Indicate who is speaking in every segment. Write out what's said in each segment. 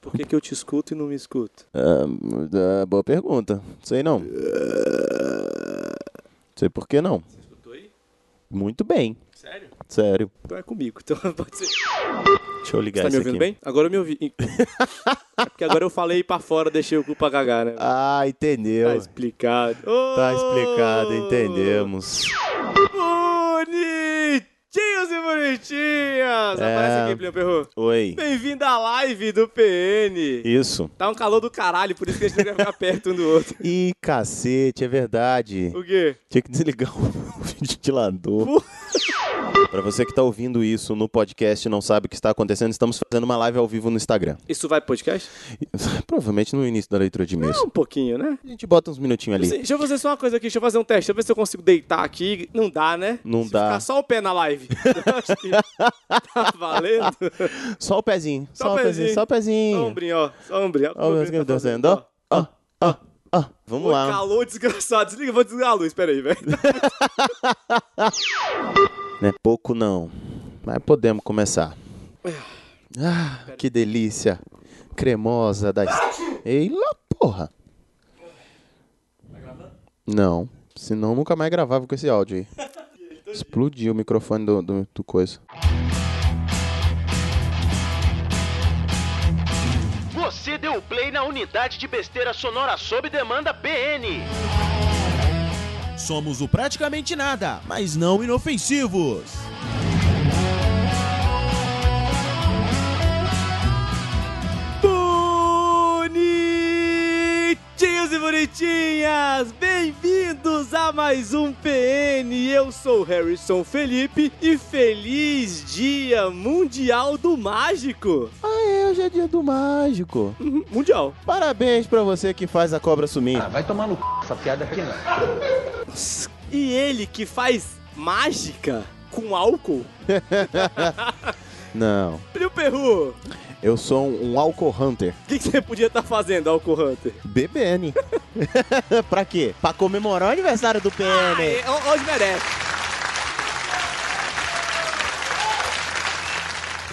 Speaker 1: Por que, que eu te escuto e não me escuto?
Speaker 2: Ah, ah, boa pergunta. Sei não. Sei por que não.
Speaker 1: Você escutou aí?
Speaker 2: Muito bem.
Speaker 1: Sério?
Speaker 2: Sério.
Speaker 1: Então é comigo, então pode ser.
Speaker 2: Deixa eu ligar
Speaker 1: Tá me
Speaker 2: isso
Speaker 1: ouvindo
Speaker 2: Tá aqui.
Speaker 1: bem? Agora eu me ouvi. é porque agora eu falei pra fora, deixei o cu pra cagar, né?
Speaker 2: Ah, entendeu.
Speaker 1: Tá explicado.
Speaker 2: Tá explicado, entendemos.
Speaker 1: Bonitinhos e bonitinhas!
Speaker 2: É.
Speaker 1: Aparece aqui, Plinio Perro.
Speaker 2: Oi.
Speaker 1: Bem-vindo à live do PN.
Speaker 2: Isso.
Speaker 1: Tá um calor do caralho, por isso que a gente não quer ficar perto um do outro.
Speaker 2: Ih, cacete, é verdade.
Speaker 1: O quê?
Speaker 2: Tinha que desligar o ventilador.
Speaker 1: Pu-
Speaker 2: Pra você que tá ouvindo isso no podcast e não sabe o que está acontecendo, estamos fazendo uma live ao vivo no Instagram.
Speaker 1: Isso vai pro podcast?
Speaker 2: Provavelmente no início da leitura de e-mails.
Speaker 1: É um pouquinho, né?
Speaker 2: A gente bota uns minutinhos ali.
Speaker 1: Assim, deixa eu fazer só uma coisa aqui, deixa eu fazer um teste, deixa eu ver se eu consigo deitar aqui. Não dá, né?
Speaker 2: Não
Speaker 1: se
Speaker 2: dá.
Speaker 1: Ficar só o pé na live. Eu acho que tá valendo.
Speaker 2: Só o pezinho. Só,
Speaker 1: Só o
Speaker 2: o pezinho.
Speaker 1: pezinho.
Speaker 2: Só o pezinho.
Speaker 1: Só o ombrinho, ó. Só o ombrinho.
Speaker 2: Ó, o meu esquema descendo. tá Ó, ó, ó, ó. Vamos
Speaker 1: Pô,
Speaker 2: lá.
Speaker 1: calor desgraçado. Desliga, eu vou desligar a luz. Pera aí, velho.
Speaker 2: Né? Pouco não. Mas podemos começar. Ah, que delícia. Cremosa da... Ei lá, porra. Não. Senão eu nunca mais gravava com esse áudio aí. Explodiu o microfone do, do, do coisa.
Speaker 3: Você deu play na unidade de besteira sonora sob demanda PN.
Speaker 4: Somos o praticamente nada, mas não inofensivos.
Speaker 1: Bonitinhos e bonitinhas, bem-vindos a mais um PN. Eu sou o Harrison Felipe e feliz Dia Mundial do Mágico.
Speaker 2: Ah, é, hoje é dia do mágico.
Speaker 1: Uhum, mundial.
Speaker 2: Parabéns pra você que faz a cobra sumir.
Speaker 3: Ah,
Speaker 1: Ah.
Speaker 3: vai tomar no c... essa piada aqui né? não.
Speaker 1: E ele que faz mágica com álcool.
Speaker 2: Não.
Speaker 1: Prio Perru, o
Speaker 2: Eu sou um, um álcool hunter.
Speaker 1: que, que você podia estar fazendo, Álcool Hunter?
Speaker 2: BBN. pra quê? Pra comemorar o aniversário do PN.
Speaker 1: É, ho- Hoje merece.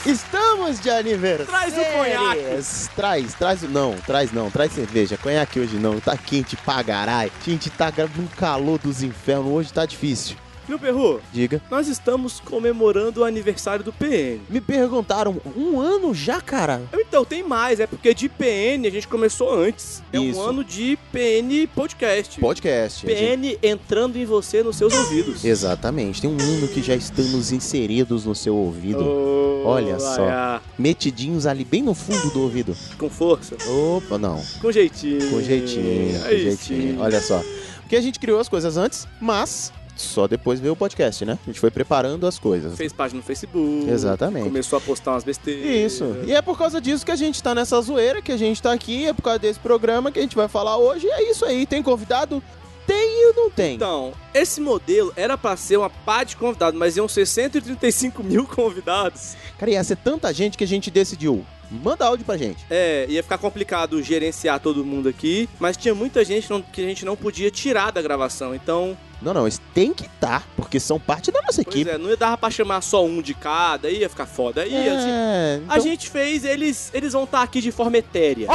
Speaker 2: Estamos de aniversário.
Speaker 1: Traz o conhaque.
Speaker 2: Traz, traz. Não, traz não. Traz cerveja. Conhaque hoje não. Tá quente pra caralho. Gente, tá gra- num calor dos infernos. Hoje tá difícil.
Speaker 1: Prio Perru,
Speaker 2: Diga.
Speaker 1: nós estamos comemorando o aniversário do PN.
Speaker 2: Me perguntaram, um ano já, cara?
Speaker 1: Então, tem mais, é porque de PN a gente começou antes. É
Speaker 2: Isso.
Speaker 1: um ano de PN Podcast.
Speaker 2: Podcast. a gente-
Speaker 1: PN entrando em você nos seus ouvidos.
Speaker 2: Exatamente. Tem um ano que já estamos inseridos no seu ouvido.
Speaker 1: Oh,
Speaker 2: Olha só.
Speaker 1: Laia.
Speaker 2: Metidinhos ali bem no fundo do ouvido.
Speaker 1: Com força,
Speaker 2: Opa, não.
Speaker 1: com jeitinho.
Speaker 2: Com jeitinho, com
Speaker 1: Aí
Speaker 2: jeitinho.
Speaker 1: sim.
Speaker 2: Olha só. Porque a gente criou as coisas antes, mas só depois veio o podcast, né? A gente foi preparando as coisas.
Speaker 1: Fez página no Facebook.
Speaker 2: Exatamente.
Speaker 1: Começou a postar umas besteiras.
Speaker 2: Isso. E é por causa disso que a gente tá nessa zoeira, que a gente tá aqui, é por causa desse programa que a gente vai falar hoje. E é isso aí. Tem convidado? Tem e não tem.
Speaker 1: Então, esse modelo era pra ser uma pá de convidados, mas iam ser 135 mil convidados.
Speaker 2: Cara, ia ser tanta gente que a gente decidiu. Manda áudio pra gente.
Speaker 1: É, ia ficar complicado gerenciar todo mundo aqui, mas tinha muita gente não- que a gente não podia tirar da gravação. Então,
Speaker 2: Não, não, eles têm que estar, porque são parte da nossa
Speaker 1: pois
Speaker 2: equipe.
Speaker 1: é, não ia dar pra chamar só um de cada, ia ficar foda. Ia, assim,
Speaker 2: então
Speaker 1: A gente fez, eles, eles vão estar aqui de forma etérea.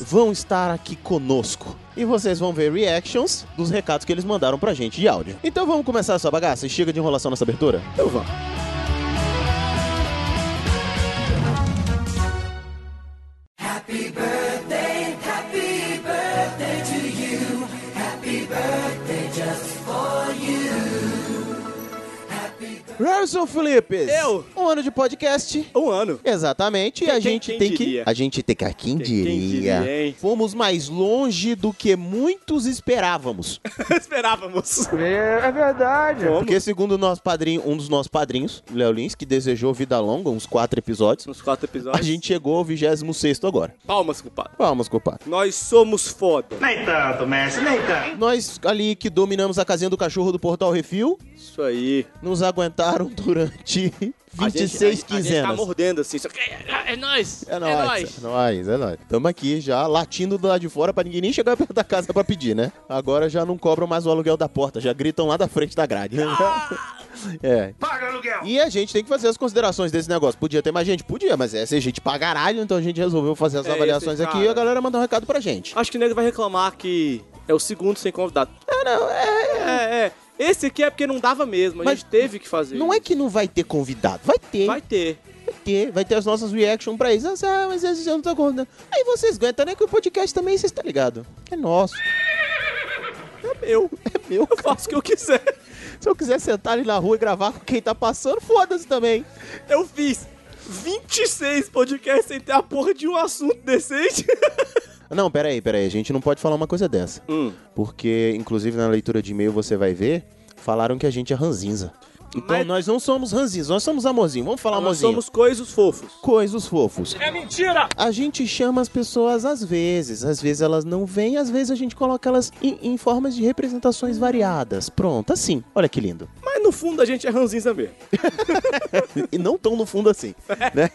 Speaker 2: vão estar aqui conosco. E vocês vão ver reactions dos recados que eles mandaram pra gente de áudio. Então vamos começar essa bagaça e chega de enrolação nessa abertura?
Speaker 1: Então vamos.
Speaker 2: Harrison Felipe!
Speaker 1: Eu!
Speaker 2: Um ano de podcast.
Speaker 1: Um ano.
Speaker 2: Exatamente, e
Speaker 1: Quem-
Speaker 2: a
Speaker 1: quem-
Speaker 2: gente
Speaker 1: quem
Speaker 2: tem
Speaker 1: diria?
Speaker 2: que. A gente tem que. ah, Quem,
Speaker 1: Quem- quem
Speaker 2: diria?
Speaker 1: diria, hein?
Speaker 2: Fomos mais longe do que muitos esperávamos.
Speaker 1: Esperávamos.
Speaker 3: É verdade.
Speaker 1: Vamos.
Speaker 2: Porque, segundo o nosso padrinho, um dos nossos padrinhos, o Léo Lins, que desejou vida longa, uns quatro episódios,
Speaker 1: Nos quatro
Speaker 2: a
Speaker 1: episódios.
Speaker 2: gente chegou ao 26 agora.
Speaker 1: Palmas, culpado.
Speaker 2: Vamos, compadre.
Speaker 1: Nós somos foda.
Speaker 3: Nem tanto, mestre, nem tanto.
Speaker 2: Nós ali que dominamos a casinha do cachorro do Portal Refil,
Speaker 1: Isso aí.
Speaker 2: nos aguentaram durante
Speaker 1: A gente-
Speaker 2: 26
Speaker 1: a, a gente tá
Speaker 2: quinzenas.
Speaker 1: mordendo assim. só que- É, é nóis.
Speaker 2: é nóis, é nóis, é nóis. Tamo aqui já latindo do lado de fora pra ninguém nem chegar perto da
Speaker 1: Ah!
Speaker 2: casa pra pedir, né? Agora já não cobram mais o aluguel da porta, já gritam lá da frente da grade. É.
Speaker 3: Paga aluguel!
Speaker 2: E a gente tem que fazer as considerações desse negócio. Podia ter mais gente? Podia, mas essa é gente pra caralho, então a gente resolveu fazer as
Speaker 1: É,
Speaker 2: avaliações
Speaker 1: esse
Speaker 2: aqui
Speaker 1: cara.
Speaker 2: e a galera mandou um recado pra gente.
Speaker 1: Acho que o nego vai reclamar que é o segundo sem convidado.
Speaker 2: Ah, não, é,
Speaker 1: É, é. Esse aqui é porque não dava mesmo, a
Speaker 2: Mas
Speaker 1: gente teve que fazer.
Speaker 2: não é que não vai ter convidado, vai ter.
Speaker 1: Vai ter.
Speaker 2: Vai ter, vai ter as nossas reaction pra eles. Ah, mas esses eu não tô contando. Aí vocês aguentam, né? Que o podcast também, vocês estão ligados. É nosso.
Speaker 1: É meu.
Speaker 2: É meu,
Speaker 1: Eu faço o que eu quiser.
Speaker 2: Se eu quiser sentar ali na rua e gravar com quem tá passando, foda-se também.
Speaker 1: Eu fiz 26 podcasts sem ter a porra de um assunto decente.
Speaker 2: Não, peraí, peraí. A gente não pode falar uma coisa dessa.
Speaker 1: Hum.
Speaker 2: Porque, inclusive, na leitura de e-mail você vai ver, falaram que a gente é ranzinza. Então
Speaker 1: Mas-
Speaker 2: nós não somos ranzinhos, nós somos amorzinho. Vamos falar
Speaker 1: Nós
Speaker 2: amorzinho.
Speaker 1: somos coisas fofos.
Speaker 2: coisas fofos. É mentira! A gente chama as pessoas às vezes, às vezes elas não vêm, às vezes a gente coloca elas em, em formas de representações variadas. Pronto, assim. Olha que lindo.
Speaker 1: Mas no fundo a gente é ranzinza mesmo.
Speaker 2: E não tão no fundo assim, né?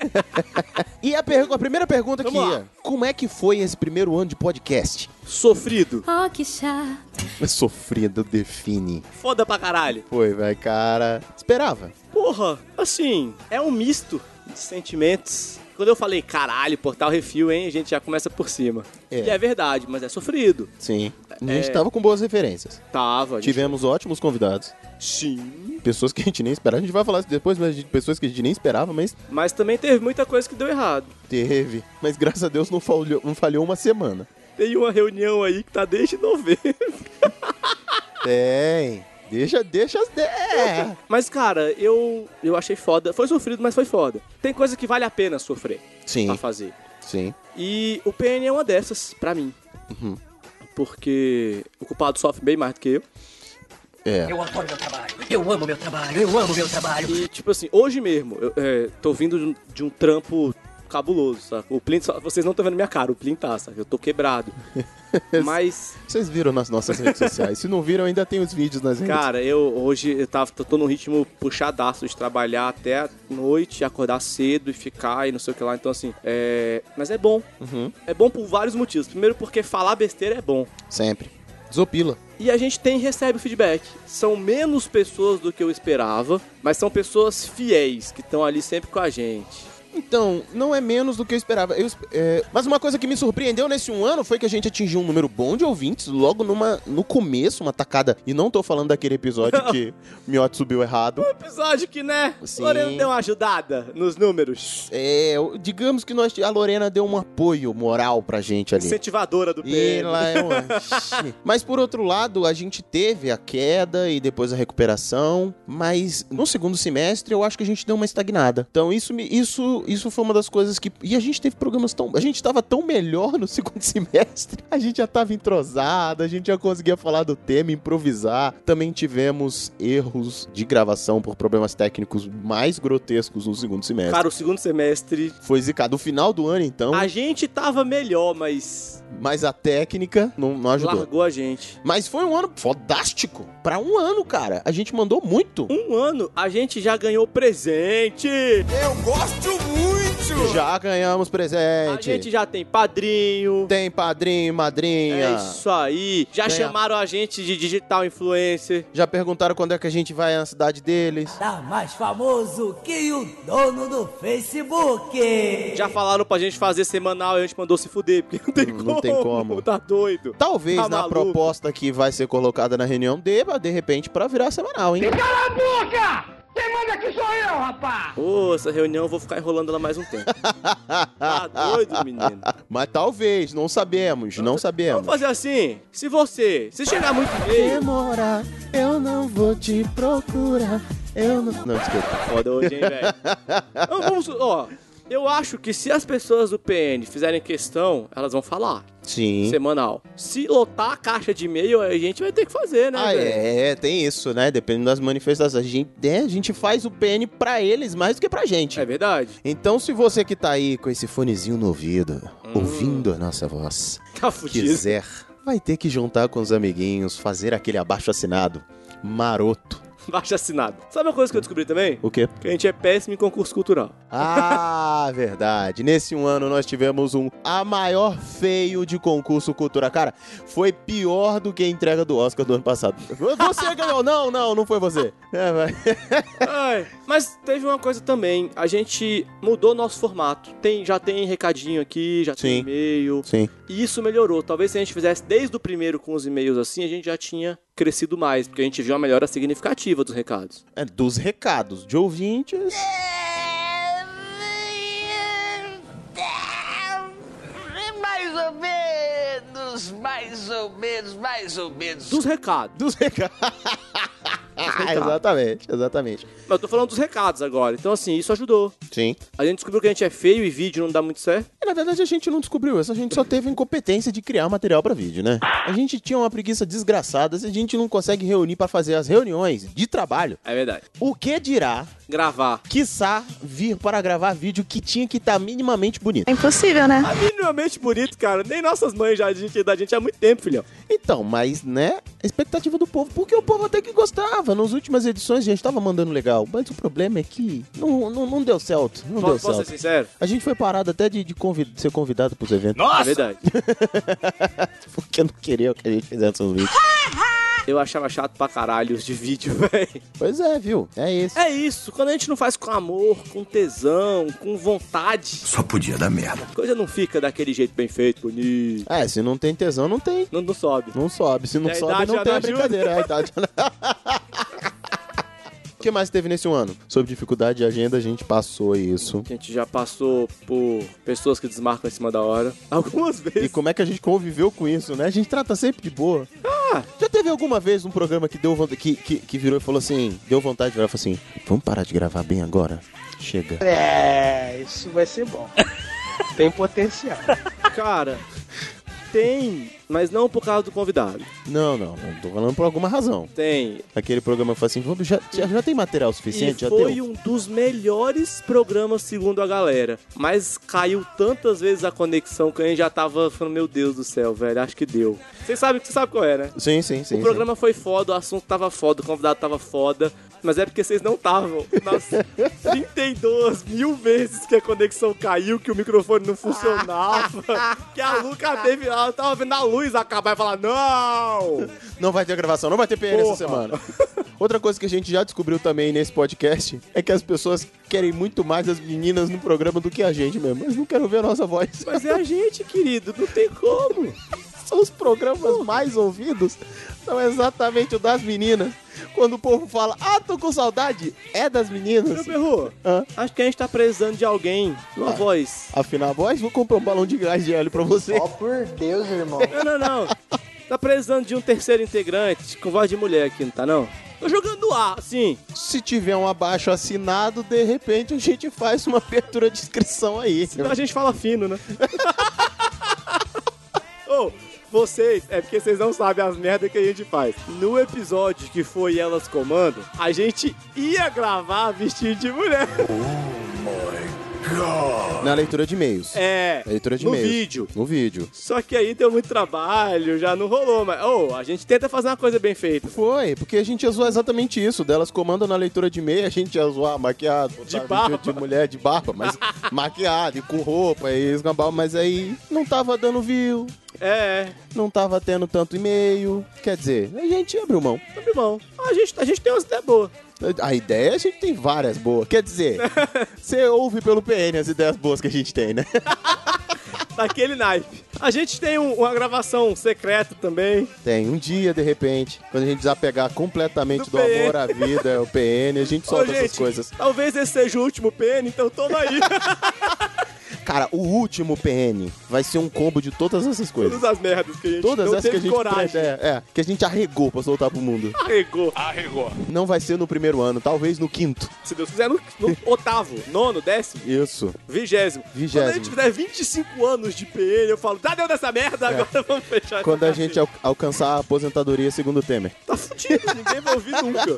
Speaker 2: e a, pergu- a primeira pergunta que
Speaker 1: Vamos lá.
Speaker 2: ia, como é que foi esse primeiro ano de podcast?
Speaker 1: Sofrido.
Speaker 5: Oh, que chato.
Speaker 2: Sofrido define.
Speaker 1: Foda pra caralho.
Speaker 2: Foi, vai, cara. Esperava.
Speaker 1: Porra, assim, é um misto de sentimentos. Quando eu falei, caralho, portal refil, hein? A gente já começa por cima.
Speaker 2: É.
Speaker 1: E é verdade, mas é sofrido.
Speaker 2: Sim. A gente tava com boas referências.
Speaker 1: Tava. É. a gente-
Speaker 2: Tivemos ótimos convidados.
Speaker 1: Sim.
Speaker 2: Pessoas que a gente nem esperava. A gente vai falar isso depois, mas de pessoas que a gente nem esperava, mas
Speaker 1: Mas também teve muita coisa que deu errado.
Speaker 2: Teve, mas graças a Deus não falhou, não falhou uma semana.
Speaker 1: Tem uma reunião aí que tá desde novembro.
Speaker 2: Tem. Deixa, deixa as. de- É.
Speaker 1: Mas, cara, eu, eu achei foda. Foi sofrido, mas foi foda. Tem coisa que vale a pena sofrer
Speaker 2: Sim,
Speaker 1: pra fazer.
Speaker 2: sim.
Speaker 1: E o PN é uma dessas, pra mim. Porque o culpado sofre bem mais do que eu.
Speaker 2: É.
Speaker 6: Eu adoro meu trabalho, eu amo meu trabalho, eu amo meu trabalho.
Speaker 1: E, tipo assim, hoje mesmo, eu é, tô vindo de um, de um trampo cabuloso, saca? O Plint, só- vocês não estão vendo minha cara, o Plint tá, saca? Eu tô quebrado. Mas,
Speaker 2: Vocês viram nas nossas redes sociais. Se não viram, ainda tem os vídeos nas redes.
Speaker 1: cara, eu hoje eu tava, tô, tô num ritmo puxadaço de trabalhar até a noite, acordar cedo e ficar e não sei o que lá. Então, assim, é. Mas é bom.
Speaker 2: Uhum.
Speaker 1: É bom por vários motivos. Primeiro, porque falar besteira é bom.
Speaker 2: Sempre. Zopila.
Speaker 1: E a gente tem recebe o feedback. São menos pessoas do que eu esperava, mas são pessoas fiéis que estão ali sempre com a gente.
Speaker 2: Então, não é menos do que eu esperava. Eu esp- é, Mas uma coisa que me surpreendeu nesse um ano foi que a gente atingiu um número bom de ouvintes logo numa... no começo, uma tacada. E não tô falando daquele episódio que Miotti subiu errado.
Speaker 1: Episódio que, né?
Speaker 2: Sim.
Speaker 1: Lorena deu uma ajudada nos números.
Speaker 2: É, digamos que nós... a Lorena deu um apoio moral pra gente ali.
Speaker 1: Incentivadora do
Speaker 2: E
Speaker 1: PN.
Speaker 2: lá é um... Mas por outro lado, a gente teve a queda e depois a recuperação, mas no segundo semestre eu acho que a gente deu uma estagnada. Então isso me isso isso foi uma das coisas que e a gente teve programas tão a gente tava tão melhor no segundo semestre. A gente já tava entrosado, a gente já conseguia falar do tema, improvisar. Também tivemos erros de gravação por problemas técnicos mais grotescos no segundo semestre.
Speaker 1: Cara, o segundo semestre.
Speaker 2: Foi zicado. O final do ano, então,
Speaker 1: A gente tava melhor, mas
Speaker 2: mas a técnica não, não ajudou.
Speaker 1: largou a gente.
Speaker 2: Mas foi um ano fodástico. Pra um ano, cara. A gente mandou muito.
Speaker 1: Um ano a gente já ganhou presente.
Speaker 2: Já ganhamos
Speaker 1: A
Speaker 2: presente.
Speaker 1: gente já tem padrinho.
Speaker 2: Tem padrinho, madrinha.
Speaker 1: É isso aí. Já
Speaker 2: Tem a-
Speaker 1: chamaram a gente de digital influencer.
Speaker 2: Já perguntaram quando é que a gente vai na cidade deles.
Speaker 7: Tá mais famoso que o dono do Facebook.
Speaker 1: Já falaram pra gente fazer semanal e a gente mandou se fuder, porque não tem
Speaker 2: Não
Speaker 1: como.
Speaker 2: tem como.
Speaker 1: Tá doido.
Speaker 2: Talvez
Speaker 1: Tá
Speaker 2: na
Speaker 1: maluco?
Speaker 2: proposta que vai ser colocada na reunião deba, de repente, pra virar semanal, hein?
Speaker 1: Ô, essa reunião eu vou ficar enrolando ela mais um tempo. tá doido, menino.
Speaker 2: Mas talvez, não sabemos, não sabemos.
Speaker 1: Vamos fazer assim. Se você, se chegar muito bem.
Speaker 2: Demora, eu não vou te procurar. Eu não. Não, desculpa.
Speaker 1: Foda hoje, hein, velho. Então, vamos, ó. Eu acho que se as pessoas do PN fizerem questão, elas vão falar.
Speaker 2: Sim.
Speaker 1: Semanal. Se lotar a caixa de e-mail, a gente vai ter que fazer, né,
Speaker 2: Ah,
Speaker 1: velho?
Speaker 2: é, é, tem isso, né? Depende das manifestações. A gente, né, a gente faz o PN pra eles mais do que pra gente.
Speaker 1: É verdade.
Speaker 2: Então, se você que tá aí com esse fonezinho no ouvido,
Speaker 1: Hum.
Speaker 2: ouvindo a nossa voz,
Speaker 1: Tá fudido.
Speaker 2: quiser, vai ter que juntar com os amiguinhos, fazer aquele abaixo assinado maroto.
Speaker 1: Baixa assinado. Sabe uma coisa que eu descobri também?
Speaker 2: O quê?
Speaker 1: Que a gente é péssimo em concurso cultural.
Speaker 2: Ah, verdade. Nesse um ano nós tivemos um a maior feio de concurso cultura. Cara, foi pior do que a entrega do Oscar do ano passado. Você ganhou. Não, não, não foi você. É, vai.
Speaker 1: Ai, mas teve uma coisa também. A gente mudou nosso formato. Tem, já tem recadinho aqui, já tem
Speaker 2: Sim.
Speaker 1: e-mail.
Speaker 2: Sim.
Speaker 1: E isso melhorou. Talvez se a gente fizesse desde o primeiro com os e-mails assim, a gente já tinha crescido mais, porque a gente viu uma melhora significativa dos recados.
Speaker 2: É, dos recados de ouvintes.
Speaker 6: É. Mais ou menos, mais ou menos, mais ou menos.
Speaker 1: Dos recados.
Speaker 2: Dos recados. exatamente, exatamente.
Speaker 1: Mas eu tô falando dos recados agora. Então, assim, isso ajudou.
Speaker 2: Sim.
Speaker 1: A gente descobriu que a gente é feio e vídeo não dá muito certo.
Speaker 2: Na verdade, a gente não descobriu isso. A gente só teve a incompetência de criar material pra vídeo, né? A gente tinha uma preguiça desgraçada e a gente não consegue reunir pra fazer as reuniões de trabalho.
Speaker 1: É verdade.
Speaker 2: O que dirá,
Speaker 1: Gravar.
Speaker 2: quiçá, vir para gravar vídeo que tinha que estar minimamente bonito?
Speaker 5: É impossível, né?
Speaker 1: Tá minimamente bonito, cara. Nem nossas mães já, gente, da gente há muito tempo, filhão.
Speaker 2: Então, mas, né, a expectativa do povo, porque o povo até que gostava. Nas últimas edições a gente tava mandando legal, mas o problema é que não, não, não deu certo. Não deu
Speaker 1: Posso, posso ser
Speaker 2: certo.
Speaker 1: sincero?
Speaker 2: A gente foi parado até de, de convid- ser convidado pros eventos,
Speaker 1: É verdade.
Speaker 2: porque não queria que a gente fizesse um vídeo.
Speaker 1: Eu achava chato pra caralho os de vídeo, velho.
Speaker 2: Pois é, viu? É isso.
Speaker 1: É isso, quando a gente não faz com amor, com tesão, com vontade. Só podia dar merda. A coisa não fica daquele jeito bem feito, bonito.
Speaker 2: É, se não tem tesão, não tem.
Speaker 1: Não, não sobe.
Speaker 2: Não sobe. Se não
Speaker 1: E a
Speaker 2: sobe,
Speaker 1: idade
Speaker 2: não
Speaker 1: já
Speaker 2: tem
Speaker 1: não
Speaker 2: a brincadeira. É, a idade já não- O que mais teve nesse um ano? Sobre dificuldade de agenda, a gente passou isso.
Speaker 1: A gente já passou por pessoas que desmarcam em cima da hora. Algumas
Speaker 2: E
Speaker 1: vezes.
Speaker 2: como é que a gente conviveu com isso, né? A gente trata sempre de boa.
Speaker 1: Ah!
Speaker 2: Já teve alguma vez um programa que deu von- que, que, que virou e falou assim, deu vontade de virar e falou assim, vamos parar de gravar bem agora? Chega.
Speaker 8: É, isso vai ser bom. Tem potencial.
Speaker 1: Cara, tem, mas não por causa do convidado.
Speaker 2: Não, não, não tô falando por alguma razão.
Speaker 1: Tem.
Speaker 2: Aquele programa que falou assim, vamos, já, já, já tem material
Speaker 1: E
Speaker 2: suficiente? Já
Speaker 1: foi
Speaker 2: deu?
Speaker 1: um dos melhores programas, segundo a galera. Mas caiu tantas vezes a conexão que a gente já tava falando, meu Deus do céu, velho, acho que deu. Vocês sabem você sabe qual é, né?
Speaker 2: um-? Sim, sim, sim.
Speaker 1: o
Speaker 2: sim.
Speaker 1: programa foi foda, o assunto tava foda, o convidado tava foda, mas é porque vocês não estavam. Nas 32 mil vezes que a conexão caiu, que o microfone não funcionava, que a Luca teve. Ela tava vendo a luz acabar e falar: Não!
Speaker 2: Não vai ter gravação, não vai ter PN
Speaker 1: Porra.
Speaker 2: essa semana. Outra coisa que a gente já descobriu também nesse podcast é que as pessoas querem muito mais as meninas no programa do que a gente mesmo. Mas não quero ver a nossa voz.
Speaker 1: Mas é a gente, querido, não tem como.
Speaker 2: São os programas mais ouvidos, são exatamente o das meninas. Quando o povo fala, ah, tô com saudade, é das
Speaker 1: Meu
Speaker 2: meninas.
Speaker 1: perro,
Speaker 2: Hã?
Speaker 1: acho que a gente tá precisando de alguém, uma voz.
Speaker 2: Afinal, a voz, vou comprar um balão de gás de hélio pra você.
Speaker 8: Ó, por Deus, irmão.
Speaker 1: Não, não, não. Tá precisando de um terceiro integrante com voz de mulher aqui, não tá não? Tô jogando ar, assim.
Speaker 2: Se tiver um abaixo assinado, de repente a gente faz uma abertura de inscrição aí.
Speaker 1: Então a gente fala fino, né? Ô, vocês, é porque vocês não sabem as merdas que a gente faz. No episódio que foi Elas Comando, a gente ia gravar vestido de mulher.
Speaker 2: Na leitura de e-mails.
Speaker 1: É,
Speaker 2: Na leitura de
Speaker 1: no
Speaker 2: e-mails.
Speaker 1: vídeo.
Speaker 2: No vídeo.
Speaker 1: Só que aí deu muito trabalho, já não rolou, mas, ô, a gente tenta fazer uma coisa bem feita.
Speaker 2: Foi, porque a gente ia zoar exatamente isso. Delas comandam na leitura de e-mail, a gente ia zoar maquiado, botar
Speaker 1: De barba.
Speaker 2: vídeo de mulher de barba, mas maquiado e com roupa e escambau, mas aí não tava dando view,
Speaker 1: É,
Speaker 2: não tava tendo tanto e-mail. Quer dizer, a gente abriu mão.
Speaker 1: é, tá bom. A gente, a gente tem umas ideias boas.
Speaker 2: A ideia a gente tem várias boas. Quer dizer, você ouve pelo PN as ideias boas que a gente tem, né?
Speaker 1: Daquele naipe. A gente tem um- uma gravação secreta também.
Speaker 2: Tem um dia, de repente, quando a gente desapegar completamente
Speaker 1: Do
Speaker 2: do,
Speaker 1: PN.
Speaker 2: amor à vida, o PN, a gente solta
Speaker 1: Ô, gente,
Speaker 2: essas coisas.
Speaker 1: talvez esse seja o último pênis, então toma aí.
Speaker 2: Cara, o último PN vai ser um combo de todas essas coisas.
Speaker 1: Todas as merdas que a gente
Speaker 2: Todas
Speaker 1: não
Speaker 2: essas que
Speaker 1: teve
Speaker 2: a gente
Speaker 1: coragem.
Speaker 2: prende- é, é, que a gente arregou pra soltar pro mundo.
Speaker 1: Arregou.
Speaker 2: Não vai ser no primeiro ano, talvez no quinto.
Speaker 1: Se Deus quiser, no, no oitavo, nono, décimo,
Speaker 2: Isso.
Speaker 1: vigésimo.
Speaker 2: Vigésimo.
Speaker 1: Quando a gente fizer 25 anos de PN, eu falo, tá deu dessa merda, agora vamos fechar.
Speaker 2: É. Quando a
Speaker 1: essa
Speaker 2: gente
Speaker 1: cacete."
Speaker 2: al- alcançar a aposentadoria segundo Temer.
Speaker 1: Tá fudido, ninguém vai ouvir nunca.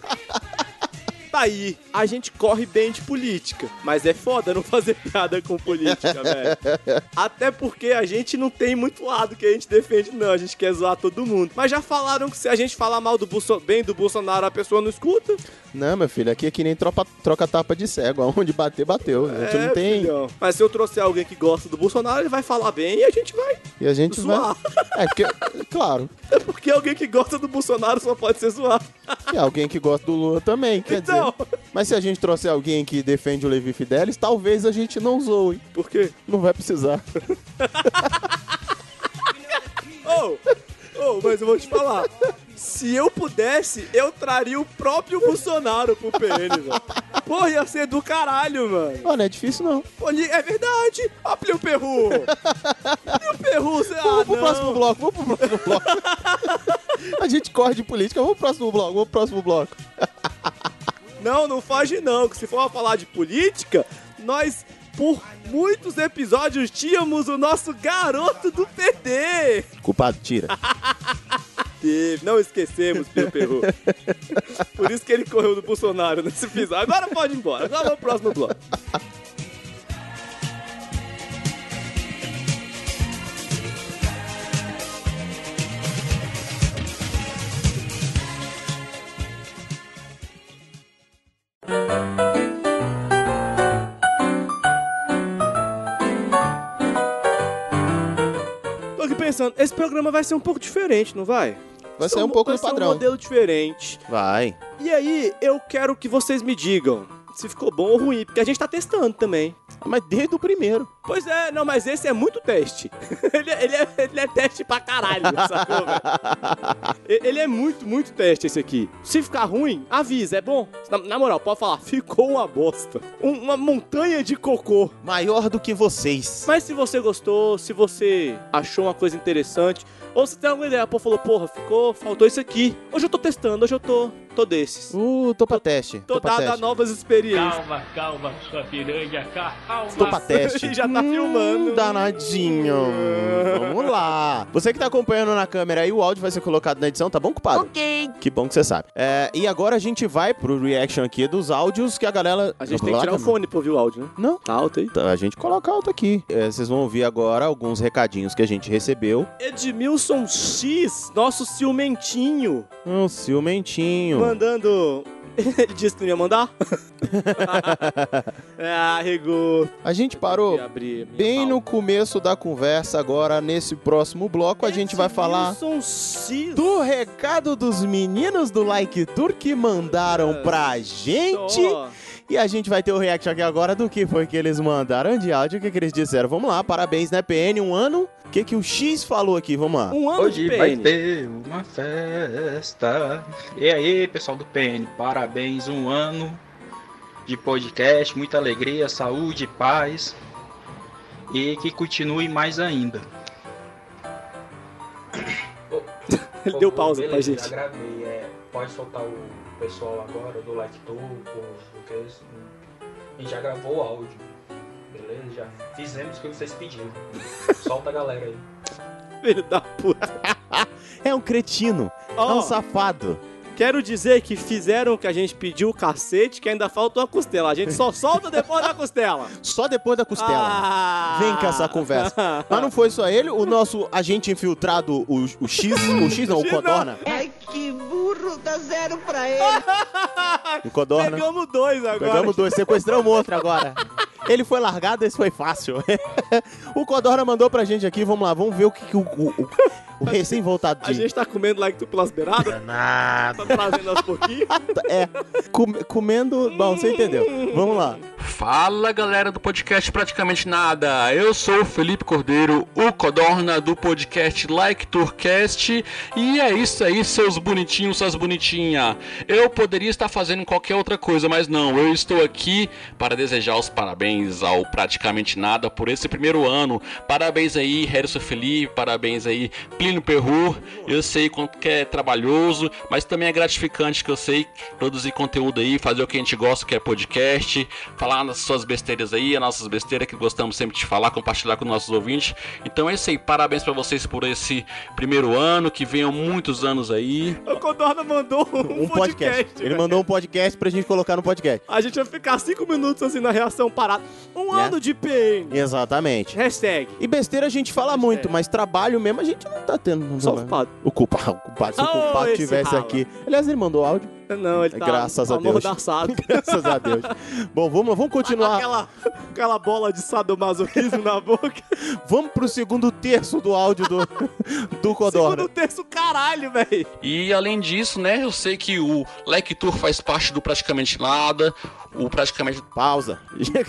Speaker 1: Tá aí, a gente corre bem de política, mas é foda não fazer piada com política, velho. Até porque a gente não tem muito lado que a gente defende, não. A gente quer zoar todo mundo. Mas já falaram que se a gente falar mal do Bolso... bem do Bolsonaro, a pessoa não escuta?
Speaker 2: Não, meu filho, aqui é que nem tropa, troca tapa de cego. Aonde bater, bateu. A gente
Speaker 1: É,
Speaker 2: não tem.
Speaker 1: filhão. Mas se eu trouxer alguém que gosta do Bolsonaro, ele vai falar bem e a gente vai.
Speaker 2: E a gente
Speaker 1: Zoar.
Speaker 2: vai. É, porque, claro,
Speaker 1: É porque alguém que gosta do Bolsonaro só pode ser zoado.
Speaker 2: e alguém que gosta do Lula também, quer
Speaker 1: Então.
Speaker 2: dizer. Mas se a gente trouxer alguém que defende o Levi Fidelis, talvez a gente não zoe.
Speaker 1: Por quê?
Speaker 2: Não vai precisar.
Speaker 1: Oh, oh, mas eu vou te falar. Se eu pudesse, eu traria o próprio Bolsonaro pro PN, velho. Porra, ia ser do caralho, mano.
Speaker 2: Olha, não é difícil não.
Speaker 1: Olha, é verdade. Ó, Plio Perru. Plio Perru, você... Ah,
Speaker 2: vamos pro
Speaker 1: não.
Speaker 2: próximo bloco, vamos pro próximo bloco. a gente corre de política, vamos pro próximo bloco, vamos pro próximo bloco.
Speaker 1: Não, não foge não, que se for falar de política, nós, por muitos episódios, tínhamos o nosso garoto do PD.
Speaker 2: Culpado, tira.
Speaker 1: Teve, não esquecemos, Pio Perru. Por isso que ele correu do Bolsonaro nesse episódio. Agora pode ir embora, agora vamos pro próximo bloco. Tô aqui pensando, esse programa vai ser um pouco diferente, não vai?
Speaker 2: Vai sair um pouco
Speaker 1: vai
Speaker 2: do
Speaker 1: ser um
Speaker 2: padrão.
Speaker 1: modelo diferente.
Speaker 2: Vai.
Speaker 1: E aí, eu quero que vocês me digam se ficou bom ou ruim, porque a gente tá testando também.
Speaker 2: Mas desde o primeiro.
Speaker 1: Pois é, não, mas esse é muito teste. ele, é- ele é, ele é teste pra caralho, sacou, velho? E- Ele é muito, muito teste esse aqui. Se ficar ruim, avisa, é bom. Na, na moral, pode falar, ficou uma bosta. Um- uma montanha de cocô.
Speaker 2: Maior do que vocês.
Speaker 1: Mas se você gostou, se você achou uma coisa interessante, ou se tem alguma ideia, pô, falou, porra, ficou, faltou isso aqui. Hoje eu tô testando, hoje eu tô, tô desses.
Speaker 2: Uh, tô pra teste.
Speaker 1: Tô
Speaker 2: Tô pra
Speaker 1: dado a
Speaker 2: teste.
Speaker 1: novas experiências.
Speaker 5: Calma, calma, sua piranha, calma.
Speaker 2: Tô pra teste.
Speaker 1: Já tá filmando.
Speaker 2: Hum, danadinho. Hum, Vamos lá. Você que tá acompanhando na câmera aí, o áudio vai ser colocado na edição, tá bom, culpado?
Speaker 6: Ok.
Speaker 2: Que bom que você sabe. É, e agora a gente vai pro reaction aqui dos áudios que a galera.
Speaker 1: A gente tem que tirar o fone pra ouvir o áudio, né?
Speaker 2: Não.
Speaker 1: Tá alto aí.
Speaker 2: Tá, A gente coloca alto aqui. É, vocês vão ouvir agora alguns recadinhos que a gente recebeu.
Speaker 1: Edmilson X, nosso ciumentinho,
Speaker 2: Um ciumentinho.
Speaker 1: mandando. Ele disse que não ia mandar? ah, regou.
Speaker 2: A gente parou
Speaker 1: Queria abrir a minha
Speaker 2: bem
Speaker 1: pauta.
Speaker 2: no começo da conversa. Agora, nesse próximo bloco, a gente vai falar
Speaker 1: Edmilson X.
Speaker 2: do recado dos meninos do Like Tour que mandaram pra gente.
Speaker 1: Ó,
Speaker 2: E a gente vai ter o react aqui agora do que foi que eles mandaram de áudio, o que, que eles disseram. Vamos lá, parabéns, né, PN? Um ano. O que, que o X falou aqui? Vamos lá.
Speaker 1: Um ano
Speaker 8: Hoje
Speaker 1: de
Speaker 8: vai
Speaker 1: PN.
Speaker 8: ter uma festa. E aí, pessoal do PN, parabéns, um ano de podcast, muita alegria, saúde, paz e que continue mais ainda.
Speaker 9: Oh,
Speaker 1: Ele deu pausa pra gente.
Speaker 9: gravei, é, pode soltar o pessoal agora do Like Tour, o que é isso? A gente já gravou o áudio, beleza? Já fizemos o que vocês pediram. Solta a galera aí.
Speaker 1: Filho da puta.
Speaker 2: É um cretino, é
Speaker 1: Ó,
Speaker 2: um safado.
Speaker 1: quero dizer que fizeram o que a gente pediu, o cacete, que ainda falta uma costela. A gente só solta depois da costela.
Speaker 2: Só depois da costela.
Speaker 1: Ah.
Speaker 2: Vem com essa conversa. Mas não foi só ele, o nosso agente infiltrado, o, o X, o X não, o
Speaker 1: X não.
Speaker 2: Codorna.
Speaker 7: Ai, que burro, dá zero pra ele.
Speaker 2: O Codorna.
Speaker 1: Pegamos dois agora.
Speaker 2: Pegamos dois, sequestramos outro agora. Ele foi largado, esse foi fácil. o Codorna mandou pra gente aqui, vamos lá, vamos ver o que, que o, o, o- o
Speaker 1: A
Speaker 2: recém-voltadinho.
Speaker 1: gente tá comendo like tu pelas beiradas. Tá trazendo aos pouquinhos.
Speaker 2: É, com- comendo. Bom, você entendeu. Vamos lá.
Speaker 10: Fala galera do podcast Praticamente Nada, eu sou o Felipe Cordeiro, o Codorna do podcast Like Tourcast e é isso aí, seus bonitinhos, suas bonitinhas. Eu poderia estar fazendo qualquer outra coisa, mas não, eu estou aqui para desejar os parabéns ao Praticamente Nada por esse primeiro ano. Parabéns aí, Harrison Felipe, parabéns aí, Plio ali no Peru. Eu sei quanto que é trabalhoso, mas também é gratificante que eu sei produzir conteúdo aí, fazer o que a gente gosta, que é podcast, falar nas suas besteiras aí, as nossas besteiras que gostamos sempre de falar, compartilhar com nossos ouvintes. Então é isso aí, parabéns pra vocês por esse primeiro ano, que venham muitos anos aí.
Speaker 1: O Codorna mandou um, né?
Speaker 2: Um podcast. Ele
Speaker 1: velho.
Speaker 2: mandou um podcast pra gente colocar no podcast.
Speaker 1: A gente vai ficar cinco minutos assim na reação parada. Um
Speaker 2: Né?
Speaker 1: ano de PN.
Speaker 2: Exatamente.
Speaker 1: Hashtag.
Speaker 2: E besteira a gente fala muito, mas trabalho mesmo a gente não tá tendo. Não
Speaker 1: Só
Speaker 2: tá-
Speaker 1: culpado.
Speaker 2: o culpado. O culpado. Se o
Speaker 1: Oh,
Speaker 2: culpado
Speaker 1: esse
Speaker 2: tivesse
Speaker 1: rala.
Speaker 2: aqui. Aliás, ele mandou áudio.
Speaker 1: Não, ele tá
Speaker 2: Graças a Deus.
Speaker 1: amordaçado.
Speaker 2: Graças a Deus. Bom, vamos, vamos continuar.
Speaker 1: Aquela, aquela bola de sadomasoquismo na boca.
Speaker 2: Vamos pro segundo terço do áudio do, do Codorna.
Speaker 1: Segundo terço, caralho, velho.
Speaker 10: E além disso, né, eu sei que o Lectur faz parte do Praticamente Nada, o Praticamente
Speaker 2: Pausa.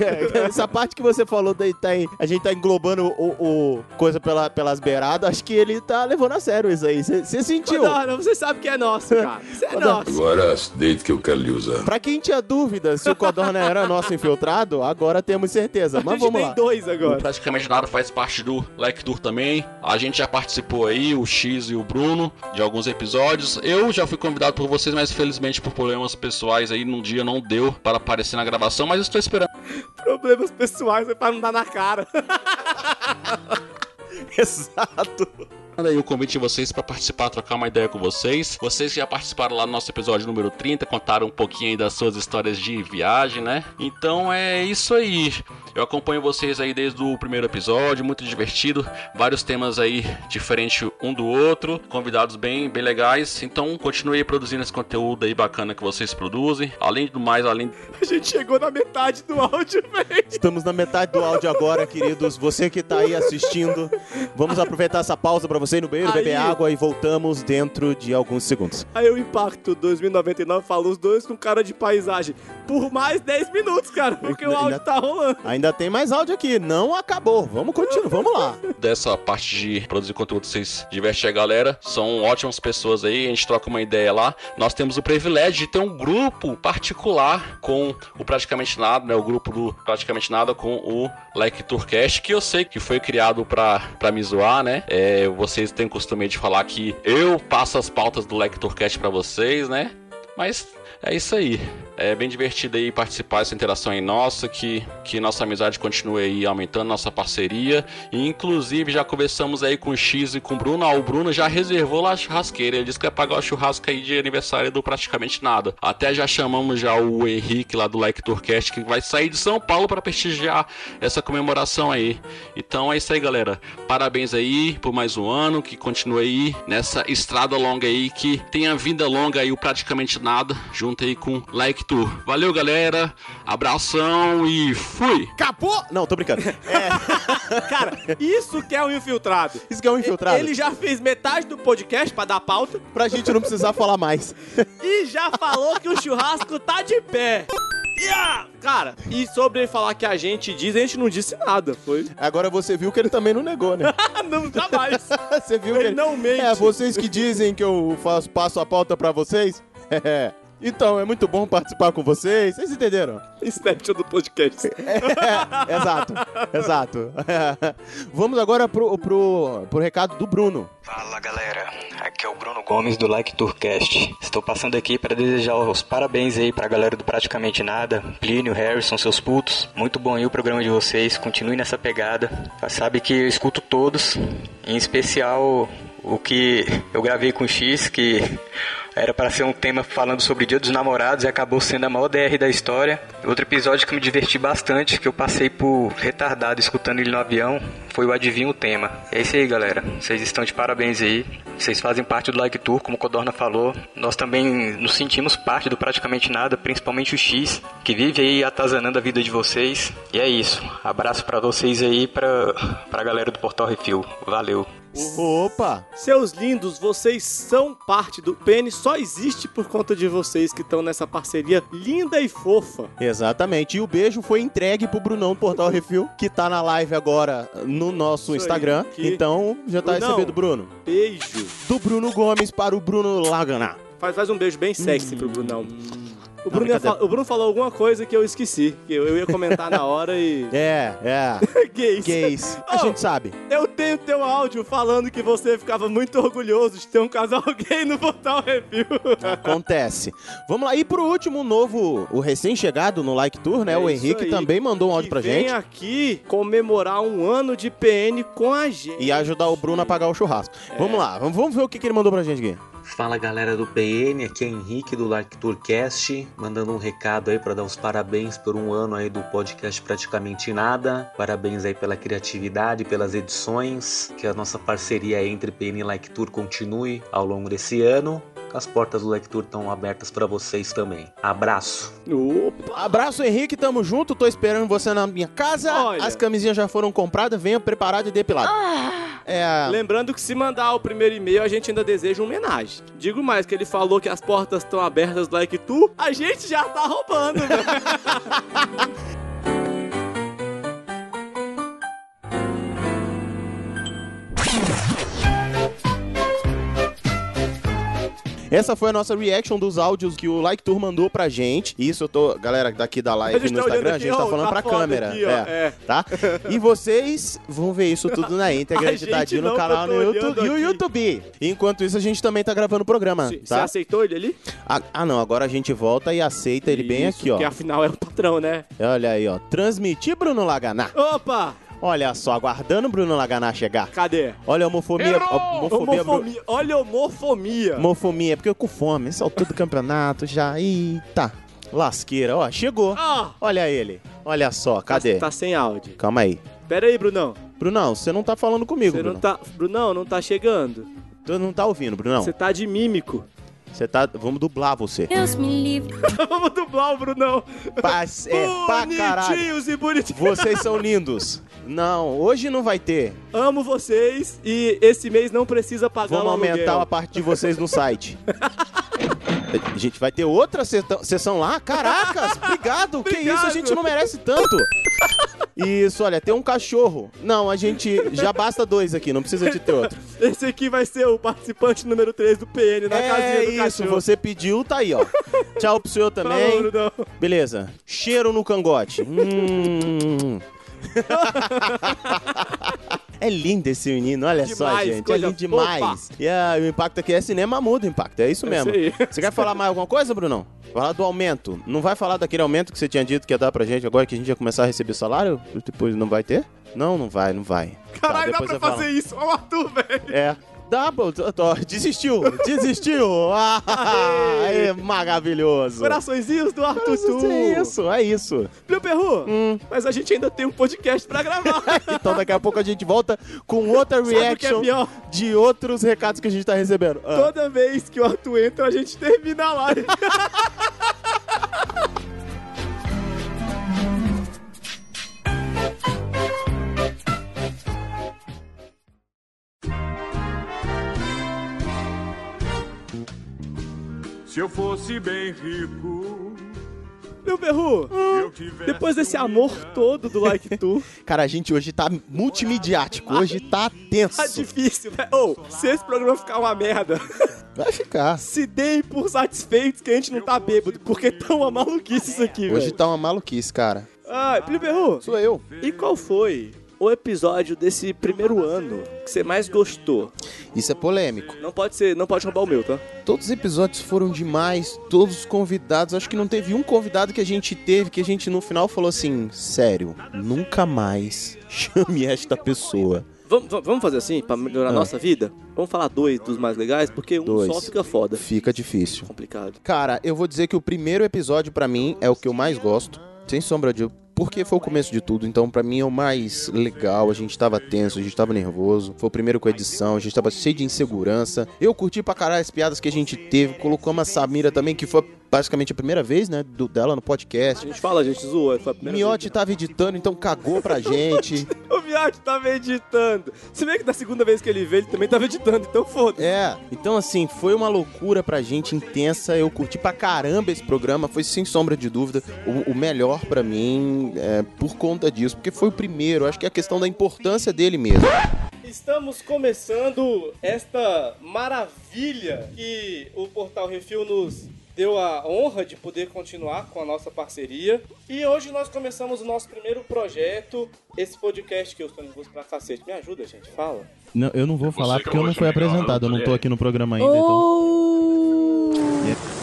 Speaker 2: Essa parte que você falou daí tá em- a gente tá englobando o, o- coisa pela- pelas beiradas, acho que ele tá levando a sério isso aí. Você sentiu?
Speaker 1: Codorna, você sabe que é nosso, cara. Isso é
Speaker 2: Codorna.
Speaker 1: nosso.
Speaker 11: Agora deito que eu quero lhe usar.
Speaker 2: Pra quem tinha dúvida se o Codorna era nosso infiltrado, agora temos certeza.
Speaker 1: a
Speaker 2: Mas
Speaker 1: gente
Speaker 2: vamos
Speaker 1: tem
Speaker 2: lá.
Speaker 1: dois
Speaker 10: O
Speaker 1: agora.
Speaker 10: Praticamente Nada faz parte do Lectur também. A gente já participou aí, o X e o Bruno, de alguns episódios. Eu já fui convidado por vocês, mas felizmente por problemas pessoais aí, num dia não deu para aparecer na gravação, mas eu estou esperando
Speaker 1: Problemas pessoais é pra não dar na cara.
Speaker 2: Exato.
Speaker 10: aí o convite de vocês para participar, trocar uma ideia com vocês. Vocês que já participaram lá do nosso episódio número 30, contaram um pouquinho aí das suas histórias de viagem, né? Então é isso aí. Eu acompanho vocês aí desde o primeiro episódio, muito divertido, vários temas aí diferentes um do outro, convidados bem, bem legais. Então continue aí produzindo esse conteúdo aí bacana que vocês produzem. Além do mais, além
Speaker 1: A gente chegou na metade do áudio, velho.
Speaker 2: Estamos na metade do áudio agora, queridos. Você que tá aí assistindo, vamos aproveitar essa pausa pra você ir no banheiro,
Speaker 1: Aí.
Speaker 2: beber água e voltamos dentro de alguns segundos.
Speaker 1: Aí o Impacto 2099 falou os dois com cara de paisagem. Por mais 10 minutos, cara, porque o
Speaker 2: Ainda-
Speaker 1: áudio tá rolando.
Speaker 2: Ainda tem mais áudio aqui, não acabou. Vamos continuar, vamos lá.
Speaker 10: dessa parte de produzir conteúdo, vocês divertem a galera. São ótimas pessoas aí, a gente troca uma ideia lá. Nós temos o privilégio de ter um grupo particular com o Praticamente Nada, né? O grupo do Praticamente Nada com o Like Tourcast, que eu sei que foi criado pra, pra me zoar, né? É, vocês têm costume de falar que eu passo as pautas do Like Tourcast pra vocês, né? Mas é isso aí. É bem divertido aí participar dessa interação aí nossa, que, que nossa amizade continue aí aumentando, nossa parceria. E, inclusive, já conversamos aí com o X e com o Bruno. Ah, o Bruno já reservou lá a churrasqueira. Ele disse que ia pagar o churrasco aí de aniversário do Praticamente Nada. Até já chamamos já o Henrique lá do Like Tourcast, que vai sair de São Paulo para prestigiar essa comemoração aí. Então é isso aí, galera. Parabéns aí por mais um ano, que continue aí nessa estrada longa aí, que tenha vida longa aí, o praticamente nada, junto aí com Like Tour. Valeu, galera. Abração e fui!
Speaker 2: Capô! Não, tô brincando. É,
Speaker 1: Cara, isso que é um infiltrado.
Speaker 2: Isso que é um infiltrado.
Speaker 1: Ele já fez metade do podcast pra dar pauta
Speaker 2: Pra gente não precisar falar mais.
Speaker 1: e já falou que o churrasco tá de pé. Yeah! Cara, e sobre ele falar que a gente diz, a gente não disse nada, foi?
Speaker 2: Agora você viu que ele também não negou, né?
Speaker 1: Ah, não, jamais.
Speaker 2: Você viu que
Speaker 1: Ele
Speaker 2: ele...
Speaker 1: não mente.
Speaker 2: É, vocês que dizem que eu faço, passo a pauta pra vocês. É. Então, é muito bom participar com vocês. Vocês entenderam?
Speaker 1: Snapchat do podcast.
Speaker 2: É, exato, exato. Vamos agora pro, pro, pro recado do Bruno.
Speaker 11: Fala galera, aqui é o Bruno Gomes do Like Tourcast. Estou passando aqui para desejar os parabéns aí pra galera do Praticamente Nada, Plínio, Harrison, seus putos. Muito bom aí o programa de vocês, continue nessa pegada. Sabe que eu escuto todos, em especial o que eu gravei com o X, que era para ser um tema falando sobre o Dia dos Namorados e acabou sendo a maior DR da história. Outro episódio que eu me diverti bastante, que eu passei por retardado escutando ele no avião, foi o Adivinha o Tema. É isso aí, galera. Vocês estão de parabéns aí. Vocês fazem parte do Like Tour, como o Codorna falou. Nós também nos sentimos parte do Praticamente Nada, principalmente o X, que vive aí atazanando a vida de vocês. E é isso. Abraço para vocês aí, pra, pra galera do Portal Refil. Valeu.
Speaker 2: Opa!
Speaker 1: Seus lindos, vocês são parte do PN, só existe por conta de vocês que estão nessa parceria linda e fofa.
Speaker 2: Exatamente. E o beijo foi entregue pro Brunão do Portal Refil, que tá na live agora no
Speaker 1: Isso
Speaker 2: nosso
Speaker 1: aí,
Speaker 2: Instagram.
Speaker 1: que-
Speaker 2: Então já tá
Speaker 1: Brunão.
Speaker 2: recebendo o Bruno.
Speaker 1: Beijo.
Speaker 2: Do Bruno Gomes para o Bruno Lagana.
Speaker 1: Faz, faz um beijo bem sexy pro Brunão. O Bruno, ia
Speaker 2: brincadeira.
Speaker 1: fal- o Bruno falou alguma coisa que eu esqueci. Que eu, eu ia comentar na hora e.
Speaker 2: É, é.
Speaker 1: Gays.
Speaker 2: Gays. A
Speaker 1: Oh,
Speaker 2: gente sabe.
Speaker 1: Eu tenho teu áudio falando que você ficava muito orgulhoso de ter um casal gay no Portal Review.
Speaker 2: Acontece. Vamos lá. E pro último, o novo, o recém-chegado no Like Tour, né?
Speaker 1: É
Speaker 2: o
Speaker 1: isso
Speaker 2: Henrique
Speaker 1: aí.
Speaker 2: também mandou um áudio pra
Speaker 1: Vem
Speaker 2: gente.
Speaker 1: aqui comemorar um ano de PN com a gente.
Speaker 2: E ajudar o Bruno a pagar o churrasco.
Speaker 1: É.
Speaker 2: Vamos lá, vamos, vamos ver o que, que ele mandou pra gente aqui.
Speaker 12: Fala galera do PN, aqui é Henrique do Like Tourcast, mandando um recado aí pra dar os parabéns por um ano aí do podcast Praticamente Nada. Parabéns aí pela criatividade, pelas edições, que a nossa parceria aí entre PN e Like Tour continue ao longo desse ano. As portas do Like Tour estão abertas pra vocês também. Abraço.
Speaker 2: Abraço, Henrique, tamo junto. Tô esperando você na minha casa.
Speaker 1: Olha.
Speaker 2: As camisinhas já foram compradas, venha preparado e depilado. É.
Speaker 1: Lembrando que se mandar o primeiro e-mail, a gente ainda deseja uma homenagem. Digo mais, que ele falou que as portas estão abertas do Like Tu, a gente já tá roubando,
Speaker 2: Ah,
Speaker 1: velho.
Speaker 2: Essa foi a nossa reaction dos áudios que o Like Tour mandou pra gente. Isso eu tô. Galera daqui da
Speaker 1: A
Speaker 2: live
Speaker 1: gente
Speaker 2: no
Speaker 1: tá olhando
Speaker 2: Instagram,
Speaker 1: aqui,
Speaker 2: a gente tá
Speaker 1: ó,
Speaker 2: falando
Speaker 1: tá
Speaker 2: pra
Speaker 1: foda
Speaker 2: câmera.
Speaker 1: aqui, ó,
Speaker 2: é,
Speaker 1: é.
Speaker 2: Tá? E vocês vão ver isso tudo na íntegra
Speaker 1: A gente
Speaker 2: editadinho no
Speaker 1: não,
Speaker 2: canal
Speaker 1: eu
Speaker 2: no
Speaker 1: tô
Speaker 2: YouTube,
Speaker 1: olhando
Speaker 2: e o
Speaker 1: aqui.
Speaker 2: YouTube. Enquanto isso, a gente também tá gravando o programa.
Speaker 1: Você
Speaker 2: tá?
Speaker 1: aceitou ele ali?
Speaker 2: Ah, ah, não. Agora a gente volta e aceita ele bem
Speaker 1: Isso,
Speaker 2: aqui, ó.
Speaker 1: Porque afinal é o patrão, né?
Speaker 2: Olha aí, ó. Transmitir Bruno Laganá.
Speaker 1: Opa!
Speaker 2: Olha só, aguardando o Bruno Laganá chegar.
Speaker 1: Cadê?
Speaker 2: Olha a homofobia. Homofobia. Bru-
Speaker 1: Homofobia. Olha a homofobia.
Speaker 2: Homofobia, é porque eu com fome. Esse altura do campeonato já. Eita. Lasqueira, ó. Chegou.
Speaker 1: Ah!
Speaker 2: Olha ele. Olha só, cadê?
Speaker 1: Tá sem áudio.
Speaker 2: Calma aí.
Speaker 1: Pera aí, Brunão.
Speaker 2: Brunão, você não tá falando comigo,
Speaker 1: Você
Speaker 2: Bruno.
Speaker 1: não tá. Brunão, não tá chegando.
Speaker 2: Tu não tá ouvindo, Brunão.
Speaker 1: Você tá de mímico.
Speaker 2: Você tá. Vamos dublar você.
Speaker 13: Deus me livre.
Speaker 1: Vamos dublar o Brunão.
Speaker 2: Pra, é, pra caralho.
Speaker 1: Bonitinhos e bonitinhos.
Speaker 2: Vocês são lindos. Não, hoje não vai ter.
Speaker 1: Amo vocês e esse mês não precisa pagar
Speaker 2: Vamos
Speaker 1: o aluguel.
Speaker 2: aumentar a parte de vocês no site. A gente vai ter outra seta- sessão lá? Caracas, obrigado. Que isso, a
Speaker 1: Obrigado.
Speaker 2: gente não merece tanto. Isso, olha, tem um cachorro. Não, a gente já basta dois aqui, não precisa de ter outro.
Speaker 1: Esse aqui vai ser o participante número 3 do PN na
Speaker 2: é
Speaker 1: casinha do
Speaker 2: isso,
Speaker 1: cachorro.
Speaker 2: você pediu, tá aí, ó. Tchau pro senhor também. Tá,
Speaker 1: Falou, Brunão.
Speaker 2: Beleza. Cheiro no cangote. Hum. é lindo esse menino, olha só,
Speaker 1: Demais,
Speaker 2: gente. É
Speaker 1: coisa
Speaker 2: lindo demais.
Speaker 1: fofa.
Speaker 2: E ah, o impacto aqui é cinema mudo, impacto. É isso
Speaker 1: É
Speaker 2: mesmo.
Speaker 1: isso aí.
Speaker 2: Você quer falar mais alguma coisa, Brunão? Falar do aumento. Não vai falar daquele aumento que você tinha dito que ia dar pra gente agora que a gente ia começar a receber salário? Depois não vai ter? Não, não vai, não vai. Tá,
Speaker 1: Caralho, dá
Speaker 2: depois
Speaker 1: pra
Speaker 2: eu falo.
Speaker 1: fazer isso. Olha o Arthur, velho.
Speaker 2: É. Dá, pô, tô- tô- desistiu, desistiu. Ah, é maravilhoso.
Speaker 1: Coraçõezinhos do Arthur Tu.
Speaker 2: É isso, é isso.
Speaker 1: Meu perru,
Speaker 2: Hum.
Speaker 1: mas a gente ainda tem um podcast pra gravar.
Speaker 2: Então daqui a pouco a gente volta com outra
Speaker 1: Sabe o que é
Speaker 2: reaction
Speaker 1: pior?
Speaker 2: de outros recados que a gente tá recebendo. Ah.
Speaker 1: Toda vez que o Arthur entra, a gente termina a live.
Speaker 14: Se eu fosse bem rico,
Speaker 1: Meu perru,
Speaker 14: eu tivesse.
Speaker 1: depois desse amor todo do Like Tu,
Speaker 2: Cara, a gente hoje tá multimediático, hoje tá tenso.
Speaker 1: tá difícil, velho. Ô, se esse programa ficar uma merda,
Speaker 2: Vai ficar.
Speaker 1: se deem por satisfeitos que a gente não tá bêbado, porque tá uma maluquice isso aqui,
Speaker 2: Hoje
Speaker 1: velho.
Speaker 2: tá uma maluquice, cara.
Speaker 1: Ai, Plio Perru,
Speaker 2: Sou eu.
Speaker 1: e qual foi o episódio desse primeiro ano que você mais gostou?
Speaker 2: Isso é polêmico.
Speaker 1: Não pode ser, não pode roubar o meu, tá?
Speaker 2: Todos os episódios foram demais, todos os convidados. Acho que não teve um convidado que a gente teve que a gente no final falou assim: sério, nunca mais chame esta pessoa.
Speaker 1: Vamos, vamos- vamos fazer assim, pra melhorar a
Speaker 2: Ah.
Speaker 1: nossa vida? Vamos falar dois dos mais legais, porque um
Speaker 2: Dois.
Speaker 1: só fica foda.
Speaker 2: Fica difícil.
Speaker 1: Complicado.
Speaker 2: Cara, eu vou dizer que o primeiro episódio pra mim é o que eu mais gosto, sem sombra de porque foi o começo de tudo, então pra mim é o mais legal. A gente tava tenso, a gente tava nervoso. Foi o primeiro com a edição, a gente tava cheio de insegurança. Eu curti pra caralho as piadas que a gente teve. Colocamos a Samira também, que foi basicamente a primeira vez, né, do, dela no podcast.
Speaker 1: A gente fala, a gente zoa, foi a
Speaker 2: O
Speaker 1: primeira
Speaker 2: Miotti tava editando, então cagou pra gente.
Speaker 1: vez. O Miotti tava editando. Se bem que da segunda vez que ele veio, ele também tava editando, então foda.
Speaker 2: É, então assim, foi uma loucura pra gente, intensa. Eu curti pra caramba esse programa, foi sem sombra de dúvida o, o melhor pra mim é, por conta disso, porque foi o primeiro. Acho que é a questão da importância dele mesmo.
Speaker 1: Estamos começando esta maravilha que o Portal Refil nos
Speaker 13: deu a honra de poder continuar com a nossa parceria. E hoje nós começamos o nosso primeiro projeto, esse podcast que eu estou nervoso pra cacete. Me ajuda, gente, fala.
Speaker 4: Não, eu não vou falar porque eu não fui apresentado, eu não tô aqui no programa ainda, então.
Speaker 6: Oh!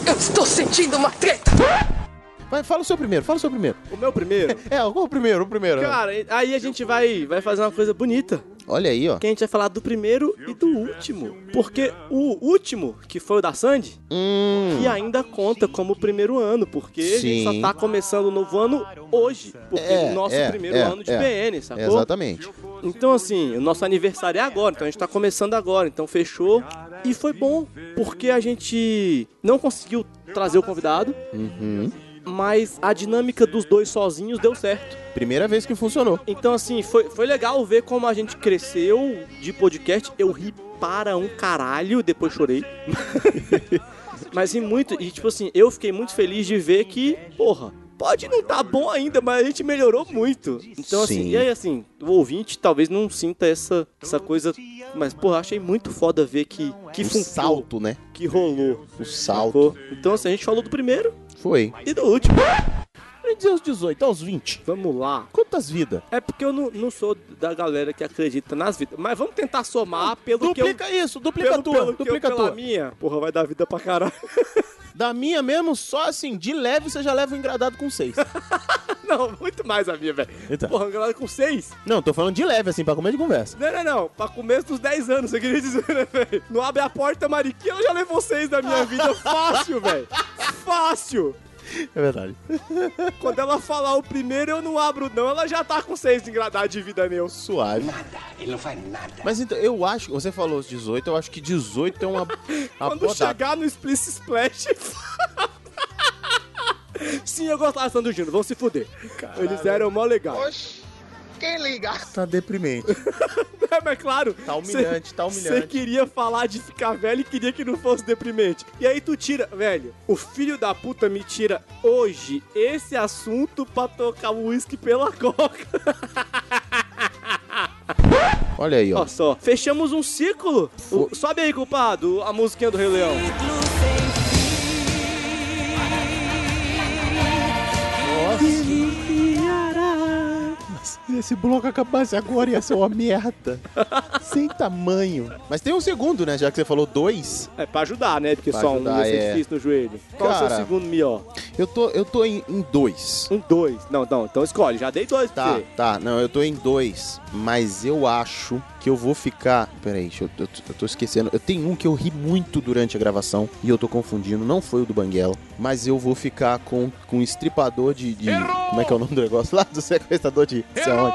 Speaker 6: Eu estou sentindo uma treta!
Speaker 2: Vai, fala o seu primeiro, fala o seu primeiro.
Speaker 1: O meu primeiro?
Speaker 2: é, o primeiro, o primeiro. né?
Speaker 1: Cara, aí a gente vai, vai fazer uma coisa bonita.
Speaker 2: Olha aí, ó.
Speaker 1: Que a gente vai falar do primeiro e do último. Porque o último, que foi o da Sandy,
Speaker 2: Hum,
Speaker 1: que ainda conta como o primeiro ano, porque a gente
Speaker 2: Sim.
Speaker 1: só tá começando o novo ano hoje. Porque é o nosso
Speaker 2: é,
Speaker 1: primeiro
Speaker 2: é,
Speaker 1: ano de
Speaker 2: é.
Speaker 1: PN,
Speaker 6: Tá
Speaker 1: sacou?
Speaker 2: Exatamente.
Speaker 1: Então, assim, o nosso aniversário é agora, então a gente tá começando agora, então fechou. E foi bom, porque a gente não conseguiu trazer o convidado,
Speaker 2: Uhum.
Speaker 1: mas a dinâmica dos dois sozinhos deu certo.
Speaker 2: Primeira vez que funcionou.
Speaker 1: Então, assim, foi, foi legal ver como a gente cresceu de podcast. Eu ri para um caralho, depois chorei. mas ri muito, e tipo assim, eu fiquei muito feliz de ver que, porra, pode não tá bom ainda, mas a gente melhorou muito. Então, assim,
Speaker 2: Sim.
Speaker 1: e aí, assim, o ouvinte talvez não sinta essa, essa coisa. Mas, porra, achei muito foda ver que, que
Speaker 2: O
Speaker 1: funcionou,
Speaker 2: salto, né?
Speaker 1: que rolou.
Speaker 2: O salto.
Speaker 1: Então, assim, a gente falou do primeiro
Speaker 2: Foi.
Speaker 1: e do último.
Speaker 2: Pra dizer aos 18, aos 20.
Speaker 1: Vamos lá.
Speaker 2: Quantas vidas?
Speaker 1: É porque eu não, não sou da galera que acredita nas vidas. Mas vamos tentar somar pelo que eu...
Speaker 2: Duplica isso, duplica a
Speaker 1: pelo,
Speaker 2: tua,
Speaker 1: pelo que
Speaker 2: duplica a
Speaker 1: eu, pela
Speaker 2: tua.
Speaker 1: minha. Porra, vai dar vida pra caralho.
Speaker 2: Da minha mesmo, só assim, de leve você já leva o engradado com 6.
Speaker 1: Não, muito mais a minha, velho.
Speaker 2: Eita.
Speaker 1: Porra, galera com seis.
Speaker 2: Não, tô falando de leve, assim, pra comer de conversa.
Speaker 1: Não, não, não. Pra começo dos 10 anos, eu queria dizer, né, velho? Não abre a porta, Mariquinha, eu já levou seis da minha vida. Fácil, velho. Fácil.
Speaker 2: É verdade.
Speaker 1: Quando ela falar o primeiro, eu não abro, não. Ela já tá com seis de engradado de vida meu.
Speaker 2: Suave.
Speaker 6: Ele não faz nada.
Speaker 2: Mas então, eu acho, você falou os 18, eu acho que 18 é uma, uma
Speaker 1: Quando
Speaker 2: boa data.
Speaker 1: chegar no Split Splash. Sim, eu gostava da Sandy Júnior, vão se fuder. Eles eram mó legal.
Speaker 6: Quem liga?
Speaker 2: Tá deprimente.
Speaker 1: É, mas claro.
Speaker 2: Tá humilhante, tá humilhante.
Speaker 1: Você queria falar de ficar velho e queria que não fosse deprimente. E aí tu tira, velho, o filho da puta me tira hoje esse assunto pra tocar o uísque pela coca.
Speaker 2: Olha aí, ó.
Speaker 1: Ó só, fechamos um ciclo. O- sobe aí, culpado, a musiquinha do Rei Leão.
Speaker 2: Se esse bloco acabasse agora, ia ser uma merda. Sem tamanho. Mas tem um segundo, né? Já que você falou dois.
Speaker 1: É pra ajudar, né? Porque
Speaker 2: Pra
Speaker 1: só um
Speaker 2: ajudar,
Speaker 1: ia ser
Speaker 2: é.
Speaker 1: difícil no joelho. Qual é o seu
Speaker 2: Cara.
Speaker 1: segundo melhor?
Speaker 2: Eu tô, eu tô em, em dois.
Speaker 1: Um dois. Não, não, então escolhe. Já dei dois pra
Speaker 2: Tá,
Speaker 1: você.
Speaker 2: tá. Não, eu tô em dois. Mas eu acho que eu vou ficar. Peraí, deixa eu, eu, eu tô esquecendo. Eu tenho um que eu ri muito durante a gravação e eu tô confundindo. Não foi o do Banguela. Mas eu vou ficar com, com um estripador de. de- como é que é o nome do negócio? Lá do sequestrador de. sei aonde.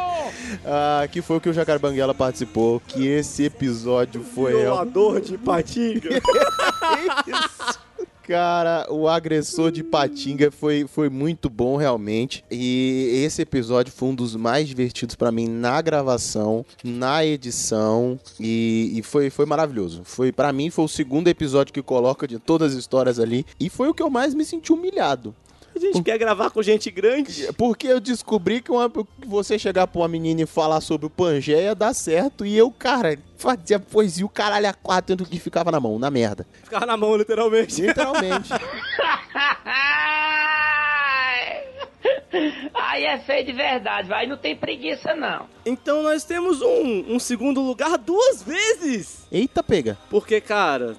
Speaker 2: Ah, que foi o que o Jacar Banguela participou. Que esse episódio foi.
Speaker 1: Violador de patinga.
Speaker 2: Cara, o agressor de Patinga foi, foi muito bom, realmente. E esse episódio foi um dos mais divertidos pra mim na gravação, na edição. E, e foi, foi maravilhoso. Foi para mim foi o segundo episódio que coloca de todas as histórias ali. E foi o que eu mais me senti humilhado.
Speaker 1: A gente quer gravar com gente grande.
Speaker 2: Porque eu descobri que uma- que você chegar pra uma menina e falar sobre o Pangeia dá certo. E eu, cara, fazia poesia o caralho a quatro dentro do que ficava na mão, na merda.
Speaker 1: Ficar na mão, literalmente.
Speaker 2: Literalmente.
Speaker 6: Aí é feio de verdade, vai. Não tem preguiça, não.
Speaker 1: Então nós temos um, um segundo lugar duas vezes.
Speaker 2: Eita, pega.
Speaker 1: Porque, cara,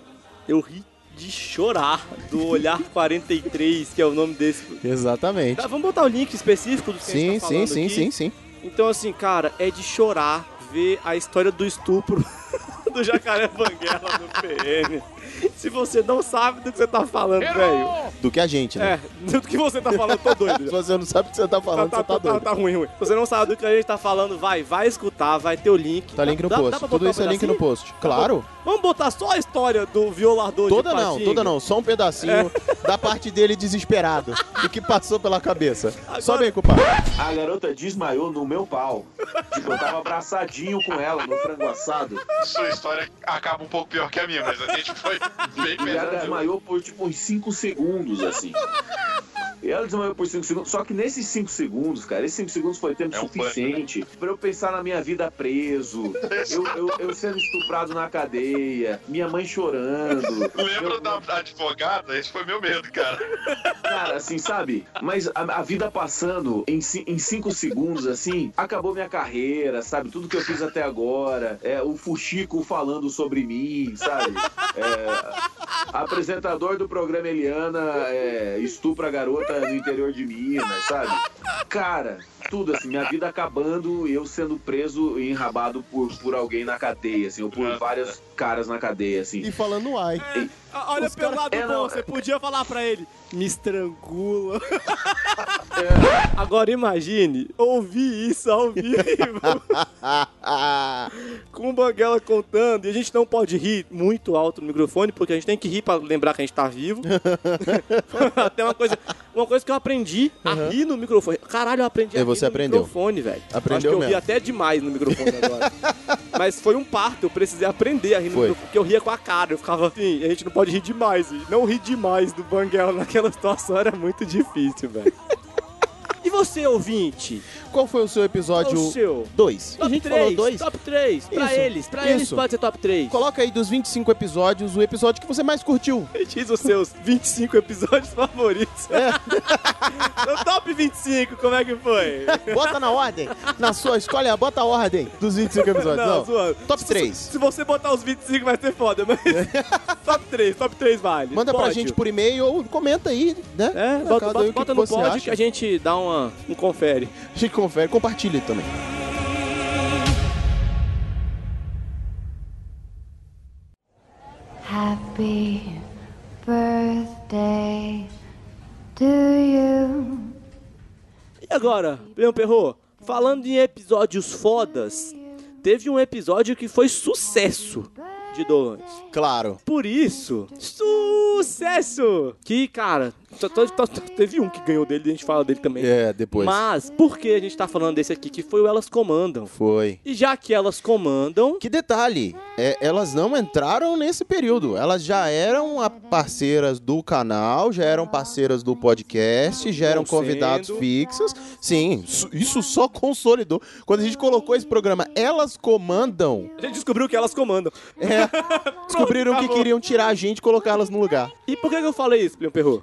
Speaker 1: eu ri de chorar do Olhar 43, que é o nome desse.
Speaker 2: Exatamente.
Speaker 1: Tá, vamos botar o link específico do que a
Speaker 2: Sim,
Speaker 1: gente tá falando
Speaker 2: sim, sim,
Speaker 1: aqui.
Speaker 2: sim, sim.
Speaker 1: Então, assim, cara, é de chorar ver a história do estupro do Jacaré Banguela no PN. Se você não sabe do que você tá falando, velho.
Speaker 2: Do que a gente, né?
Speaker 1: É, do que você tá falando, tô doido.
Speaker 2: Se você não sabe o que você tá falando,
Speaker 1: tá,
Speaker 2: você tá
Speaker 1: tá,
Speaker 2: doido.
Speaker 1: tá ruim, ruim. Se você não sabe do que a gente tá falando, vai, vai escutar, vai ter o link.
Speaker 2: Tá link no
Speaker 1: Dá- dá
Speaker 2: post.
Speaker 1: pra botar
Speaker 2: Tudo
Speaker 1: um
Speaker 2: isso é link no
Speaker 1: pedacinho?
Speaker 2: post.
Speaker 1: Tá
Speaker 2: Claro.
Speaker 1: bom. Vamos botar só a história do violador de
Speaker 2: Toda não,
Speaker 1: Patinga?
Speaker 2: toda não. Só um pedacinho
Speaker 1: É.
Speaker 2: da parte dele desesperado. do que passou pela cabeça. Sobe aí, culpado.
Speaker 15: A garota desmaiou no meu pau. Tipo, eu tava abraçadinho com ela no frango assado.
Speaker 16: Sua história acaba um pouco pior que a minha, mas a gente foi bem
Speaker 15: E ela
Speaker 16: melhor.
Speaker 15: desmaiou por tipo uns 5 segundos, assim. E ela desmaiou por 5 segundos. Só que nesses 5 segundos, cara, esses 5 segundos foi tempo
Speaker 16: É um
Speaker 15: suficiente pra eu pensar na minha vida preso, eu, eu, eu sendo estuprado na cadeia, minha mãe chorando.
Speaker 16: Lembra da da advogada? Esse foi meu medo, cara.
Speaker 15: Cara, assim, sabe? Mas a, a vida passando em, ci- em cinco segundos, assim, acabou minha carreira, sabe? Tudo que eu fiz até agora, é, o Fuxico falando sobre mim, sabe? É, apresentador do programa Eliana é, estupra a garota no interior de Minas, sabe? Cara, tudo assim, minha vida acabando e eu sendo preso e enrabado por, por alguém na cadeia, assim, ou por vários caras na cadeia, assim.
Speaker 2: E falando ai.
Speaker 1: Ah, Olha
Speaker 15: Os
Speaker 1: pelo
Speaker 15: caras-
Speaker 1: lado
Speaker 15: É,
Speaker 1: bom,
Speaker 15: não,
Speaker 1: você podia falar pra ele, me estrangula. Agora imagine, ouvir isso ao vivo. Com o Banguela contando, e a gente não pode rir muito alto no microfone, porque a gente tem que rir pra lembrar que a gente tá vivo. Até uma coisa, uma coisa que eu aprendi a rir no microfone. Caralho, eu aprendi a
Speaker 2: É,
Speaker 1: rir
Speaker 2: você
Speaker 1: no
Speaker 2: aprendeu.
Speaker 1: microfone, velho.
Speaker 2: Aprendeu
Speaker 1: Acho que eu ri
Speaker 2: mesmo.
Speaker 1: até demais no microfone agora. Mas foi um parto, eu precisei aprender a rir no
Speaker 2: Foi.
Speaker 1: microfone, porque eu ria com a cara, eu ficava assim, a gente não pode rir demais, e não rir demais do Banguela naquela situação era muito difícil, velho. E você, ouvinte?
Speaker 2: Qual foi o seu episódio?
Speaker 1: O seu?
Speaker 2: 2. A
Speaker 1: Top
Speaker 2: gente
Speaker 1: 3,
Speaker 2: falou 2.
Speaker 1: top 3, pra eles, pra eles pode ser top 3.
Speaker 2: Coloca aí dos 25 episódios o episódio que você mais curtiu.
Speaker 1: Me diz os seus 25 episódios favoritos.
Speaker 2: É.
Speaker 1: no top 25, como é que foi?
Speaker 2: Bota na ordem. Na sua escolha, bota a ordem dos 25 episódios. Não,
Speaker 1: zoando.
Speaker 2: Top
Speaker 1: Se-
Speaker 2: 3.
Speaker 1: Se, você botar os 25 vai ser foda, mas top 3, top 3 vale.
Speaker 2: Manda pra
Speaker 1: Pode.
Speaker 2: gente por e-mail ou comenta aí, né?
Speaker 1: É, bota, bota, bota no pod que a gente dá uma, um confere.
Speaker 2: A gente confere, compartilha também.
Speaker 17: Happy birthday to you.
Speaker 1: E agora, Leão Perro, falando em episódios fodas, teve um episódio que foi sucesso de Dolantes.
Speaker 2: Claro.
Speaker 1: Por isso, sucesso! Que, cara, só- só- só- só teve um que ganhou dele, a gente fala dele também.
Speaker 2: É, depois.
Speaker 1: Mas por que a gente tá falando desse aqui? Que foi o Elas Comandam.
Speaker 2: Foi.
Speaker 1: E já que elas comandam.
Speaker 2: Que detalhe, é, elas não entraram nesse período. Elas já eram a- parceiras do canal, já eram parceiras do podcast, já eram
Speaker 1: Estão
Speaker 2: convidados
Speaker 1: sendo.
Speaker 2: fixos. Sim, isso- isso só consolidou. Quando a gente colocou esse programa, elas comandam.
Speaker 1: A gente descobriu que elas comandam.
Speaker 2: É, descobriram que
Speaker 1: acabou.
Speaker 2: queriam tirar a gente e colocar elas no lugar.
Speaker 1: E por que que eu falei isso, Leão Perro?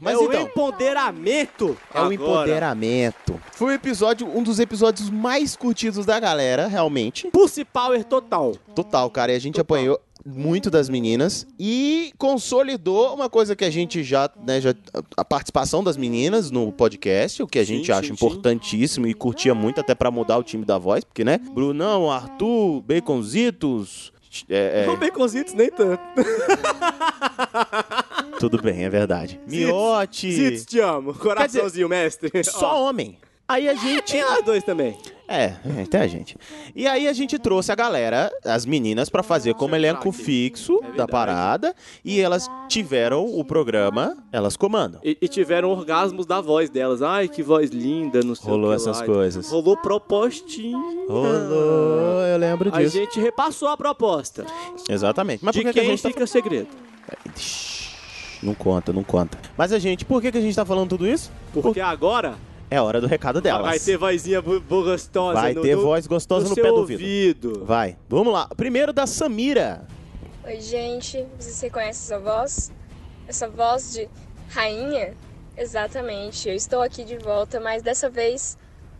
Speaker 2: Mas
Speaker 1: é
Speaker 2: então.
Speaker 1: o empoderamento.
Speaker 2: É o
Speaker 1: Agora.
Speaker 2: empoderamento. Foi um episódio, um dos episódios mais curtidos da galera, realmente.
Speaker 1: Pussy Power total.
Speaker 2: Total, cara. E a gente apanhou muito das meninas e consolidou uma coisa que a gente já, né, já a participação das meninas no podcast, o que a gente
Speaker 1: sim,
Speaker 2: acha
Speaker 1: sim.
Speaker 2: importantíssimo e curtia muito até pra mudar o time da voz, porque né, Brunão, Arthur, Baconzitos, é,
Speaker 1: Não
Speaker 2: é,
Speaker 1: baconzitos nem tanto.
Speaker 2: tudo bem, é verdade. Miote.
Speaker 1: Zitos, te amo. Coraçãozinho, mestre.
Speaker 2: Só homem. Aí a gente.
Speaker 1: Tem as dois também.
Speaker 2: É, é, tem a gente. E aí a gente trouxe a galera, as meninas, pra fazer como
Speaker 1: é
Speaker 2: elenco fixo da parada. E elas tiveram o programa, elas comandam.
Speaker 1: E, e tiveram orgasmos da voz delas. Ai, que voz linda, não sei o
Speaker 2: Rolou
Speaker 1: que
Speaker 2: essas
Speaker 1: lá.
Speaker 2: coisas.
Speaker 1: Rolou propostinha.
Speaker 2: Rolou, eu lembro
Speaker 1: A
Speaker 2: disso.
Speaker 1: gente repassou a proposta.
Speaker 2: Exatamente. Mas
Speaker 1: de
Speaker 2: por que, que
Speaker 1: quem
Speaker 2: a gente tá...
Speaker 1: fica segredo?
Speaker 2: Não conta, não conta. Mas a gente, por que, que a gente tá falando tudo isso?
Speaker 1: Porque agora
Speaker 2: É hora do recado delas.
Speaker 1: vai ter vozinha bu- bu- gostosa.
Speaker 2: Vai
Speaker 1: no-
Speaker 2: ter
Speaker 1: no-
Speaker 2: voz gostosa no,
Speaker 1: seu
Speaker 2: pé do
Speaker 1: ouvido.
Speaker 2: Vai. Vamos lá. Primeiro da Samira.
Speaker 18: Oi, gente, vocês reconhecem essa voz? Essa voz de rainha? Exatamente, eu estou aqui de volta, mas dessa vez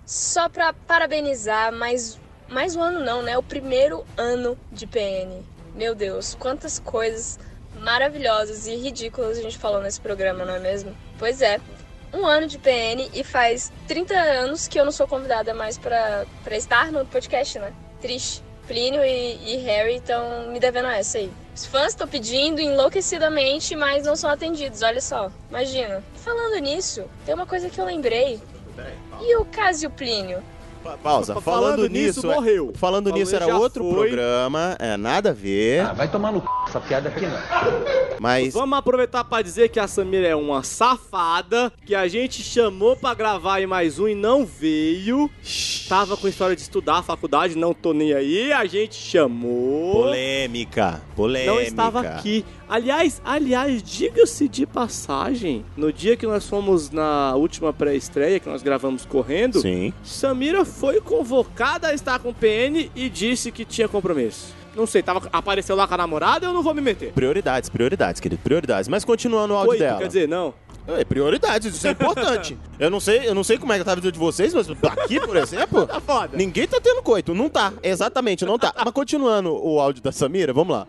Speaker 18: só para parabenizar mais, mais um ano, não, né? O primeiro ano de PN. Meu Deus, quantas coisas maravilhosas e ridículas a gente falou nesse programa, não é mesmo? Pois é, um ano de PN e faz 30 anos que eu não sou convidada mais para estar no podcast, né? Triste. Plínio e, e Harry estão me devendo essa aí. Os fãs estão pedindo enlouquecidamente, mas não são atendidos, olha só. Imagina. Falando nisso, tem uma coisa que eu lembrei. E o Cásio Plínio?
Speaker 2: Pausa.
Speaker 1: Falando
Speaker 2: Falando,
Speaker 1: nisso,
Speaker 2: nisso, é-
Speaker 1: morreu.
Speaker 2: Falando
Speaker 1: Falou,
Speaker 2: nisso, era
Speaker 1: já
Speaker 2: outro
Speaker 1: foi.
Speaker 2: programa. É, nada a ver.
Speaker 1: Ah,
Speaker 2: vai tomar no c... essa piada aqui né? não. Mas
Speaker 1: Vamos aproveitar pra dizer que a Samira é uma safada, que a gente chamou pra gravar em mais um e não veio. Tava com história de estudar a faculdade, não tô nem aí. A gente chamou.
Speaker 2: polêmica, polêmica.
Speaker 1: Não estava aqui. Aliás, aliás, diga-se de passagem, no dia que nós fomos na última pré-estreia, que nós gravamos correndo,
Speaker 2: Sim.
Speaker 1: Samira foi convocada a estar com o PN e disse que tinha compromisso. Não sei, tava, apareceu lá com a namorada, eu não vou me meter.
Speaker 2: Prioridades, prioridades, querido, prioridades. Mas continuando o áudio
Speaker 1: Oito,
Speaker 2: dela.
Speaker 1: quer dizer, não.
Speaker 2: É, prioridades, isso é importante. eu não sei, eu não sei como é que tá a vida de vocês, mas aqui, por exemplo,
Speaker 1: Tá foda.
Speaker 2: ninguém tá tendo coito, não tá. Exatamente, não tá. Mas continuando o áudio da Samira, vamos lá.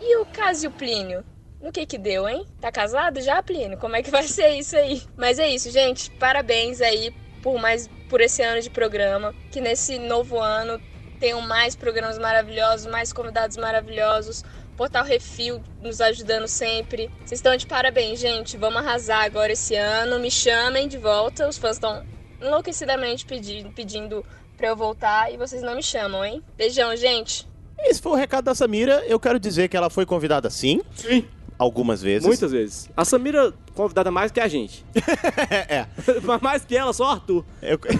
Speaker 18: E o Cásio Plínio? No que que deu, hein? Tá casado já, Plínio? Como é que vai ser isso aí? Mas é isso, gente. Parabéns aí por mais por esse ano de programa. Que nesse novo ano tenham mais programas maravilhosos, mais convidados maravilhosos. Portal Refil nos ajudando sempre. Vocês estão de parabéns, gente. Vamos arrasar agora esse ano. Me chamem de volta. Os fãs estão enlouquecidamente pedindo, pedindo pra eu voltar e vocês não me chamam, hein? Beijão, gente.
Speaker 2: Esse foi o recado da Samira. Eu quero dizer que ela foi convidada sim.
Speaker 1: Sim.
Speaker 2: Algumas vezes.
Speaker 1: Muitas vezes. A Samira convidada mais que a gente.
Speaker 2: é.
Speaker 1: Mas mais que ela, só o Arthur.
Speaker 2: Eu...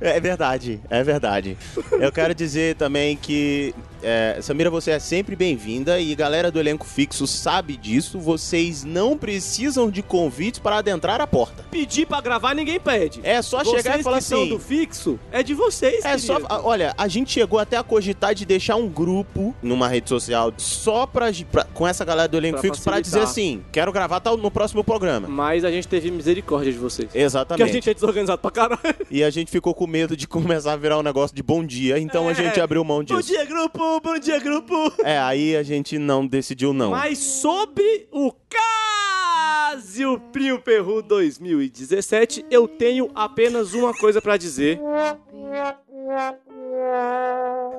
Speaker 2: É verdade, é verdade. Eu quero dizer também que, é, Samira, você é sempre bem-vinda e galera do elenco fixo sabe disso. Vocês não precisam de convites para adentrar a porta.
Speaker 1: Pedir pra gravar, ninguém pede.
Speaker 2: É só
Speaker 1: Vocês
Speaker 2: chegar e falar
Speaker 1: que são
Speaker 2: assim.
Speaker 1: do fixo, é de vocês,
Speaker 2: É só.
Speaker 1: querido.
Speaker 2: a- Olha, a gente chegou até a cogitar de deixar um grupo numa rede social só pra, gi- pra- com essa galera do elenco
Speaker 1: Pra
Speaker 2: fixo pra dizer
Speaker 1: facilitar.
Speaker 2: assim: quero gravar tal no próximo programa.
Speaker 1: Mas a gente teve misericórdia de vocês. Porque
Speaker 2: Exatamente.
Speaker 1: a gente é desorganizado pra caralho.
Speaker 2: E a gente ficou com medo de começar a virar um negócio de bom dia, então a gente abriu mão disso.
Speaker 1: É. Bom dia, grupo! Bom dia, grupo!
Speaker 2: É, aí a gente não decidiu, não.
Speaker 1: Mas sobre o Casio Prio Perru 2017, eu tenho apenas uma coisa pra dizer.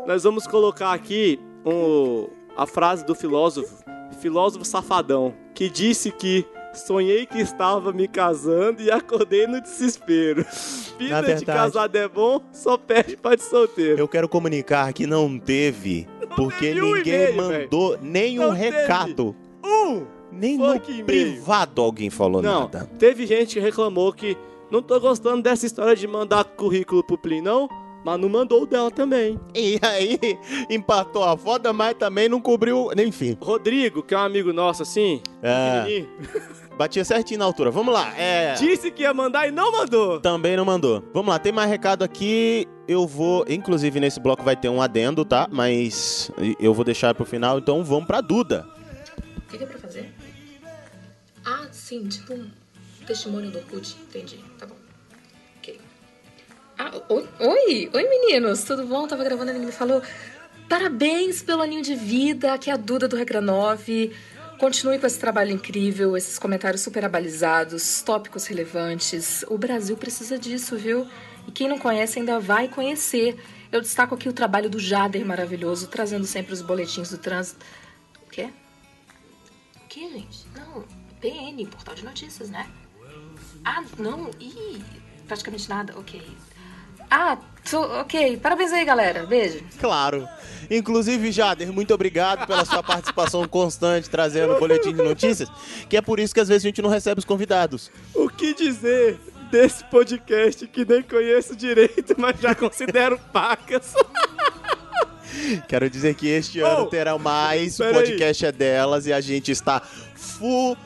Speaker 1: Nós vamos colocar aqui um- a frase do filósofo, filósofo safadão, que disse que sonhei que estava me casando e acordei no desespero. Vida
Speaker 2: Na
Speaker 1: de
Speaker 2: verdade-
Speaker 1: casado é bom, só perde pra de solteiro.
Speaker 2: Eu quero comunicar que não teve, porque
Speaker 1: teve um
Speaker 2: ninguém
Speaker 1: e-mail,
Speaker 2: mandou nenhum
Speaker 1: Não teve.
Speaker 2: recado.
Speaker 1: Um!
Speaker 2: Nem
Speaker 1: no
Speaker 2: Privado alguém falou
Speaker 1: Não,
Speaker 2: nada.
Speaker 1: teve gente que reclamou que não tô gostando dessa história de mandar currículo pro Plin, não. Mas não mandou o dela também.
Speaker 2: E aí, empatou a foda, mas também não cobriu. Enfim.
Speaker 1: Rodrigo, que é um amigo nosso assim,
Speaker 2: É.
Speaker 1: pequenininho,
Speaker 2: Batia certinho na altura. Vamos lá. É.
Speaker 1: disse que ia mandar e não mandou.
Speaker 2: Também não mandou. Vamos lá, tem mais recado aqui. Eu vou, inclusive nesse bloco vai ter um adendo, tá? Mas eu vou deixar pro final, então vamos pra Duda.
Speaker 19: O que, que é pra fazer? Ah, sim, tipo um testemunho do Orkut. Entendi, tá bom. Ok. Ah, oi, oi, oi meninos, tudo bom? Tava gravando e ele me falou parabéns pelo aninho de vida, aqui é a Duda do Regra 9. Continue com esse trabalho incrível, esses comentários super abalizados, tópicos relevantes. O Brasil precisa disso, viu? E quem não conhece ainda vai conhecer. Eu destaco aqui o trabalho do Jader maravilhoso, trazendo sempre os boletins do trânsito. O quê? O que, gente? Não, PN, portal de notícias, né? Ah, não, ih, praticamente nada, ok. Ah, tô, ok, parabéns aí, galera, beijo.
Speaker 2: Claro. Inclusive, Jader, muito obrigado pela sua participação constante trazendo o boletim de notícias, que é por isso que às vezes a gente não recebe os convidados.
Speaker 1: O que dizer desse podcast que nem conheço direito, mas já considero pacas?
Speaker 2: Quero dizer que este ano terá mais, o podcast é delas e a gente está fudedo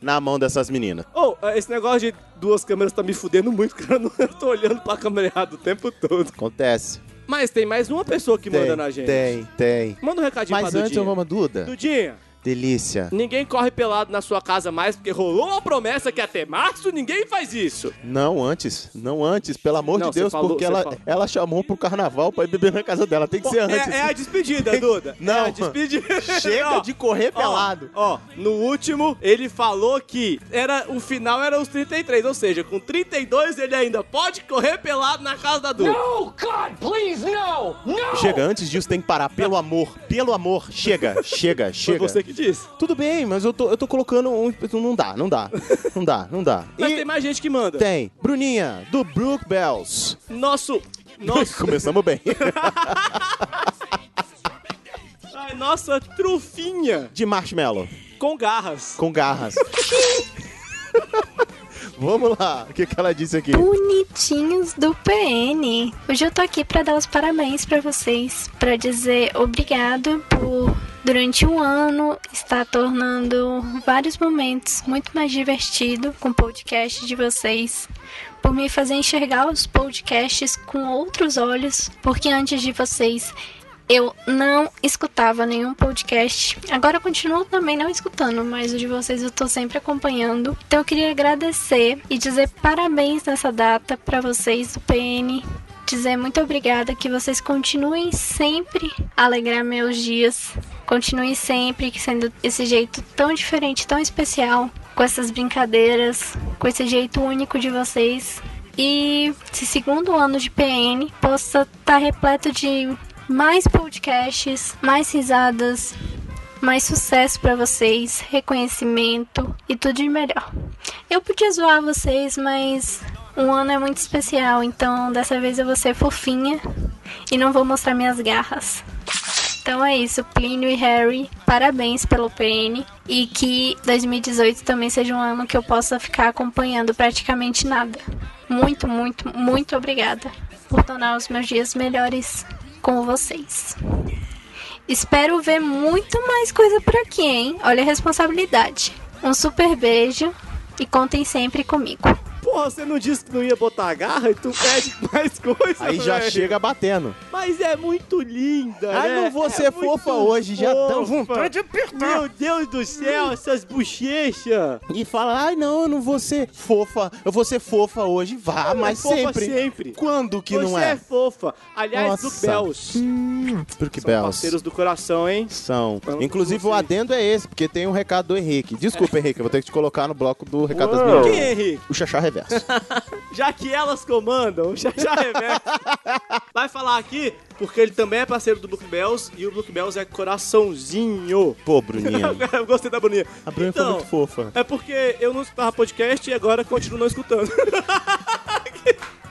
Speaker 2: na mão dessas meninas.
Speaker 1: Ô, é, esse negócio de duas câmeras tá me fudendo muito, cara. Eu não- Eu tô olhando pra câmera errada o tempo todo.
Speaker 2: Acontece.
Speaker 1: Mas tem mais uma pessoa que manda
Speaker 2: tem,
Speaker 1: na gente.
Speaker 2: Tem, tem.
Speaker 1: Manda um recadinho
Speaker 2: Mas
Speaker 1: pra
Speaker 2: antes
Speaker 1: Dudinha.
Speaker 2: eu vou uma Duda.
Speaker 1: Dudinha,
Speaker 2: Delícia.
Speaker 1: Ninguém corre pelado na sua casa mais, porque rolou uma promessa que até março ninguém faz isso.
Speaker 2: Não antes, não antes, pelo amor
Speaker 1: Não,
Speaker 2: de
Speaker 1: você
Speaker 2: Deus,
Speaker 1: falou-
Speaker 2: porque
Speaker 1: você
Speaker 2: ela,
Speaker 1: falou.
Speaker 2: ela chamou pro carnaval pra ir beber na casa dela. Tem que ser
Speaker 1: É-
Speaker 2: antes.
Speaker 1: É, a despedida, Duda.
Speaker 2: Não.
Speaker 1: É a despedida.
Speaker 2: Chega
Speaker 1: Ó,
Speaker 2: de correr
Speaker 1: ó,
Speaker 2: pelado.
Speaker 1: Ó, no último, ele falou que era, o final era os 33, ou seja, com 32 ele ainda pode correr pelado na casa da Duda.
Speaker 6: God, please, no! No!
Speaker 2: Chega, antes disso tem que parar. Pelo amor, pelo amor, chega, chega, chega.
Speaker 1: Foi você que disse.
Speaker 2: Tudo bem, mas eu tô, eu tô colocando um. Não dá, não dá. Não dá, não dá.
Speaker 1: Mas tem mais gente que manda.
Speaker 2: Tem. Bruninha, do Brook Bells.
Speaker 1: Nosso. Nosso.
Speaker 2: Começamos bem.
Speaker 1: Ai, nossa trufinha
Speaker 2: De marshmallow.
Speaker 1: com garras.
Speaker 2: Com garras. Vamos lá. O que, que ela disse aqui?
Speaker 20: Bonitinhos do PN. Hoje eu tô aqui pra dar os parabéns pra vocês, pra dizer obrigado por durante um ano estar tornando vários momentos muito mais divertido com o podcast de vocês, por me fazer enxergar os podcasts com outros olhos, porque antes de vocês eu não escutava nenhum podcast. Agora eu continuo também não escutando, mas o de vocês eu tô sempre acompanhando. Então eu queria agradecer e dizer parabéns nessa data para vocês do PN. Dizer muito obrigada, que vocês continuem sempre a alegrar meus dias. Continuem sempre sendo esse jeito tão diferente, tão especial, com essas brincadeiras, com esse jeito único de vocês. E esse segundo ano de PN possa estar repleto de mais podcasts, mais risadas, mais sucesso pra vocês, reconhecimento e tudo de melhor. Eu podia zoar vocês, mas um ano é muito especial, então dessa vez eu vou ser fofinha e não vou mostrar minhas garras. Então é isso, Plínio e Harry, parabéns pelo PN e que 2018 também seja um ano que eu possa ficar acompanhando praticamente nada. Muito, muito, muito obrigada por tornar os meus dias melhores com vocês. Espero ver muito mais coisa por aqui, hein? Olha a responsabilidade. Um super beijo e contem sempre comigo.
Speaker 1: Porra, você não disse que não ia botar a garra e tu pede mais coisa,
Speaker 2: Aí já
Speaker 1: velho.
Speaker 2: chega batendo.
Speaker 1: Mas é muito linda,
Speaker 2: Ai,
Speaker 1: né?
Speaker 2: não vou
Speaker 1: É
Speaker 2: ser
Speaker 1: muito
Speaker 2: fofa hoje, já dão vontade de
Speaker 1: apertar. Meu Deus do céu, essas bochechas.
Speaker 2: E fala, ai não, eu não vou ser fofa. Eu vou ser fofa hoje. Vá,
Speaker 1: Ah,
Speaker 2: mas
Speaker 1: é fofa
Speaker 2: sempre.
Speaker 1: sempre.
Speaker 2: Quando que
Speaker 1: Você
Speaker 2: não
Speaker 1: é
Speaker 2: é?
Speaker 1: fofa. Aliás, do
Speaker 2: Nossa.
Speaker 1: Bells.
Speaker 2: Porque
Speaker 1: São parceiros do coração, hein?
Speaker 2: São. Inclusive, o adendo é esse, porque tem um recado do Henrique. Desculpa, Henrique, eu vou ter que te colocar no bloco do recado das
Speaker 1: Uou.
Speaker 2: meninas.
Speaker 1: Quem é Henrique?
Speaker 2: O Xaxá Reverso.
Speaker 1: Já que elas comandam, já já reverso. Vai falar aqui, porque ele também é parceiro do Brook Bells e o Brook Bells é coraçãozinho.
Speaker 2: Pô, Bruninha.
Speaker 1: Eu gostei da Bruninha.
Speaker 2: A Bruna
Speaker 1: então,
Speaker 2: foi muito fofa.
Speaker 1: É porque eu não escutava podcast e agora continuo não escutando.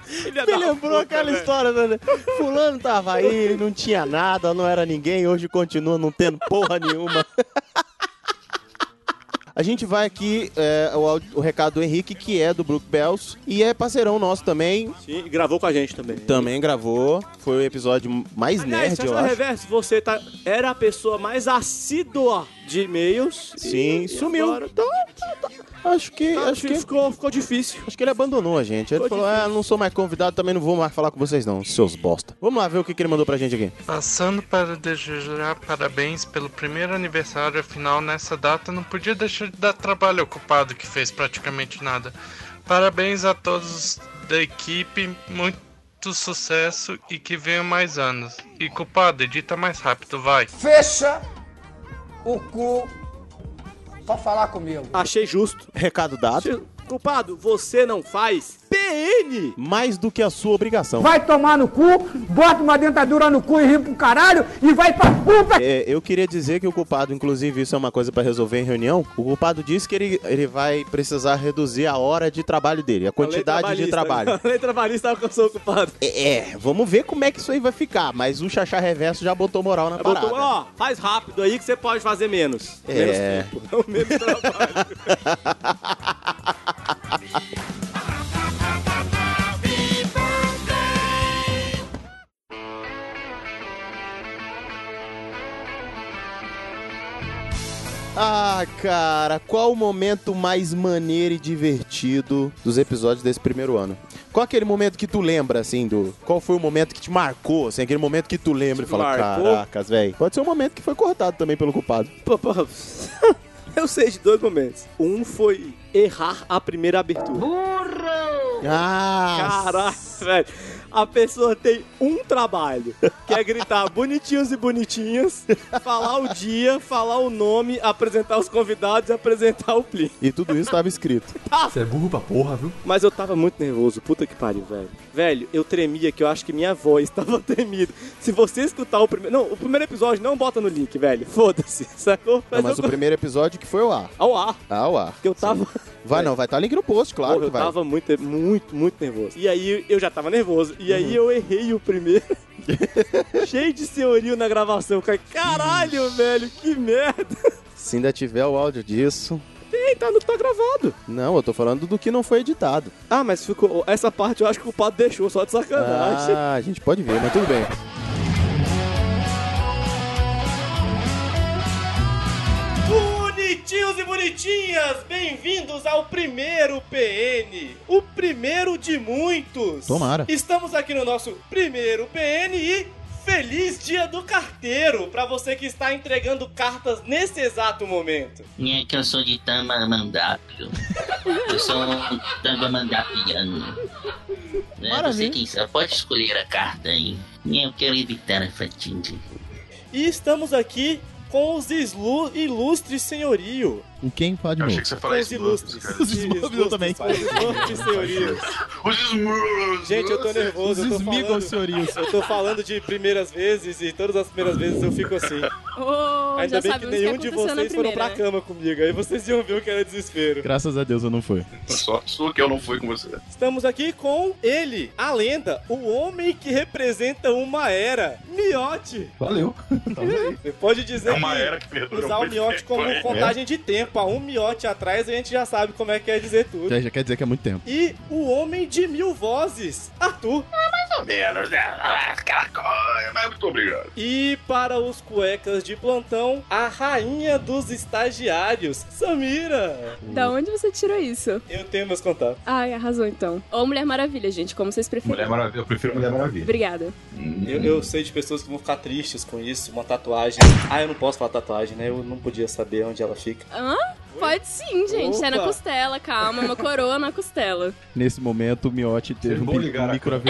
Speaker 1: Filha
Speaker 2: Me
Speaker 1: da
Speaker 2: lembrou
Speaker 1: puta,
Speaker 2: aquela
Speaker 1: velho.
Speaker 2: história, né? Fulano tava aí, não tinha nada, não era ninguém, hoje continua não tendo porra nenhuma. A gente vai aqui, é, o, áudio- o recado do Henrique, que é do Brook Bells, e é parceirão nosso também.
Speaker 1: Sim, e gravou com a gente também.
Speaker 2: Também gravou, foi o episódio mais
Speaker 1: Então, Aliás,
Speaker 2: nerd, eu
Speaker 1: Xaxá
Speaker 2: acho.
Speaker 1: Reverso, você tá, era a pessoa mais assídua de e-mails.
Speaker 2: Sim,
Speaker 1: e
Speaker 2: sumiu. Então,
Speaker 1: agora tá-
Speaker 2: Acho que, acho que
Speaker 1: ficou, ficou difícil.
Speaker 2: Acho que ele abandonou a gente. Ele
Speaker 1: Ficou
Speaker 2: falou: "Ah, não sou mais convidado, também não vou mais falar com vocês não, seus bosta". Vamos lá ver o que, que ele mandou pra gente aqui.
Speaker 21: Passando para desejar parabéns pelo primeiro aniversário, afinal nessa data não podia deixar de dar trabalho ao ocupado que fez praticamente nada. Parabéns a todos da equipe, muito sucesso e que venham mais anos. E culpado, edita mais rápido, vai.
Speaker 7: Fecha o cu pra falar comigo.
Speaker 1: Achei justo.
Speaker 2: Recado dado.
Speaker 1: Culpado, você não faz PN.
Speaker 2: Mais do que a sua obrigação.
Speaker 7: Vai tomar no cu, bota uma dentadura no cu e ri pro caralho e vai pra puta.
Speaker 2: É, eu queria dizer que o culpado, inclusive, isso é uma coisa pra resolver em reunião. O culpado disse que ele, ele vai precisar reduzir a hora de trabalho dele, a quantidade de
Speaker 1: né?
Speaker 2: trabalho.
Speaker 1: A lei trabalhista alcançou o culpado.
Speaker 2: É, vamos ver como é que isso aí vai ficar, mas o Xaxá Reverso já botou moral na parada.
Speaker 1: Botou, ó, faz rápido aí que você pode fazer menos. Menos
Speaker 2: É.
Speaker 1: tempo, não menos trabalho.
Speaker 2: Ah, cara, qual o momento mais maneiro e divertido dos episódios desse primeiro ano? Qual aquele momento que tu lembra, assim, do. Qual foi o momento que te marcou, assim, aquele momento que tu lembra e
Speaker 1: Te
Speaker 2: fala,
Speaker 1: marcou?
Speaker 2: caracas, velho. Pode ser um momento que foi cortado também pelo culpado.
Speaker 1: Pô, pô, eu sei de dois momentos. Um foi errar a primeira abertura.
Speaker 2: Ah!
Speaker 1: Caralho, velho. a pessoa tem um trabalho, que é gritar bonitinhos e bonitinhas, falar o dia, falar o nome, apresentar os convidados e apresentar o Plin.
Speaker 2: E tudo isso tava escrito.
Speaker 1: Tava.
Speaker 3: Você é burro pra porra, viu?
Speaker 1: Mas eu tava muito nervoso, puta que pariu, velho. Velho, eu tremia que eu acho que minha voz tava tremida. Se você escutar o primeiro. Não, o primeiro episódio não bota no link, velho. Foda-se, sacou?
Speaker 2: Não, mas
Speaker 1: eu-
Speaker 2: o primeiro episódio que foi ao ar. Tá
Speaker 1: Ao ar.
Speaker 2: Ao ar.
Speaker 1: Que eu tava.
Speaker 2: Vai não, vai estar link no post, claro
Speaker 1: É. Porra,
Speaker 2: que vai.
Speaker 1: Eu tava muito, muito, muito nervoso. E aí eu já tava nervoso. E aí eu errei o primeiro. Cheio de senhorio na gravação. Eu falei, Caralho, velho, que merda.
Speaker 2: Se ainda tiver o áudio disso.
Speaker 1: Eita, não tá gravado.
Speaker 2: Não, eu tô falando do que não foi editado.
Speaker 1: Ah, mas ficou. Essa parte eu acho que o padre deixou só de sacanagem.
Speaker 2: Ah, a gente pode ver, mas tudo bem.
Speaker 1: Bonitinhos e bonitinhas, bem-vindos ao primeiro PN, o primeiro de muitos.
Speaker 4: Tomara.
Speaker 1: Estamos aqui no nosso primeiro PN e feliz dia do carteiro para você que está entregando cartas nesse exato momento.
Speaker 22: É que eu sou de Tamandápio. Eu sou um Tamandapiano. É, você
Speaker 1: Maravilha.
Speaker 22: quem sabe, pode escolher a carta aí. É, Eu quero evitar a fatinga.
Speaker 1: E estamos aqui com os ilu- ilustres senhorio.
Speaker 3: Com quem fala de
Speaker 1: Eu
Speaker 3: novo?
Speaker 1: achei que você falava Os Smurfs, ilustres. cara. Os Smurfs eu também. Os Smurfs, senhorios.
Speaker 16: Os Smurfs.
Speaker 1: Gente, eu tô nervoso,
Speaker 3: Os
Speaker 1: eu tô
Speaker 3: Smigol,
Speaker 1: falando,
Speaker 3: senhorios.
Speaker 1: Eu tô falando de primeiras vezes e todas as primeiras vezes eu fico assim.
Speaker 23: Oh,
Speaker 1: Ainda
Speaker 23: já
Speaker 1: bem que
Speaker 23: sabemos
Speaker 1: nenhum
Speaker 23: o que
Speaker 1: de
Speaker 23: aconteceu na
Speaker 1: vocês foram pra
Speaker 23: primeira, né?
Speaker 1: cama comigo, aí vocês iam ver o que era desespero.
Speaker 3: Graças a Deus eu não fui.
Speaker 16: Só sua que eu não fui com você.
Speaker 1: Estamos aqui com ele, a lenda, o homem que representa uma era, Miote.
Speaker 3: Valeu.
Speaker 1: Você pode dizer
Speaker 16: É uma
Speaker 1: que
Speaker 16: era que perdura
Speaker 1: usar o
Speaker 16: muito
Speaker 1: Miote
Speaker 16: tempo
Speaker 1: como
Speaker 16: aí. né?
Speaker 1: contagem de tempo. Há um Miote atrás a gente já sabe como é que quer dizer tudo.
Speaker 3: Já, já quer dizer que é muito tempo.
Speaker 1: E o homem de mil vozes, Arthur. mais ou
Speaker 16: Ah, menos, né? Ah, Aquela coisa, mas muito obrigado.
Speaker 1: E para os cuecas de plantão, a rainha dos estagiários, Samira.
Speaker 23: Da onde você tirou isso?
Speaker 1: Eu tenho meus contatos.
Speaker 23: Ai, arrasou então. Ou Mulher Maravilha, gente, como vocês preferem.
Speaker 3: Mulher Maravilha, eu prefiro Mulher Maravilha.
Speaker 23: Obrigada.
Speaker 1: Eu, eu sei de pessoas que vão ficar tristes com isso, uma tatuagem. Ah, eu não posso falar tatuagem, né? Eu não podia saber onde ela fica.
Speaker 23: Hã? Pode sim, gente. É na
Speaker 1: Opa.
Speaker 23: costela, calma. Uma coroa na costela.
Speaker 3: Nesse momento, o Miotti teve um, bi- um micro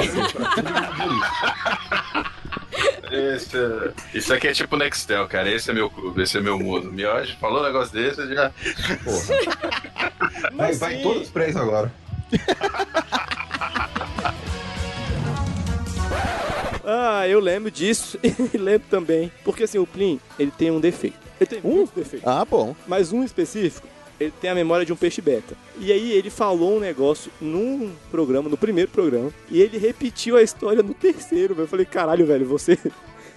Speaker 16: Esse, é- isso aqui é tipo Nextel, cara. Esse é meu clube, esse é meu mundo. Miote falou um negócio desse, eu já.
Speaker 1: Mas
Speaker 3: vai todos
Speaker 16: presos agora.
Speaker 1: Ah, eu lembro disso e lembro também. Porque assim, o Plin, ele tem um defeito. Ele tem muitos defeitos.
Speaker 2: Ah, bom.
Speaker 1: Mas um específico, ele tem a memória de um peixe beta. E aí ele falou um negócio num programa, no primeiro programa, e ele repetiu a história no terceiro. velho. Eu falei, caralho, velho, você.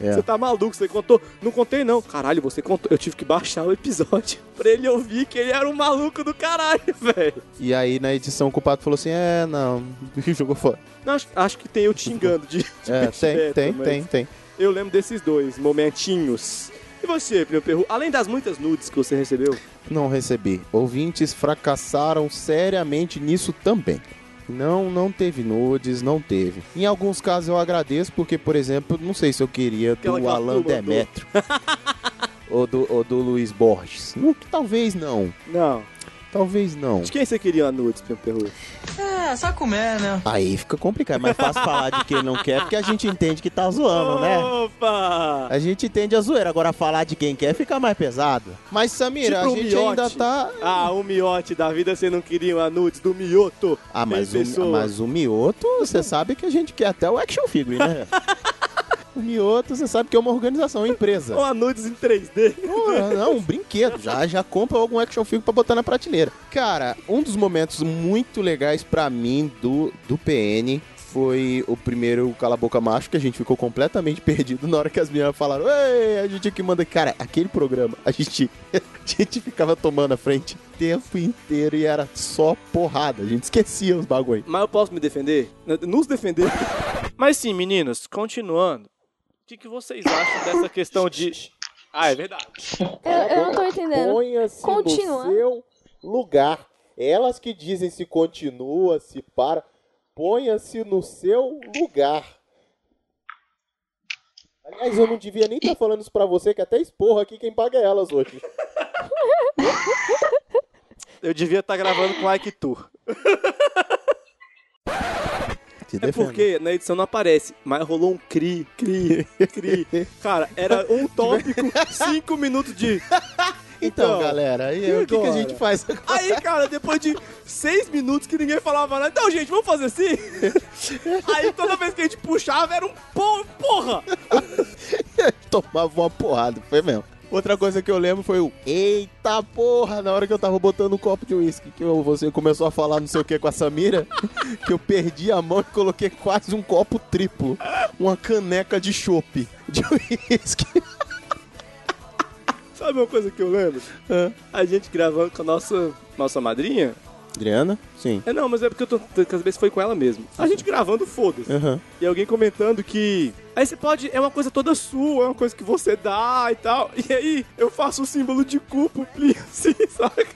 Speaker 2: É.
Speaker 1: Você tá maluco, você contou. Não contei, não. Caralho, você contou. Eu tive que baixar o episódio pra ele ouvir que ele era um maluco do caralho, velho.
Speaker 2: E aí na edição o culpado falou assim: é, não. E jogou fora.
Speaker 1: Não, acho, acho que tem eu te engano de, de
Speaker 2: É,
Speaker 1: peixe
Speaker 2: tem,
Speaker 1: beta,
Speaker 2: tem,
Speaker 1: mas
Speaker 2: tem, tem.
Speaker 1: Eu lembro desses dois momentinhos. E você, meu perro, além das muitas nudes que você recebeu?
Speaker 2: Não recebi. Ouvintes fracassaram seriamente nisso também. Não, não teve nudes, não teve. Em alguns casos eu agradeço, porque, por exemplo, não sei se eu queria
Speaker 1: Aquela que
Speaker 2: do
Speaker 1: o Arthur
Speaker 2: Alan
Speaker 1: mandou.
Speaker 2: Demetrio ou, do, ou do Luiz Borges. Não, talvez não.
Speaker 1: Não.
Speaker 2: Talvez não.
Speaker 1: De quem você queria a nudes, meu perro?
Speaker 6: É, só comer,
Speaker 1: Tá.
Speaker 6: né?
Speaker 2: Aí fica complicado, mas fácil falar de quem não quer, porque a gente entende que tá zoando, né?
Speaker 1: Opa!
Speaker 2: A gente entende a zoeira, agora falar de quem quer fica mais pesado. Mas, Samira,
Speaker 1: Tipo
Speaker 2: a
Speaker 1: um
Speaker 2: gente
Speaker 1: miote.
Speaker 2: ainda tá.
Speaker 1: Ah, o miote da vida, você não queria uma nudes do mioto.
Speaker 2: Ah, mas
Speaker 1: Tem
Speaker 2: o,
Speaker 1: pessoa.
Speaker 2: mas o mioto, você sabe que a gente quer até o action figure, né? o mioto, você sabe que é uma organização, uma empresa.
Speaker 1: Uma nudes em 3D.
Speaker 2: Não, não, um brinquedo. Já, já compra algum action figure pra botar na prateleira. Cara, um dos momentos muito legais pra mim do, do PN foi o primeiro Cala a Boca Macho, que a gente ficou completamente perdido na hora que as meninas falaram, Ei, a gente que manda. Cara, aquele programa, a gente, a gente ficava tomando a frente o tempo inteiro e era só porrada. A gente esquecia os bagulho.
Speaker 1: Mas eu posso me defender? Nos defender. Mas sim, meninos, continuando. O que, que vocês acham dessa questão de. Ah, é verdade.
Speaker 20: Eu, eu não tô entendendo.
Speaker 2: Ponha-se
Speaker 20: Continua.
Speaker 2: assim no seu lugar. Elas que dizem se continua, se para. Ponha-se no seu lugar. Aliás, eu não devia nem estar falando isso pra você, que até esporra aqui quem paga é elas hoje.
Speaker 1: tá Eu devia estar gravando com o Ike Tour.
Speaker 2: Te
Speaker 1: É
Speaker 2: defendo.
Speaker 1: porque na edição não aparece, mas rolou um cri, cri, cri. Cara, era um tópico, cinco minutos de.
Speaker 2: Então, galera, aí é- o que que a gente faz
Speaker 1: agora? Aí, cara, depois de seis minutos que ninguém falava nada, então, gente, vamos fazer assim? Aí toda vez que a gente puxava era um po- porra!
Speaker 2: Tomava uma porrada, foi mesmo. Outra coisa que eu lembro foi o Eita porra! Na hora que eu tava botando um copo de uísque, que eu- você começou a falar não sei o que com a Samira, que eu perdi a mão e coloquei quase um copo triplo. Uma caneca de chope de uísque.
Speaker 1: Sabe uma coisa que eu lembro? A gente gravando com a nossa, nossa madrinha.
Speaker 2: Adriana? Sim.
Speaker 1: É, não, mas é porque eu tô. Às vezes foi com ela mesmo. A gente gravando, foda-se.
Speaker 2: Aham.
Speaker 1: E alguém comentando que. Aí você pode. É uma coisa toda sua, é uma coisa que você dá e tal. E aí eu faço o símbolo de cu pro Plínio, assim, saca?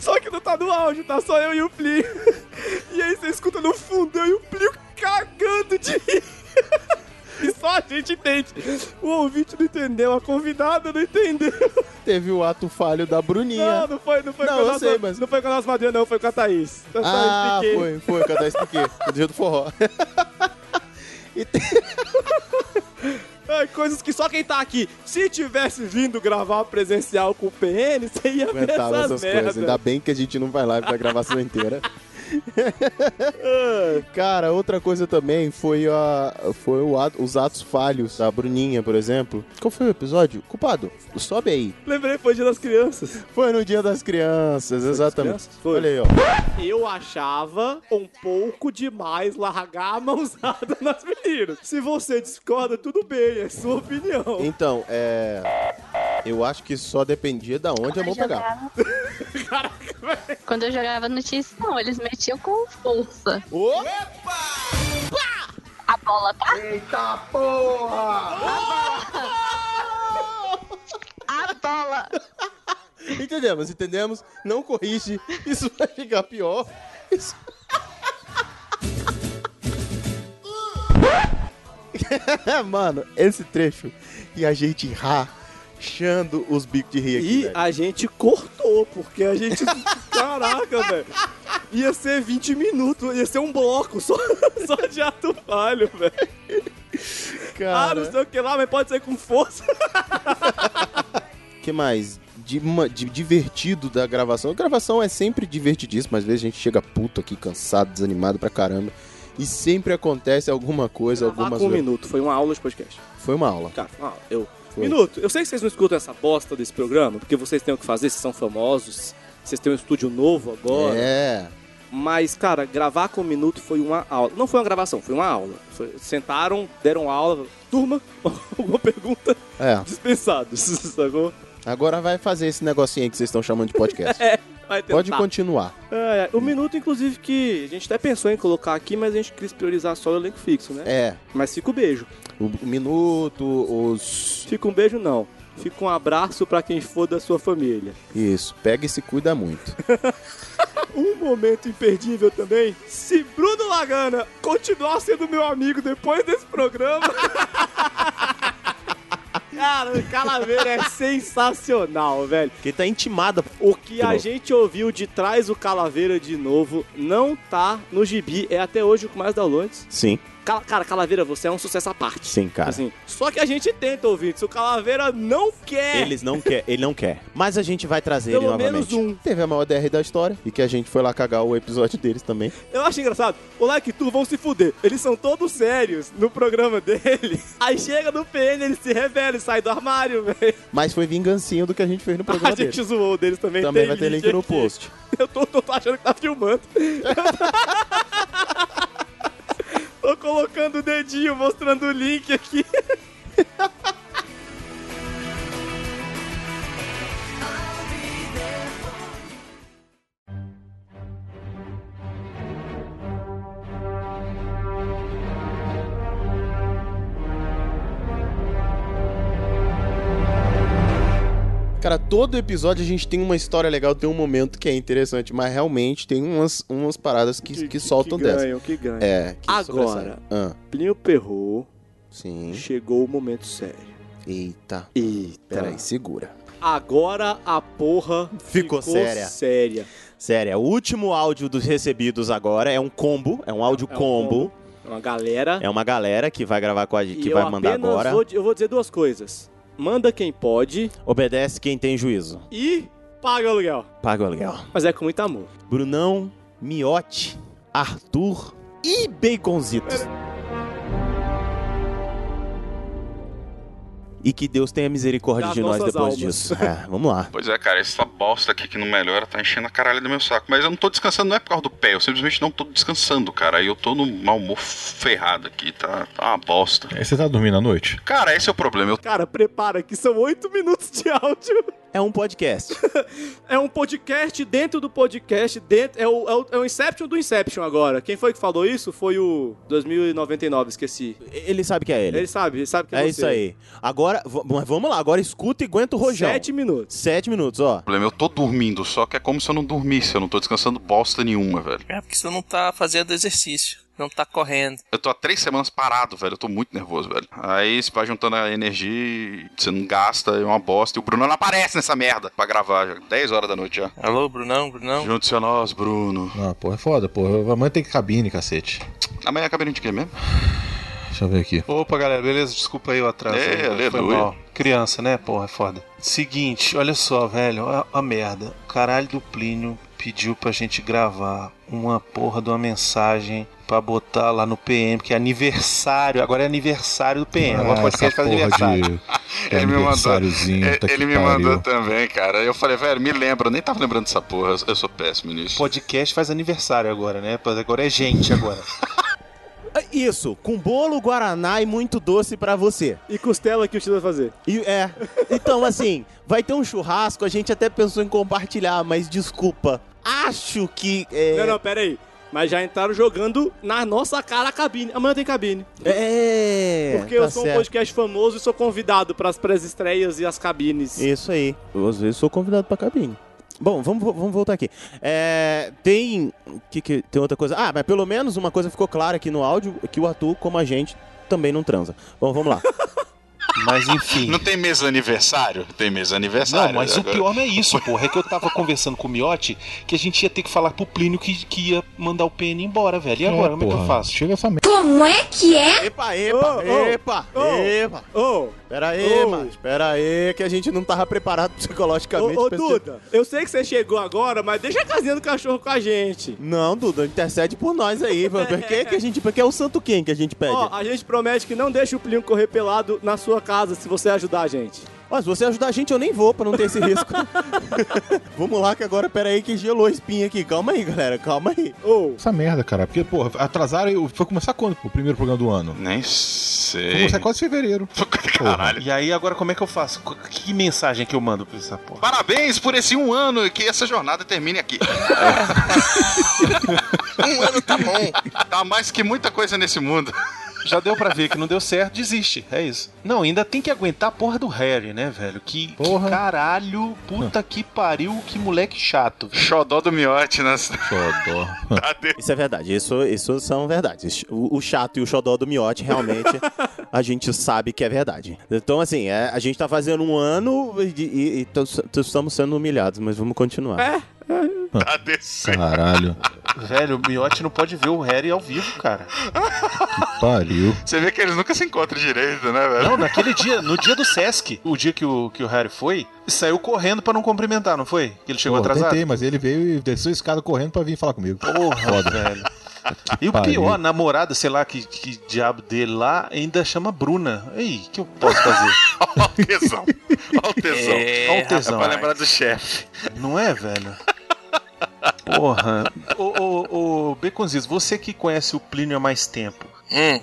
Speaker 1: Só que não tá no áudio, tá só eu e o Plínio. E aí você escuta no fundo eu e o Plínio cagando de rir. E só a gente entende. O ouvinte não entendeu, a convidada não entendeu.
Speaker 2: Teve o ato falho da Bruninha.
Speaker 1: Não, não foi, não foi
Speaker 2: Não,
Speaker 1: com a
Speaker 2: eu
Speaker 1: nossa,
Speaker 2: sei, mas-
Speaker 1: Não foi com a nossa madrinha, não, foi com a Thaís. A
Speaker 2: Ah,
Speaker 1: Thaís Piquet.
Speaker 2: foi, foi, com a Thaís Piquet, do dia do forró.
Speaker 1: Ai, coisas que só quem tá aqui. Se tivesse vindo gravar presencial com o PN, você ia ver essas,
Speaker 2: Aguentava essas coisas.
Speaker 1: merdas.
Speaker 2: Ainda bem que a gente não vai lá pra gravação inteira. Cara, outra coisa também foi, a, foi o ato- os atos falhos da Bruninha, por exemplo. Qual foi o episódio? Culpado, sobe aí.
Speaker 1: Lembrei, foi dia das crianças.
Speaker 2: Foi no Dia das Crianças, exatamente.
Speaker 1: crianças? Foi.
Speaker 2: Olha aí, ó.
Speaker 1: Eu achava um pouco demais largar a mãozada nas meninas. Se você discorda, tudo bem, é sua opinião.
Speaker 2: Então, é. Eu acho que só dependia da onde a mão pegava.
Speaker 20: Quando eu jogava notícia, não, eles metiam com força. Pá! A bola tá. Eita porra!
Speaker 2: A bola! Entendemos, entendemos. Não corrige. Isso vai ficar pior. Isso... Mano, esse trecho. E a gente rachando os bicos de rir aqui.
Speaker 1: E a gente cortou, porque a gente. Caraca, velho. Ia ser 20 minutos, ia ser um bloco só, só de ato falho, velho. Ah, não sei o que lá, mas pode ser com força.
Speaker 2: que mais? De, ma- de divertido da gravação. A gravação é sempre divertidíssima. Às vezes a gente chega puto aqui, cansado, desanimado pra caramba. E sempre acontece alguma coisa,
Speaker 1: Gravar
Speaker 2: alguma
Speaker 1: com um
Speaker 2: zoeira.
Speaker 1: minuto, foi uma aula de podcast.
Speaker 2: Foi uma aula.
Speaker 1: Cara, ó, eu. Minuto, eu sei que vocês não escutam essa bosta desse programa, porque vocês têm o que fazer, vocês são famosos, vocês têm um estúdio novo agora.
Speaker 2: É.
Speaker 1: Mas, cara, gravar com um minuto foi uma aula. Não foi uma gravação, foi uma aula. Foi- sentaram, deram aula. Turma, alguma pergunta?
Speaker 2: É.
Speaker 1: Dispensados, sacou?
Speaker 2: Agora vai fazer esse negocinho aí que vocês estão chamando de podcast.
Speaker 1: É, vai tentar.
Speaker 2: Pode continuar.
Speaker 1: É, o minuto, inclusive, que a gente até pensou em colocar aqui, mas a gente quis priorizar só o elenco fixo, né?
Speaker 2: É.
Speaker 1: Mas fica o beijo.
Speaker 2: O, o minuto, os.
Speaker 1: Fica um beijo, não. Fica um abraço pra quem for da sua família.
Speaker 2: Isso, pega e se cuida muito.
Speaker 1: Um momento imperdível também. Se Bruno Lagana continuar sendo meu amigo depois desse programa. Cara, o Calaveira é sensacional, velho.
Speaker 2: Que tá intimada.
Speaker 1: O que
Speaker 2: De
Speaker 1: a
Speaker 2: novo.
Speaker 1: gente ouviu de trás o Calaveira de novo não tá no gibi. É até hoje o que mais downloads.
Speaker 2: Sim,
Speaker 1: Cala- Cara, Calaveira, você é um sucesso à parte.
Speaker 2: sim, cara.
Speaker 1: Assim, só que a gente tenta, ouvintes. O Calaveira não quer.
Speaker 24: Eles não quer, ele não quer. Mas a gente vai trazer
Speaker 1: É. Pelo
Speaker 24: ele
Speaker 1: menos
Speaker 24: novamente.
Speaker 1: um.
Speaker 2: Teve a maior DR da história. E que a gente foi lá cagar o episódio deles também.
Speaker 1: Eu acho engraçado. O Like Tour vão se fuder. Eles são todos sérios no programa dele. Aí chega no PN, ele se revela e sai do armário, velho.
Speaker 2: Mas foi vingancinho do que a gente fez no
Speaker 1: A
Speaker 2: programa
Speaker 1: gente
Speaker 2: deles.
Speaker 1: zoou deles também.
Speaker 2: Também
Speaker 1: Tem
Speaker 2: vai ter link no post.
Speaker 1: Eu tô, tô achando que tá filmando. tô colocando o dedinho, mostrando o link aqui.
Speaker 2: Cara, todo episódio a gente tem uma história legal, tem um momento que é interessante, mas realmente tem umas, umas paradas que, que, soltam
Speaker 1: que
Speaker 2: dessa.
Speaker 1: ganham, que ganham.
Speaker 2: É, que
Speaker 1: Agora.
Speaker 2: sobressaem. Ah,
Speaker 1: Plinio Perrou.
Speaker 2: Sim.
Speaker 1: Chegou o momento sério.
Speaker 2: eita.
Speaker 1: Eita.
Speaker 2: Peraí, segura.
Speaker 1: Agora a porra
Speaker 24: Ficou, séria.
Speaker 1: séria.
Speaker 24: Séria. O último áudio dos recebidos agora é um combo, é um áudio
Speaker 1: É um
Speaker 24: combo.
Speaker 1: Uma galera.
Speaker 2: É uma galera que vai gravar com a gente,
Speaker 1: E
Speaker 2: que
Speaker 1: eu
Speaker 2: vai mandar
Speaker 1: apenas
Speaker 2: agora.
Speaker 1: vou di- eu vou dizer duas coisas. Manda quem pode
Speaker 2: Obedece quem tem juízo.
Speaker 1: e paga o aluguel.
Speaker 2: Paga o aluguel.
Speaker 1: Mas é com muito amor.
Speaker 2: Brunão, Miote, Arthur e Baconzitos. E que Deus tenha misericórdia
Speaker 16: Das
Speaker 2: de nós
Speaker 16: nossas
Speaker 2: depois
Speaker 16: almas.
Speaker 2: disso. É, vamos lá.
Speaker 16: Pois é, cara, essa bosta aqui que não melhora tá enchendo a caralho do meu saco. Mas eu não tô descansando, não é por causa do pé, eu simplesmente não tô descansando, cara. Aí eu tô num mau humor ferrado aqui, tá, tá uma bosta.
Speaker 6: Aí você tá dormindo à noite?
Speaker 16: Cara, esse é o problema. Eu
Speaker 1: Cara, prepara que são oito minutos de áudio.
Speaker 2: É um podcast.
Speaker 1: é um podcast dentro do podcast. Dentro, é, o, é, o, é o Inception do Inception agora. Quem foi que falou isso? Foi o 2099, esqueci.
Speaker 2: Ele sabe que é ele.
Speaker 1: Ele sabe, ele sabe que é,
Speaker 2: É
Speaker 1: você.
Speaker 2: isso aí. Agora, v- mas vamos lá, agora escuta e aguenta o rojão.
Speaker 1: Sete minutos.
Speaker 2: Sete minutos, ó.
Speaker 16: problema, é, eu tô dormindo, só que é como se eu não dormisse, eu não tô descansando bosta nenhuma, velho.
Speaker 9: É porque você não tá fazendo exercício, não tá correndo.
Speaker 16: Eu tô há três semanas parado, velho. Eu tô muito nervoso, velho. Aí você vai juntando a energia, e você não gasta, é uma bosta. E o Bruno não aparece nessa merda pra gravar, já. 10 horas da noite já.
Speaker 9: Alô, Brunão, Brunão?
Speaker 16: Junte-se a é nós, Bruno.
Speaker 6: Ah, pô, é foda, pô. Amanhã tem cabine, cacete.
Speaker 16: Amanhã é cabine de quê mesmo?
Speaker 6: Deixa eu ver aqui.
Speaker 25: Opa, galera, beleza? Desculpa aí o atraso.
Speaker 16: É,
Speaker 25: aí, mas né? foi
Speaker 16: aleluia.
Speaker 25: mal. Criança, né? Porra, é foda. Seguinte, olha só, velho, a, a merda. O caralho do Plínio pediu pra gente gravar uma porra de uma mensagem pra botar lá no PM, que é aniversário. Agora é aniversário do PM. Agora
Speaker 6: Ah,
Speaker 25: o podcast
Speaker 6: essa
Speaker 25: faz
Speaker 6: porra de-
Speaker 25: aniversário.
Speaker 6: de
Speaker 25: Ele me mandou-
Speaker 6: aniversáriozinho,
Speaker 16: É,
Speaker 6: É, puta que
Speaker 16: ele me
Speaker 6: pariu.
Speaker 16: mandou também, cara. Eu falei, velho, me lembra. Eu nem tava lembrando dessa porra. Eu- Eu sou péssimo nisso.
Speaker 25: podcast faz aniversário agora, né? Mas Agora é gente agora.
Speaker 2: Isso, com bolo, guaraná e muito doce pra você.
Speaker 1: E costela que o Tio vai fazer.
Speaker 2: E, é. Então, assim, vai ter um churrasco, a gente até pensou em compartilhar, mas desculpa. Acho que. É...
Speaker 1: Não, não, pera aí. Mas já entraram jogando na nossa cara a cabine. Amanhã tem cabine.
Speaker 2: É.
Speaker 1: Porque
Speaker 2: tá
Speaker 1: eu sou um
Speaker 2: certo.
Speaker 1: podcast famoso e sou convidado pras pré-estreias e as cabines.
Speaker 2: Isso aí. Eu, às vezes, sou convidado pra cabine. Bom, vamos, vo- vamos voltar aqui. É, tem. Que, que- tem outra coisa. Ah, mas pelo menos uma coisa ficou clara aqui no áudio: que o Arthur, como a gente, também não transa. Bom, vamos lá.
Speaker 25: Mas enfim.
Speaker 16: Não tem mesa aniversário? Tem mesa aniversário.
Speaker 25: Não, mas o
Speaker 16: Agora-
Speaker 25: pior não é isso, porra. É que eu tava conversando com o Miotti que a gente ia ter que falar pro Plínio que, que ia mandar o PN embora, velho. E agora, como é que eu
Speaker 6: porra.
Speaker 25: faço?
Speaker 6: Chega essa merda.
Speaker 25: Como é que é?
Speaker 2: Epa, epa, epa, epa. Pera aí, mas pera aí, que a gente não tava preparado psicologicamente.
Speaker 1: Ô, ô
Speaker 2: pra esse-
Speaker 1: Duda, eu sei que você chegou agora, mas deixa a casinha do cachorro com a gente.
Speaker 2: Não, Duda, intercede por nós aí. Porque que a gente porque é o santo quem que a gente pede?
Speaker 1: Ó, a gente promete que não deixa o Plínio correr pelado na sua casa se você ajudar a gente.
Speaker 2: Ó, se você ajudar a gente, eu nem vou pra não ter esse risco. Vamos lá, que agora pera aí que gelou a espinha aqui. Calma aí, galera, calma aí.
Speaker 6: Essa merda, cara. Porque, porra, atrasaram. eu- Foi começar quando o primeiro programa do ano?
Speaker 16: Nem
Speaker 6: Foi
Speaker 16: sei.
Speaker 6: começar quase fevereiro.
Speaker 16: Caralho.
Speaker 25: E aí, agora como é que eu faço? Co- Que mensagem que eu mando pra essa porra?
Speaker 16: Parabéns por esse um ano e que essa jornada termine aqui. um ano tá bom. Tá mais que muita coisa nesse mundo.
Speaker 25: Já deu pra ver que não deu certo, desiste. É isso. Não, ainda tem que aguentar a porra do Harry, né, velho? Que, que caralho, puta que pariu, que moleque chato.
Speaker 16: Xodó do miote, né?
Speaker 2: Xodó. Isso é verdade, isso, isso são verdades. O, o chato e o xodó do miote, realmente, a gente sabe que é verdade. Então, assim, é, a gente tá fazendo um ano e, e- e tô- tô- estamos sendo humilhados, mas vamos continuar.
Speaker 25: É,
Speaker 16: Tá descendo.
Speaker 6: Caralho.
Speaker 25: Velho, o Miotti não pode ver o Harry ao vivo, cara.
Speaker 6: Pariu.
Speaker 16: Você vê que eles nunca se encontram direito, né, velho?
Speaker 25: Não, naquele dia, no dia do Sesc, o dia que o, que o Harry foi, saiu correndo pra não cumprimentar, não foi? Que ele chegou
Speaker 6: Pô,
Speaker 25: atrasado?
Speaker 6: tentei, mas ele veio e desceu a escada correndo pra vir falar comigo.
Speaker 25: Porra,
Speaker 6: Foda.
Speaker 25: velho. E o
Speaker 6: Pariu.
Speaker 25: pior, a namorada, sei lá que, que diabo dele lá, ainda chama Bruna. Ei, o que eu posso fazer?
Speaker 16: Olha o tesão. Olha o tesão.
Speaker 25: É, Olha o tesão.
Speaker 16: pra lembrar do chefe.
Speaker 25: Não é, velho? Porra. Ô, ô, ô Beconzitos, você que conhece o Plínio há mais tempo,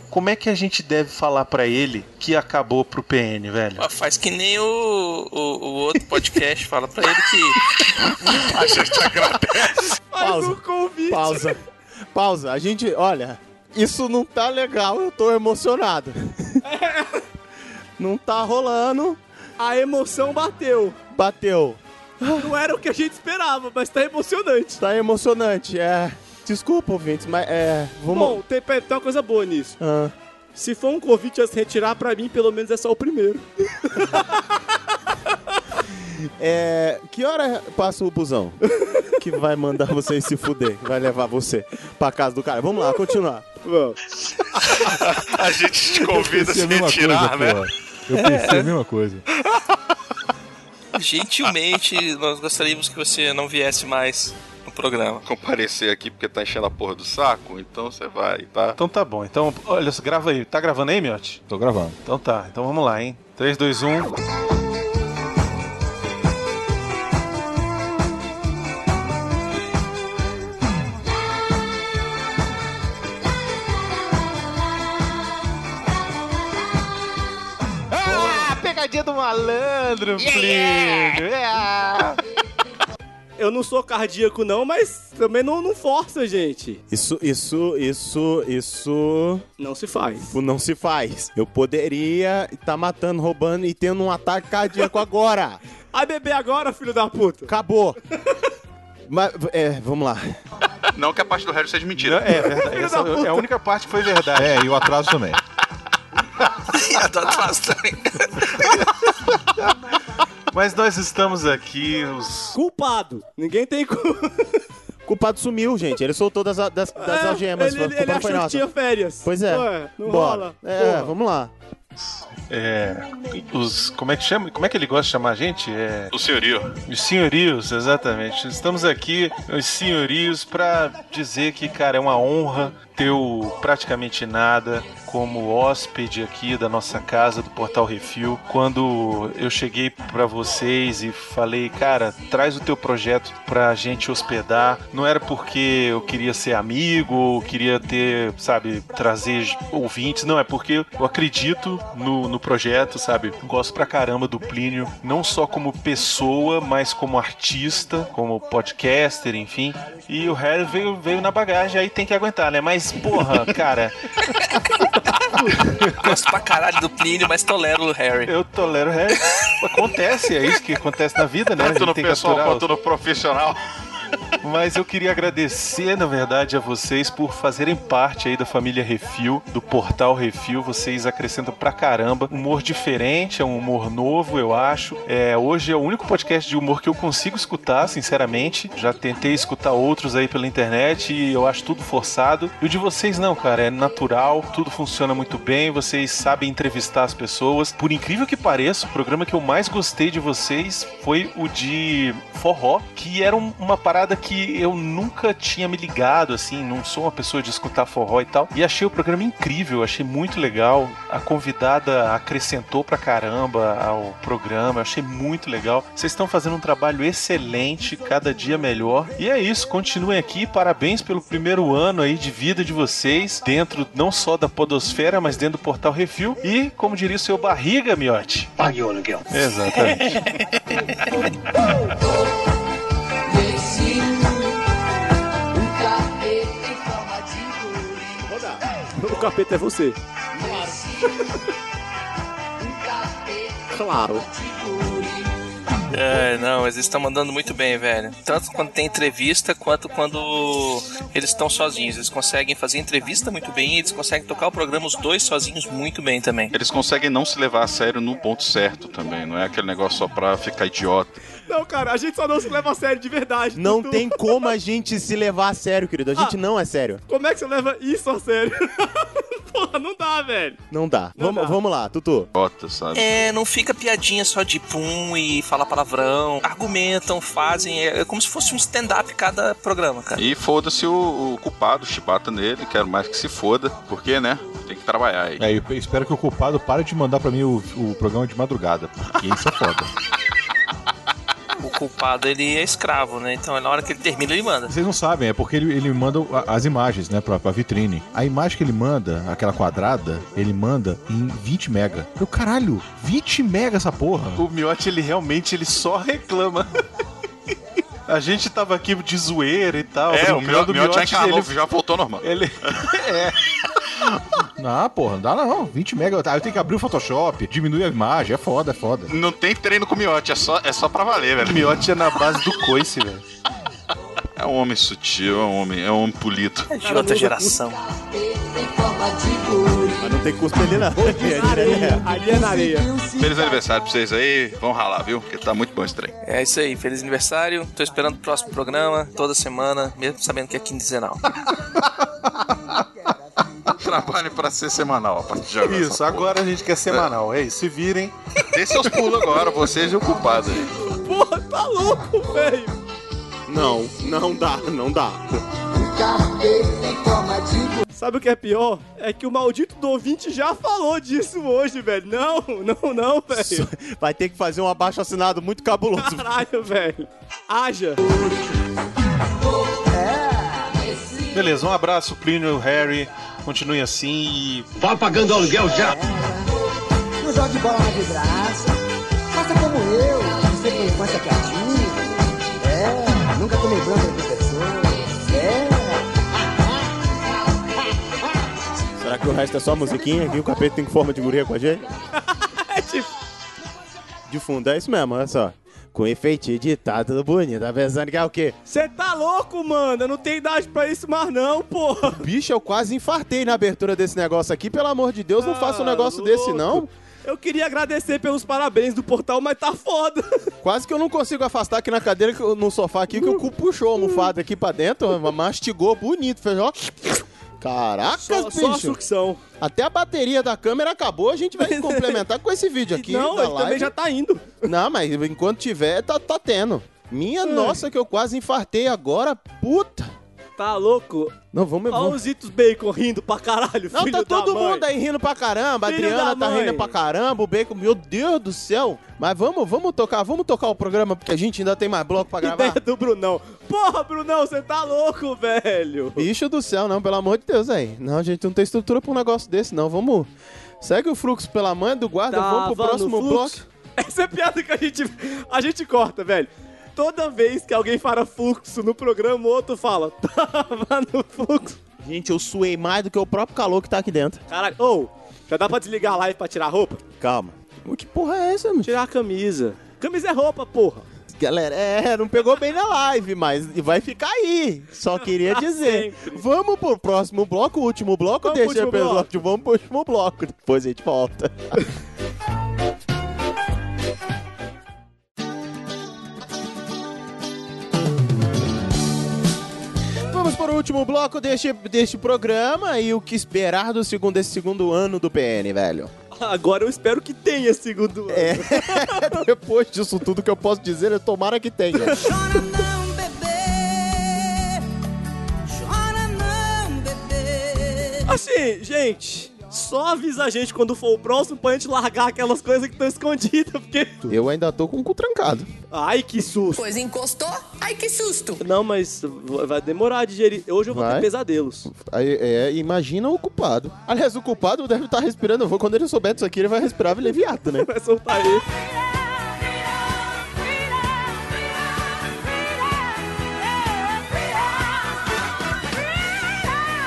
Speaker 25: como é que a gente deve falar pra ele que acabou pro PN, velho?
Speaker 9: Pô, Faz que nem o, o, o outro podcast fala pra ele que.
Speaker 16: a gente agradece.
Speaker 2: Pausa.
Speaker 25: né?
Speaker 2: Pausa. Pausa. A gente, olha, isso não tá legal, eu tô emocionado. não tá rolando.
Speaker 1: A emoção bateu.
Speaker 2: Bateu.
Speaker 1: Não era o que a gente esperava, mas tá emocionante.
Speaker 2: Tá emocionante, é. Desculpa, ouvintes, mas é. Vamos.
Speaker 1: Bom, tem, tem uma coisa boa nisso.
Speaker 2: Ah.
Speaker 1: Se for um convite a se retirar, pra mim, pelo menos é só o primeiro.
Speaker 2: É, que hora passa o busão que vai mandar vocês se fuder, que vai levar você pra casa do cara? Vamos lá, continuar.
Speaker 1: Vamos.
Speaker 9: A gente te convida a se
Speaker 6: pensei a mesma
Speaker 9: retirar,
Speaker 6: coisa,
Speaker 9: né?
Speaker 6: porra. Eu pensei a mesma coisa.
Speaker 9: Gentilmente, nós gostaríamos que você não viesse mais no programa.
Speaker 16: Comparecer aqui porque tá enchendo a porra do saco, então você vai, tá?
Speaker 25: Então tá bom. Então, olha, grava aí. Tá gravando aí, Miotti?
Speaker 6: Tô gravando.
Speaker 25: Então tá. Então vamos lá, hein? 3, 2, 1.
Speaker 26: Ah,
Speaker 25: pegadinha do malandro,
Speaker 26: Plínio.
Speaker 1: Eu não sou cardíaco, não, mas também não, não força, gente.
Speaker 2: Isso, isso, isso, isso.
Speaker 1: Não se faz.
Speaker 2: Não se faz. Eu poderia estar matando, roubando e tendo um ataque cardíaco agora.
Speaker 1: Vai beber agora, filho da puta.
Speaker 2: Acabou. Mas, é, vamos lá.
Speaker 16: Não que a parte do Harry seja mentira.
Speaker 25: é verdade. Essa é a única parte que foi verdade.
Speaker 6: É, e o atraso também.
Speaker 25: Mas nós estamos aqui, os
Speaker 1: Culpado. Ninguém tem culpa.
Speaker 2: O culpado sumiu, gente. Ele soltou das, das, das
Speaker 1: É,
Speaker 2: algemas.
Speaker 1: Ele,
Speaker 2: A culpa
Speaker 1: ele
Speaker 2: não
Speaker 1: achou
Speaker 2: foi
Speaker 1: que
Speaker 2: nossa.
Speaker 1: tinha férias.
Speaker 2: Pois é.
Speaker 1: Ué, não
Speaker 2: Bora.
Speaker 1: rola.
Speaker 2: É,
Speaker 1: Porra.
Speaker 2: vamos lá.
Speaker 25: É, os, como é que chama? Como é que ele gosta de chamar a gente? É,
Speaker 16: O senhorio.
Speaker 25: os senhorios, exatamente. Estamos aqui, os senhorios, pra dizer que, cara, é uma honra ter o praticamente nada como hóspede aqui da nossa casa do Portal Refil. Quando eu cheguei pra vocês e falei, cara, traz o teu projeto pra gente hospedar, não era porque eu queria ser amigo ou queria ter, sabe, trazer ouvintes, não, é porque eu acredito no, no projeto, sabe? Gosto pra caramba do Plínio, não só como pessoa, mas como artista, como podcaster, enfim. E o Harry veio, veio na bagagem, aí tem que aguentar, né? Mas, porra, cara,
Speaker 9: Gosto pra caralho do Plínio, mas tolero o Harry.
Speaker 25: eu tolero o Harry. Acontece, é isso que acontece na vida, né? A gente
Speaker 16: Tanto no
Speaker 25: tem que
Speaker 16: pessoal
Speaker 25: aturar
Speaker 16: quanto
Speaker 25: os-
Speaker 16: no profissional.
Speaker 25: Mas eu queria agradecer, na verdade, a vocês por fazerem parte aí da família Refil, do portal Refil. Vocês acrescentam pra caramba. Humor diferente, é um humor novo, eu acho. É, hoje é o único podcast de humor que eu consigo escutar, sinceramente. Já tentei escutar outros aí pela internet e eu acho tudo forçado. E o de vocês não, cara, é natural, tudo funciona muito bem, vocês sabem entrevistar as pessoas. Por incrível que pareça, o programa que eu mais gostei de vocês foi o de forró, que era um- uma parada que eu nunca tinha me ligado, assim, não sou uma pessoa de escutar forró e tal. E achei o programa incrível, achei muito legal. A convidada acrescentou pra caramba ao programa, eu achei muito legal. Vocês estão fazendo um trabalho excelente, cada dia melhor. E é isso, continuem aqui, parabéns pelo primeiro ano aí de vida de vocês, dentro não só da Podosfera, mas dentro do Portal Refil. E, como diria o seu barriga, miote.
Speaker 27: Pague o aluguel.
Speaker 25: Exatamente.
Speaker 1: O capeta é você.
Speaker 2: Claro.
Speaker 9: É, não, eles estão mandando muito bem, velho. Tanto quando tem entrevista, quanto quando eles estão sozinhos. Eles conseguem fazer entrevista muito bem e eles conseguem tocar o programa os dois sozinhos muito bem também.
Speaker 16: Eles conseguem não se levar a sério no ponto certo também. Não é aquele negócio só pra ficar idiota.
Speaker 1: Não, cara, a gente só não se leva a sério de verdade.
Speaker 2: Não
Speaker 1: Dudu.
Speaker 2: tem como a gente se levar a sério, querido. A
Speaker 1: Ah.
Speaker 2: gente não é sério.
Speaker 1: Como é que você leva isso a sério? Porra, não dá, velho.
Speaker 2: Não dá. vamos, vamos lá, Tutu.
Speaker 16: Bota, sabe?
Speaker 9: É, não fica piadinha só de pum e falar palavrão. Argumentam, fazem. É, é como se fosse um stand-up cada programa, cara.
Speaker 16: E foda-se o, o culpado, chibata nele, quero mais que se foda, porque, né? Tem que trabalhar aí.
Speaker 6: É, eu espero que o culpado pare de mandar pra mim o, o programa de madrugada, porque isso é foda.
Speaker 9: O culpado, ele é escravo, né? Então, na hora que ele termina, ele manda.
Speaker 6: Vocês não sabem, é porque ele, ele manda a- as imagens, né, pra, pra vitrine. A imagem que ele manda, aquela quadrada, ele manda em 20 mega. Eu, caralho, 20 mega essa porra.
Speaker 25: O Miotti, ele realmente ele só reclama. A gente tava aqui de zoeira e tal.
Speaker 16: É,
Speaker 6: um
Speaker 16: o
Speaker 25: brincando,
Speaker 16: Miotti já encarnou,
Speaker 25: ele-
Speaker 16: já voltou ao normal.
Speaker 25: Ele...
Speaker 6: Não, Ah, porra, não dá não. 20 mega. Aí eu tenho que abrir o Photoshop, diminuir a imagem, é foda, é foda.
Speaker 16: Não tem treino com o Miotti, é só, é só pra valer, velho.
Speaker 25: Miotti é na base do coice, velho.
Speaker 16: É um homem sutil, é um homem, é um homem polido.
Speaker 9: É de outra geração.
Speaker 2: Mas não tem custo ali, não.
Speaker 1: Ali é na areia.
Speaker 16: Feliz aniversário pra vocês aí, vão ralar, viu? Porque tá muito bom esse trem.
Speaker 9: É isso aí, feliz aniversário. Tô esperando o próximo programa, toda semana, mesmo sabendo que é quinzenal.
Speaker 25: trabalhem pra ser semanal a partir de agora. Isso, agora a gente quer semanal. Ei, se virem. Dê seus pulos agora, vocês e o culpado aí.
Speaker 1: Porra, tá louco, velho.
Speaker 2: Não, não dá, não dá.
Speaker 1: Sabe o que é pior? É que o maldito do ouvinte já falou disso hoje, velho. Não, não, não, velho.
Speaker 2: Vai ter que fazer um abaixo assinado muito cabuloso.
Speaker 1: Caralho, velho. Haja.
Speaker 25: Beleza, um abraço, Plínio, Harry. Continue assim e.
Speaker 28: Vá Tá pagando aluguel já!
Speaker 6: Não jogue bola na vidraça. Faça como eu, você com infância criativa. É, nunca tomei branco de pessoa. É.
Speaker 2: Será que o resto é só musiquinha? Aqui o capeta tem forma de guria com a gente?
Speaker 1: É tipo-
Speaker 2: De fundo, é isso mesmo, olha só. Com efeito de tá tudo bonito, tá pensando que é o quê?
Speaker 1: Você tá louco, mano? Eu não tenho idade pra isso mais, não, porra.
Speaker 2: Bicho, eu quase infartei na abertura desse negócio aqui. Pelo amor de Deus, não
Speaker 1: Ah,
Speaker 2: faça um negócio desse, não.
Speaker 1: Eu queria agradecer pelos parabéns do portal, mas tá foda.
Speaker 2: Quase que eu não consigo afastar aqui na cadeira, que eu- no sofá aqui, que o cu puxou a almofada aqui pra dentro, mastigou bonito, fez ó. Caraca,
Speaker 1: Só-
Speaker 2: bicho.
Speaker 1: só a sucção.
Speaker 2: Até a bateria da câmera acabou, a gente vai complementar com esse vídeo aqui.
Speaker 1: Não,
Speaker 2: da
Speaker 1: ele também
Speaker 2: live.
Speaker 1: já tá indo.
Speaker 2: Não, mas enquanto tiver, tá, tá tendo.
Speaker 1: É.
Speaker 2: Minha nossa, que eu quase infartei agora, puta.
Speaker 1: Tá louco?
Speaker 2: Não, vamos...
Speaker 1: Olha
Speaker 2: vamos...
Speaker 1: os Itos Bacon rindo pra caralho,
Speaker 2: Não,
Speaker 1: filho
Speaker 2: tá todo
Speaker 1: da mãe.
Speaker 2: mundo aí rindo pra caramba. A
Speaker 1: Filho
Speaker 2: Adriana
Speaker 1: da
Speaker 2: tá
Speaker 1: mãe.
Speaker 2: rindo pra caramba. O Bacon, meu Deus do céu. Mas vamos, vamos tocar, vamos tocar o programa, porque a gente ainda tem mais bloco pra gravar.
Speaker 1: Ideia é do Brunão. Porra, Brunão, você tá louco, velho.
Speaker 2: Bicho do céu, não, pelo amor de Deus aí. Não, gente, não tem estrutura pra um negócio desse, não. Vamos. Segue o fluxo pela mãe do guarda, Tá, vamos pro
Speaker 1: Tava no
Speaker 2: próximo bloco.
Speaker 1: Tá fluxo. Essa é a piada que a gente, a gente corta, velho. Toda vez que alguém fala fluxo no programa, o outro fala. Tava no fluxo.
Speaker 2: Gente, eu suei mais do que o próprio calor que tá aqui dentro.
Speaker 1: Caralho, ou, já dá pra desligar a live pra tirar a roupa?
Speaker 2: Calma.
Speaker 1: Que porra é essa, mano? Tirar a camisa. Camisa é roupa, porra.
Speaker 2: Galera, é, não pegou bem na live, mas vai ficar aí. Só queria dizer. vamos pro próximo bloco, o último bloco,
Speaker 1: Ah, Vamos pro
Speaker 2: deixa
Speaker 1: último
Speaker 2: pelo
Speaker 1: bloco.
Speaker 2: bloco. Vamos pro último bloco, depois a gente volta. Vamos para o último bloco deste, deste programa e o que esperar do segundo, desse segundo ano do PN, velho.
Speaker 1: Agora eu espero que tenha segundo ano.
Speaker 2: É. Depois disso tudo que eu posso dizer é tomara que tenha.
Speaker 1: Assim, gente, só avisa a gente quando for o próximo pra gente largar aquelas coisas que estão escondidas, porque.
Speaker 2: Eu ainda tô com o cu trancado.
Speaker 1: Ai, que susto!
Speaker 29: Pois encostou? Ai, que susto!
Speaker 1: Não, mas v- vai demorar a digerir. Hoje eu vou ter
Speaker 2: Vai.
Speaker 1: pesadelos.
Speaker 2: Aí, é, imagina o culpado. Aliás, o culpado deve estar respirando. Eu vou, quando ele souber disso aqui, ele vai respirar leviato, né?
Speaker 1: Vai soltar ele.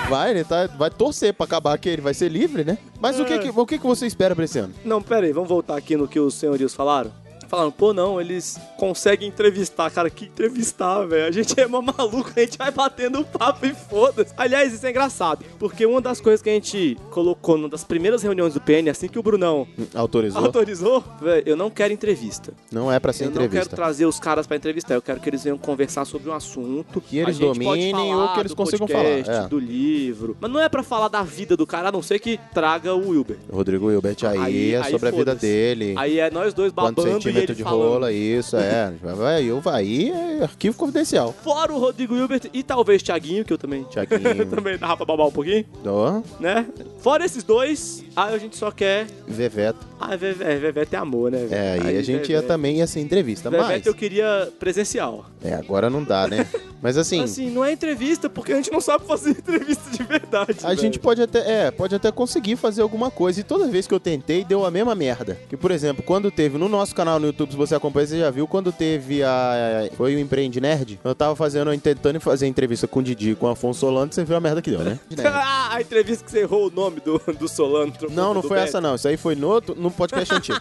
Speaker 2: Vai, ele tá, vai torcer pra acabar aqui, ele vai ser livre, né? Mas o, que, que- o que, que você espera pra esse ano?
Speaker 1: Não, pera aí, vamos voltar aqui no que os senhorios falaram? Falaram, pô, não, eles conseguem entrevistar. Cara, que entrevistar, velho? A gente é mó maluco, a gente vai batendo um papo e foda-se. Aliás, isso é engraçado, porque uma das coisas que a gente colocou numa das primeiras reuniões do PN, assim que o Brunão
Speaker 2: Autorizou?
Speaker 1: autorizou, velho, eu não quero entrevista.
Speaker 2: Não é pra ser
Speaker 1: eu não quero
Speaker 2: entrevista.
Speaker 1: trazer os caras pra entrevistar, eu quero que eles venham conversar sobre um assunto.
Speaker 2: Que eles
Speaker 1: a gente pode
Speaker 2: dominem
Speaker 1: falar
Speaker 2: ou que eles
Speaker 1: do
Speaker 2: consigam
Speaker 1: podcast,
Speaker 2: falar, é.
Speaker 1: Do livro. Mas não é pra falar da vida do cara, a não ser que traga o Wilber.
Speaker 2: Rodrigo Hilbert aí, é
Speaker 1: aí
Speaker 2: sobre a vida
Speaker 1: foda-se.
Speaker 2: dele.
Speaker 1: Aí é nós dois
Speaker 2: Quanto
Speaker 1: babando e
Speaker 2: centímetro
Speaker 1: ele
Speaker 2: de
Speaker 1: falando.
Speaker 2: rola, isso, é. Vai, vai, eu vai, aí é arquivo confidencial.
Speaker 1: Fora o Rodrigo Hilbert e talvez Thiaguinho, que eu também.
Speaker 2: Thiaguinho.
Speaker 1: também dá pra babar um pouquinho,
Speaker 2: Ó,
Speaker 1: né? Fora esses dois, aí a gente só quer.
Speaker 2: Veveto.
Speaker 1: Ah, Vevé, Vevé tem amor, né? velho?
Speaker 2: É, aí, a gente ia
Speaker 1: Vevé-
Speaker 2: também ia ser entrevista,
Speaker 1: Vevé
Speaker 2: mas...
Speaker 1: eu queria presencial.
Speaker 2: É, agora não dá, né? Mas assim...
Speaker 1: Assim, não é entrevista, porque a gente não sabe fazer entrevista de verdade.
Speaker 2: A gente pode até, é, pode até conseguir fazer alguma coisa. E toda vez que eu tentei, deu a mesma merda. Que, por exemplo, quando teve no nosso canal no YouTube, se você acompanha, você já viu, quando teve a. Foi o Empreende Nerd? Eu tava fazendo, eu tentando fazer entrevista com o Didi e com o Afonso Solano, você viu a merda que deu, né?
Speaker 1: Ah, a entrevista que você errou o nome do, do Solano. trocou
Speaker 2: Não,
Speaker 1: pro
Speaker 2: não
Speaker 1: do
Speaker 2: foi
Speaker 1: Beto.
Speaker 2: essa não. Isso aí foi no, outro- no podcast antigo.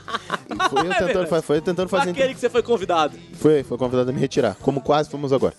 Speaker 2: Foi eu tentando, fa- foi eu tentando fazer.
Speaker 1: Aquele que você foi convidado.
Speaker 2: Foi, foi convidado a me retirar, como quase fomos agora.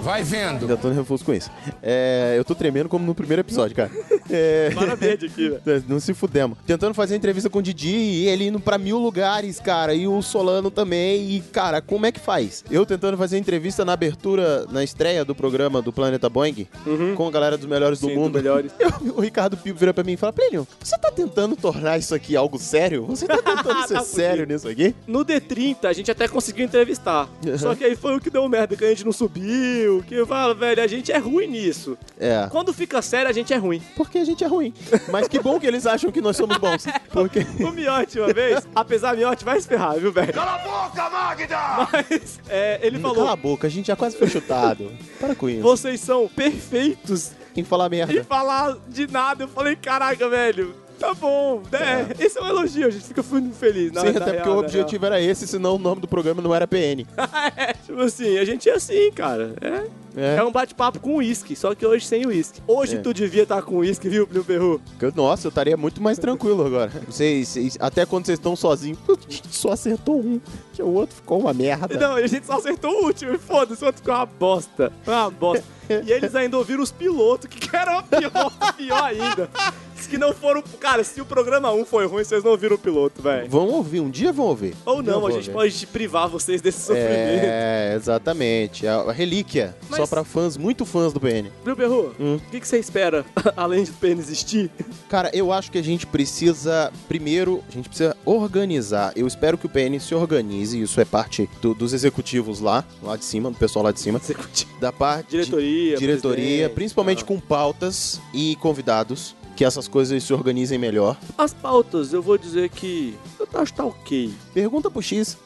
Speaker 2: Vai vendo. Ainda tô nervoso com isso. É, eu tô tremendo como no primeiro episódio, cara. É...
Speaker 1: Vara verde aqui, velho.
Speaker 2: Não se fudemos. Tentando fazer entrevista com o Didi e ele indo pra mil lugares, cara. E o Solano também. E, cara, como é que faz? Eu tentando fazer entrevista na abertura, na estreia do programa do Planeta Boing com a galera dos melhores do
Speaker 1: Uhum. Sim,
Speaker 2: mundo.
Speaker 1: dos melhores.
Speaker 2: Eu- o Ricardo Pio vira pra mim e fala: Plínio, você tá tentando tornar isso aqui algo sério? Você tá tentando ser sério nisso aqui?
Speaker 1: No D30, a gente até conseguiu entrevistar.
Speaker 2: Uhum.
Speaker 1: Só que aí foi o que deu merda, que a gente não subiu. Que eu falo, velho, a gente é ruim nisso.
Speaker 2: É.
Speaker 1: Quando fica sério, a gente é ruim.
Speaker 2: Porque a gente é ruim. Mas que bom que eles acham que nós somos bons. Porque...
Speaker 1: O Miotti, uma vez, apesar do Miotti, vai se ferrar, viu, velho? Cala a boca, Magda! Mas, é, ele falou...
Speaker 2: Cala a boca, a gente já quase foi chutado. Para com isso.
Speaker 1: Vocês são perfeitos
Speaker 2: em falar merda.
Speaker 1: em falar de nada. Eu falei, caraca, velho, tá bom. né? Esse é um elogio, a gente fica muito feliz. Na
Speaker 2: Sim,
Speaker 1: na
Speaker 2: até
Speaker 1: é real, né?
Speaker 2: porque o
Speaker 1: na
Speaker 2: objetivo era esse, senão o nome do programa não era PN.
Speaker 1: É, tipo assim, a gente é assim, cara. É,
Speaker 2: É.
Speaker 1: é. um bate-papo com uísque, só que hoje sem uísque. Hoje
Speaker 2: É.
Speaker 1: tu devia estar com uísque, viu, Plio Perru?
Speaker 2: Que eu- Nossa, eu estaria muito mais tranquilo agora. Vocês, vocês- até quando vocês estão sozinhos, putz, a gente só acertou um, que o outro ficou uma merda.
Speaker 1: Não, a gente só acertou o último, e foda-se, o outro ficou uma bosta. Uma bosta. E eles ainda ouviram os pilotos, que eram a pior, pior ainda. Diz que não foram. Cara, se o programa 1 foi ruim, vocês não ouviram o piloto, velho.
Speaker 2: Vão ouvir, um dia vão ouvir.
Speaker 1: é. Ou
Speaker 2: Um dia
Speaker 1: não,
Speaker 2: vão
Speaker 1: a gente
Speaker 2: ouvir.
Speaker 1: pode privar vocês desse sofrimento.
Speaker 2: É, exatamente. A a relíquia.
Speaker 1: Mas-
Speaker 2: Só pra fãs, muito fãs do PN.
Speaker 1: Viu, Perru?
Speaker 2: Hum.
Speaker 1: O que, que você espera, além de pênis existir?
Speaker 2: Cara, eu acho que a gente precisa, primeiro, a gente precisa organizar. Eu espero que o PN se organize, isso é parte do- dos executivos lá, lá de cima, do pessoal lá de cima.
Speaker 1: Executivo.
Speaker 2: Da parte.
Speaker 1: Diretoria,
Speaker 2: Diretoria,
Speaker 1: presidente, Ah.
Speaker 2: principalmente com pautas e convidados. Que essas coisas se organizem melhor.
Speaker 1: As pautas, eu vou dizer que. Eu acho que tá ok.
Speaker 2: Pergunta pro X.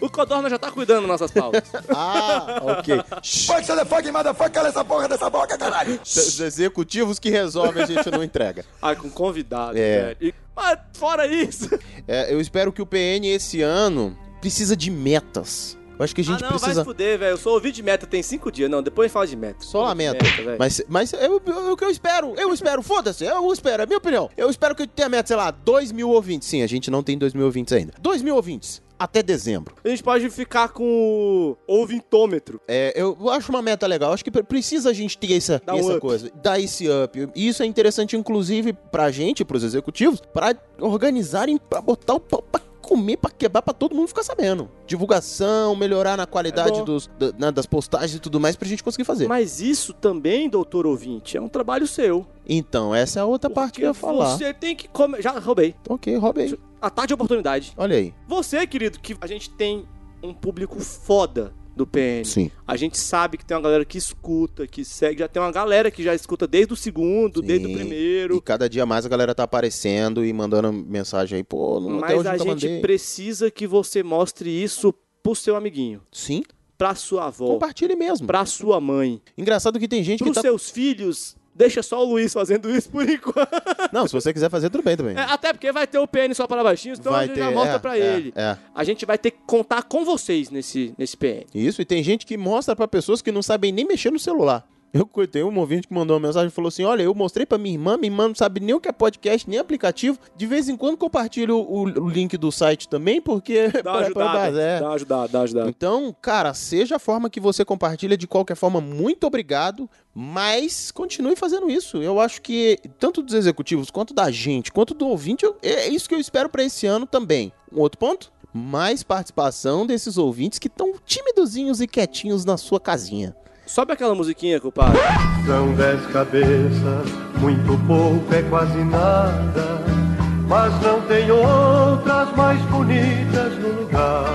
Speaker 1: o Codorna já tá cuidando das nossas pautas.
Speaker 2: ah, ok. Fuck,
Speaker 1: motherfucking é motherfucker, cala essa porra dessa boca, caralho!
Speaker 2: Os executivos que resolvem, a gente não entrega.
Speaker 1: Ah, com convidado,
Speaker 2: É.
Speaker 1: velho. E- Mas fora isso...
Speaker 2: É, eu espero que o PN esse ano precisa de metas. Eu acho que a gente
Speaker 1: ah, não, vai
Speaker 2: precisa.
Speaker 1: se fuder, velho. Eu sou ouvido de meta, tem cinco dias. Não, depois a gente fala de meta.
Speaker 2: Só lamento. mas mas é, o- é o que eu espero. Eu espero, foda-se. Eu espero, é minha opinião. Eu espero que eu tenha meta, sei lá, 2 mil ouvintes. Sim, a gente não tem 2 mil ouvintes ainda. 2 mil ouvintes. Até dezembro.
Speaker 1: A gente pode ficar com o ouvintômetro.
Speaker 2: É, eu acho uma meta legal. Acho que pre- precisa a gente ter essa,
Speaker 1: Dá um
Speaker 2: essa
Speaker 1: up.
Speaker 2: coisa. Dar esse up. E isso é interessante, inclusive, pra gente, pros executivos, pra organizarem, pra botar o pau pra comer, pra quebrar, pra todo mundo ficar sabendo. Divulgação, melhorar na qualidade
Speaker 1: É bom.
Speaker 2: dos, da- na- das postagens e tudo mais, pra gente conseguir fazer.
Speaker 1: Mas isso também, doutor ouvinte, é um trabalho seu.
Speaker 2: Então, essa é a outra parte que eu ia falar. Tá
Speaker 1: Você tem que... Come... Já roubei.
Speaker 2: Ok, roubei.
Speaker 1: Ataque de oportunidade.
Speaker 2: Olha aí.
Speaker 1: Você, querido, que a gente tem um público foda do PN.
Speaker 2: Sim.
Speaker 1: A gente sabe que tem uma galera que escuta, que segue. Já tem uma galera que já escuta desde o segundo, desde o
Speaker 2: Sim.
Speaker 1: primeiro.
Speaker 2: E cada dia mais a galera tá aparecendo e mandando mensagem aí, pô, não, até
Speaker 1: Mas
Speaker 2: hoje
Speaker 1: a
Speaker 2: nunca
Speaker 1: gente
Speaker 2: mandei.
Speaker 1: precisa que você mostre isso pro seu amiguinho.
Speaker 2: Sim.
Speaker 1: Pra sua avó.
Speaker 2: Compartilhe mesmo.
Speaker 1: Pra sua mãe.
Speaker 2: Engraçado que tem gente
Speaker 1: Pros
Speaker 2: que tá...
Speaker 1: seus filhos. Deixa só o Luiz fazendo isso por enquanto.
Speaker 2: Não, se você quiser fazer, tudo bem também.
Speaker 1: É, até porque vai ter o PN só para baixinhos, então
Speaker 2: Vai
Speaker 1: a gente já
Speaker 2: ter,
Speaker 1: mostra
Speaker 2: é,
Speaker 1: pra
Speaker 2: é,
Speaker 1: ele.
Speaker 2: é.
Speaker 1: A gente vai ter que contar com vocês nesse, nesse PN.
Speaker 2: Isso, e tem gente que mostra pra pessoas que não sabem nem mexer no celular. Eu coitei um ouvinte que mandou uma mensagem e falou assim: Olha, eu mostrei pra minha irmã, minha irmã não sabe nem o que é podcast, nem aplicativo. De vez em quando compartilho o, o link do site também, porque. é
Speaker 1: Dá uma ajudada, dá uma ajudada, dá uma ajudada.
Speaker 2: Então, cara, seja a forma que você compartilha, de qualquer forma, muito obrigado, mas continue fazendo isso. Eu acho que tanto dos executivos, quanto da gente, quanto do ouvinte, eu- é isso que eu espero pra esse ano também. Um outro ponto? Mais participação desses ouvintes que estão timidozinhos e quietinhos na sua casinha.
Speaker 1: Sobe aquela musiquinha, compadre.
Speaker 14: São dez cabeças, muito pouco é quase nada. Mas não tem outras mais bonitas no lugar.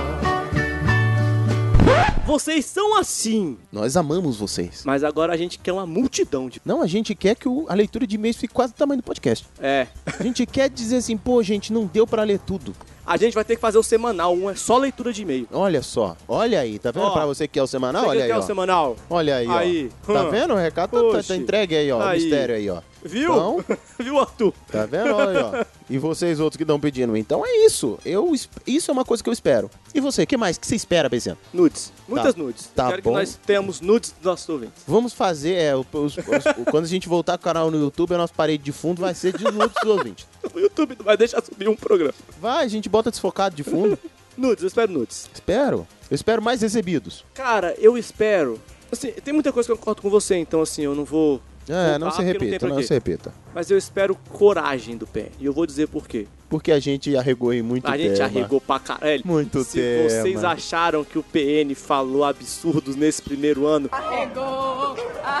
Speaker 1: Vocês são assim.
Speaker 2: Nós amamos vocês.
Speaker 1: Mas agora a gente quer uma multidão de.
Speaker 2: Não, a gente quer que o- a leitura de e-mails fique quase do tamanho do podcast.
Speaker 1: É.
Speaker 2: A gente quer dizer assim, pô, gente, não deu pra ler tudo.
Speaker 1: A gente vai ter que fazer o semanal, um é só leitura de e-mail.
Speaker 2: Olha só, olha aí, tá vendo?
Speaker 1: Ó,
Speaker 2: pra você que é o semanal,
Speaker 1: você que
Speaker 2: olha aí.
Speaker 1: quer o
Speaker 2: ó.
Speaker 1: semanal?
Speaker 2: Olha aí, ó.
Speaker 1: Aí.
Speaker 2: Tá
Speaker 1: Hum.
Speaker 2: vendo? O recado tá- tá,
Speaker 1: Oxe.
Speaker 2: tá entregue aí, ó. O
Speaker 1: Aí.
Speaker 2: mistério aí, ó.
Speaker 1: Viu?
Speaker 2: Então,
Speaker 1: Viu, Arthur?
Speaker 2: Tá vendo? Olha, ó. E vocês outros que estão pedindo. Então é isso. Eu, es- isso é uma coisa que eu espero. E você, o que mais? O que você espera, Bezerra?
Speaker 1: Nudes. Muitas
Speaker 2: Tá.
Speaker 1: nudes.
Speaker 2: Tá
Speaker 1: Quero
Speaker 2: bom.
Speaker 1: que nós temos nudes dos nossos ouvintes.
Speaker 2: Vamos fazer, é, o- os- os- o- quando a gente voltar com o canal no YouTube, a nossa parede de fundo vai ser de nudes dos ouvintes.
Speaker 1: O YouTube não vai deixar subir um programa.
Speaker 2: Vai, a gente bota desfocado de fundo.
Speaker 1: nudes, eu espero nudes.
Speaker 2: Espero. Eu espero mais recebidos.
Speaker 1: Cara, eu espero. Assim, tem muita coisa que eu concordo com você, então assim, eu não vou
Speaker 2: É,
Speaker 1: Vou
Speaker 2: não
Speaker 1: falar
Speaker 2: se
Speaker 1: porque tem
Speaker 2: repita,
Speaker 1: pra
Speaker 2: não,
Speaker 1: quê.
Speaker 2: se repita.
Speaker 1: Mas eu espero coragem do PN. E eu vou dizer por quê.
Speaker 2: Porque a gente arregou em muito
Speaker 1: a
Speaker 2: tema.
Speaker 1: gente arregou pra caralho.
Speaker 2: Muito
Speaker 1: Se
Speaker 2: tema.
Speaker 1: vocês acharam que o PN falou absurdos nesse primeiro ano,
Speaker 23: Arregou,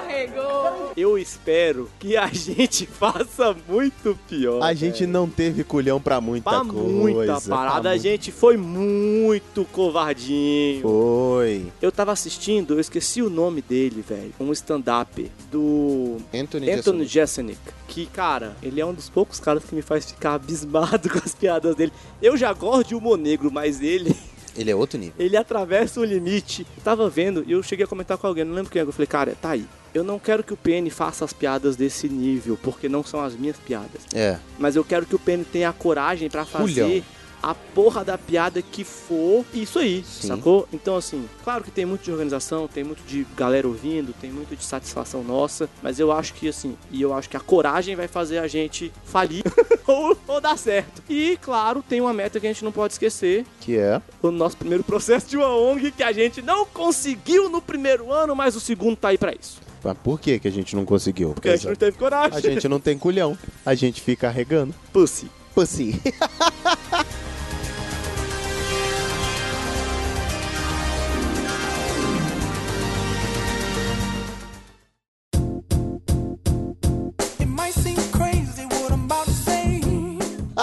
Speaker 23: arregou.
Speaker 1: eu espero que a gente faça muito pior.
Speaker 2: A gente não teve culhão pra muita
Speaker 1: Pra
Speaker 2: coisa. tá
Speaker 1: muita parada, a
Speaker 2: pra
Speaker 1: gente foi muito covardinho.
Speaker 2: Foi.
Speaker 1: Eu tava assistindo, eu esqueci o nome dele, velho. Um stand-up do
Speaker 2: Anthony
Speaker 1: Anthony Jeselnik. Que, cara, ele é um dos poucos caras que me faz ficar abismado com as piadas dele. Eu já gosto de humor negro, mas ele.
Speaker 2: Ele é outro nível.
Speaker 1: Ele atravessa o limite. Eu tava vendo e eu cheguei a comentar com alguém, não lembro quem é. Eu falei, cara, tá aí. Eu não quero que o PN faça as piadas desse nível, porque não são as minhas piadas.
Speaker 2: É.
Speaker 1: Mas eu quero que o PN tenha a coragem pra fazer
Speaker 2: Culhão.
Speaker 1: a porra da piada que for isso aí, sacou? Então, assim, claro que tem muito de organização, tem muito de galera ouvindo, tem muito de satisfação nossa, mas eu acho que, assim, e eu acho que a coragem vai fazer a gente falir ou, ou dar certo. E, claro, tem uma meta que a gente não pode esquecer,
Speaker 2: Que é?
Speaker 1: o nosso primeiro processo de uma ONG que a gente não conseguiu no primeiro ano, mas o segundo tá aí pra isso.
Speaker 2: Mas por que que a gente não conseguiu?
Speaker 1: Porque a gente não teve coragem.
Speaker 2: A gente não tem culhão. A gente fica arregando.
Speaker 1: Pussy.
Speaker 2: Pussy.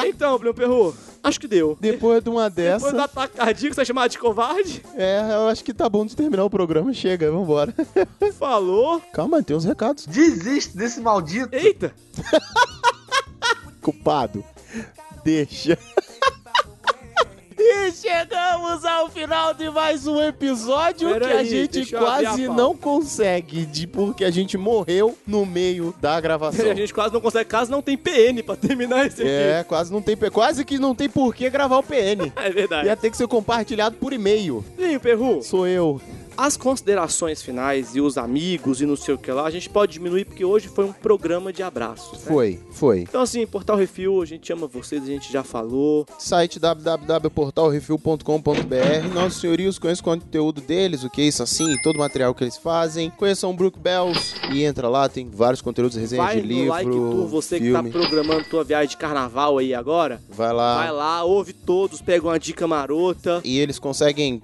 Speaker 1: Então, Bruno Perru, acho que deu.
Speaker 2: Depois de uma dessa.
Speaker 1: Depois da tacadinha que você chamava de covarde,
Speaker 2: É, eu acho que tá bom de terminar o programa. Chega, vambora. É.
Speaker 1: Falou.
Speaker 2: Calma, tem uns recados.
Speaker 15: Desiste desse maldito.
Speaker 1: Eita.
Speaker 2: Culpado. Deixa.
Speaker 1: E chegamos ao final de mais um episódio
Speaker 2: que a gente quase não consegue, de, porque a gente morreu no meio da gravação.
Speaker 1: A gente quase não consegue, caso não tem PN pra terminar esse
Speaker 2: É,
Speaker 1: aqui.
Speaker 2: quase não tem, pe- quase que não tem por que gravar o PN.
Speaker 1: É verdade.
Speaker 2: Ia ter que ser compartilhado por e-mail.
Speaker 1: Sim, Perru.
Speaker 2: Sou eu.
Speaker 1: As considerações finais e os amigos e não sei o que lá, a gente pode diminuir porque hoje foi um programa de abraços. né?
Speaker 2: Foi, foi.
Speaker 1: Então assim, Portal Refil, a gente ama vocês, a gente já falou.
Speaker 2: Site www.portalrefil.com.br. Nossos senhorios conheçam o conteúdo deles, o que é isso assim, todo o material que eles fazem. Conheçam o Brook Bells e entra lá, tem vários conteúdos, resenha
Speaker 1: Vai
Speaker 2: de
Speaker 1: no
Speaker 2: livro,
Speaker 1: Like Tour, você
Speaker 2: filme. Ah.
Speaker 1: que tá programando tua viagem de carnaval aí agora.
Speaker 2: Vai lá.
Speaker 1: Vai lá, ouve todos, pega uma dica marota.
Speaker 2: E eles conseguem,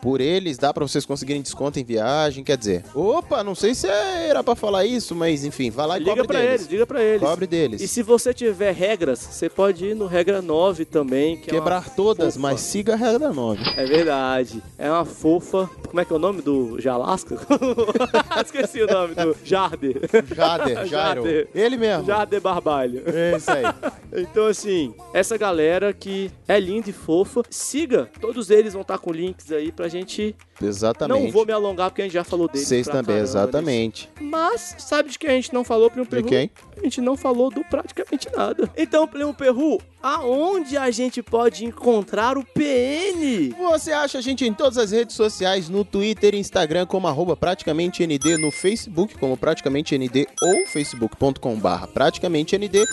Speaker 2: por eles, dá pra vocês conseguirem desconto em viagem, quer dizer. Opa, não sei se era pra falar isso, mas enfim, vai lá e
Speaker 1: Liga
Speaker 2: cobre
Speaker 1: pra
Speaker 2: deles.
Speaker 1: eles, liga pra eles.
Speaker 2: Cobre deles.
Speaker 1: E se você tiver regras, você pode ir no regra 9 também. Que
Speaker 2: Quebrar
Speaker 1: é uma
Speaker 2: todas,
Speaker 1: fofa.
Speaker 2: mas siga a regra 9.
Speaker 1: É verdade. É uma fofa. Como é que é o nome do Jalasca? Esqueci o nome do Jarder.
Speaker 2: Jader, Jairo. Ele mesmo.
Speaker 1: Jarder Barbalho.
Speaker 2: É isso aí.
Speaker 1: Então, assim, essa galera que é linda e fofa, siga. Todos eles vão estar com links aí pra gente.
Speaker 2: Exatamente.
Speaker 1: Não vou me alongar porque a gente já falou deles.
Speaker 2: Vocês
Speaker 1: pra
Speaker 2: também,
Speaker 1: caramba,
Speaker 2: exatamente.
Speaker 1: Mas sabe de quem a gente não falou, Primo Perru?
Speaker 2: quem?
Speaker 1: A gente não falou do praticamente nada. Então, Primo Perru, aonde a gente pode encontrar o PN?
Speaker 2: Você acha a gente em todas as redes sociais, no Twitter e Instagram como arroba praticamente ND, no Facebook como praticamente ND ou facebook.com barra praticamente ND,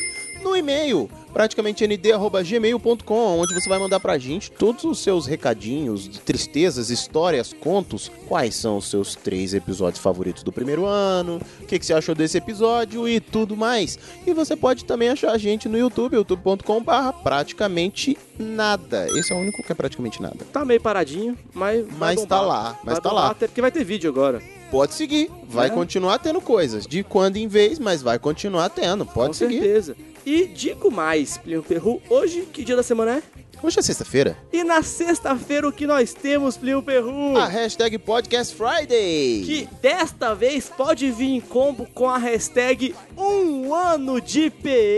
Speaker 2: no e-mail praticamente nd@gmail.com, onde você vai mandar pra gente todos os seus recadinhos, tristezas, histórias, contos, quais são os seus três episódios favoritos do primeiro ano, o que, que você achou desse episódio e tudo mais. E você pode também achar a gente no YouTube, youtube.com barra praticamente nada. Esse é o único que é praticamente nada.
Speaker 1: Tá meio paradinho, mas. vai
Speaker 2: Mas tá
Speaker 1: bombar.
Speaker 2: lá, mas
Speaker 1: Vai
Speaker 2: tá
Speaker 1: bombar,
Speaker 2: lá.
Speaker 1: Até porque vai ter vídeo agora.
Speaker 2: Pode seguir, vai
Speaker 1: É.
Speaker 2: continuar tendo coisas, de quando em vez, mas vai continuar tendo, pode
Speaker 1: Com
Speaker 2: seguir.
Speaker 1: certeza. E digo mais, Primo Perru, hoje, que dia da semana é?
Speaker 2: Hoje é sexta-feira.
Speaker 1: E na sexta-feira, o que nós temos, Primo Perru?
Speaker 2: A hashtag Podcast Friday.
Speaker 1: Que desta vez pode vir em combo com a hashtag Um Ano de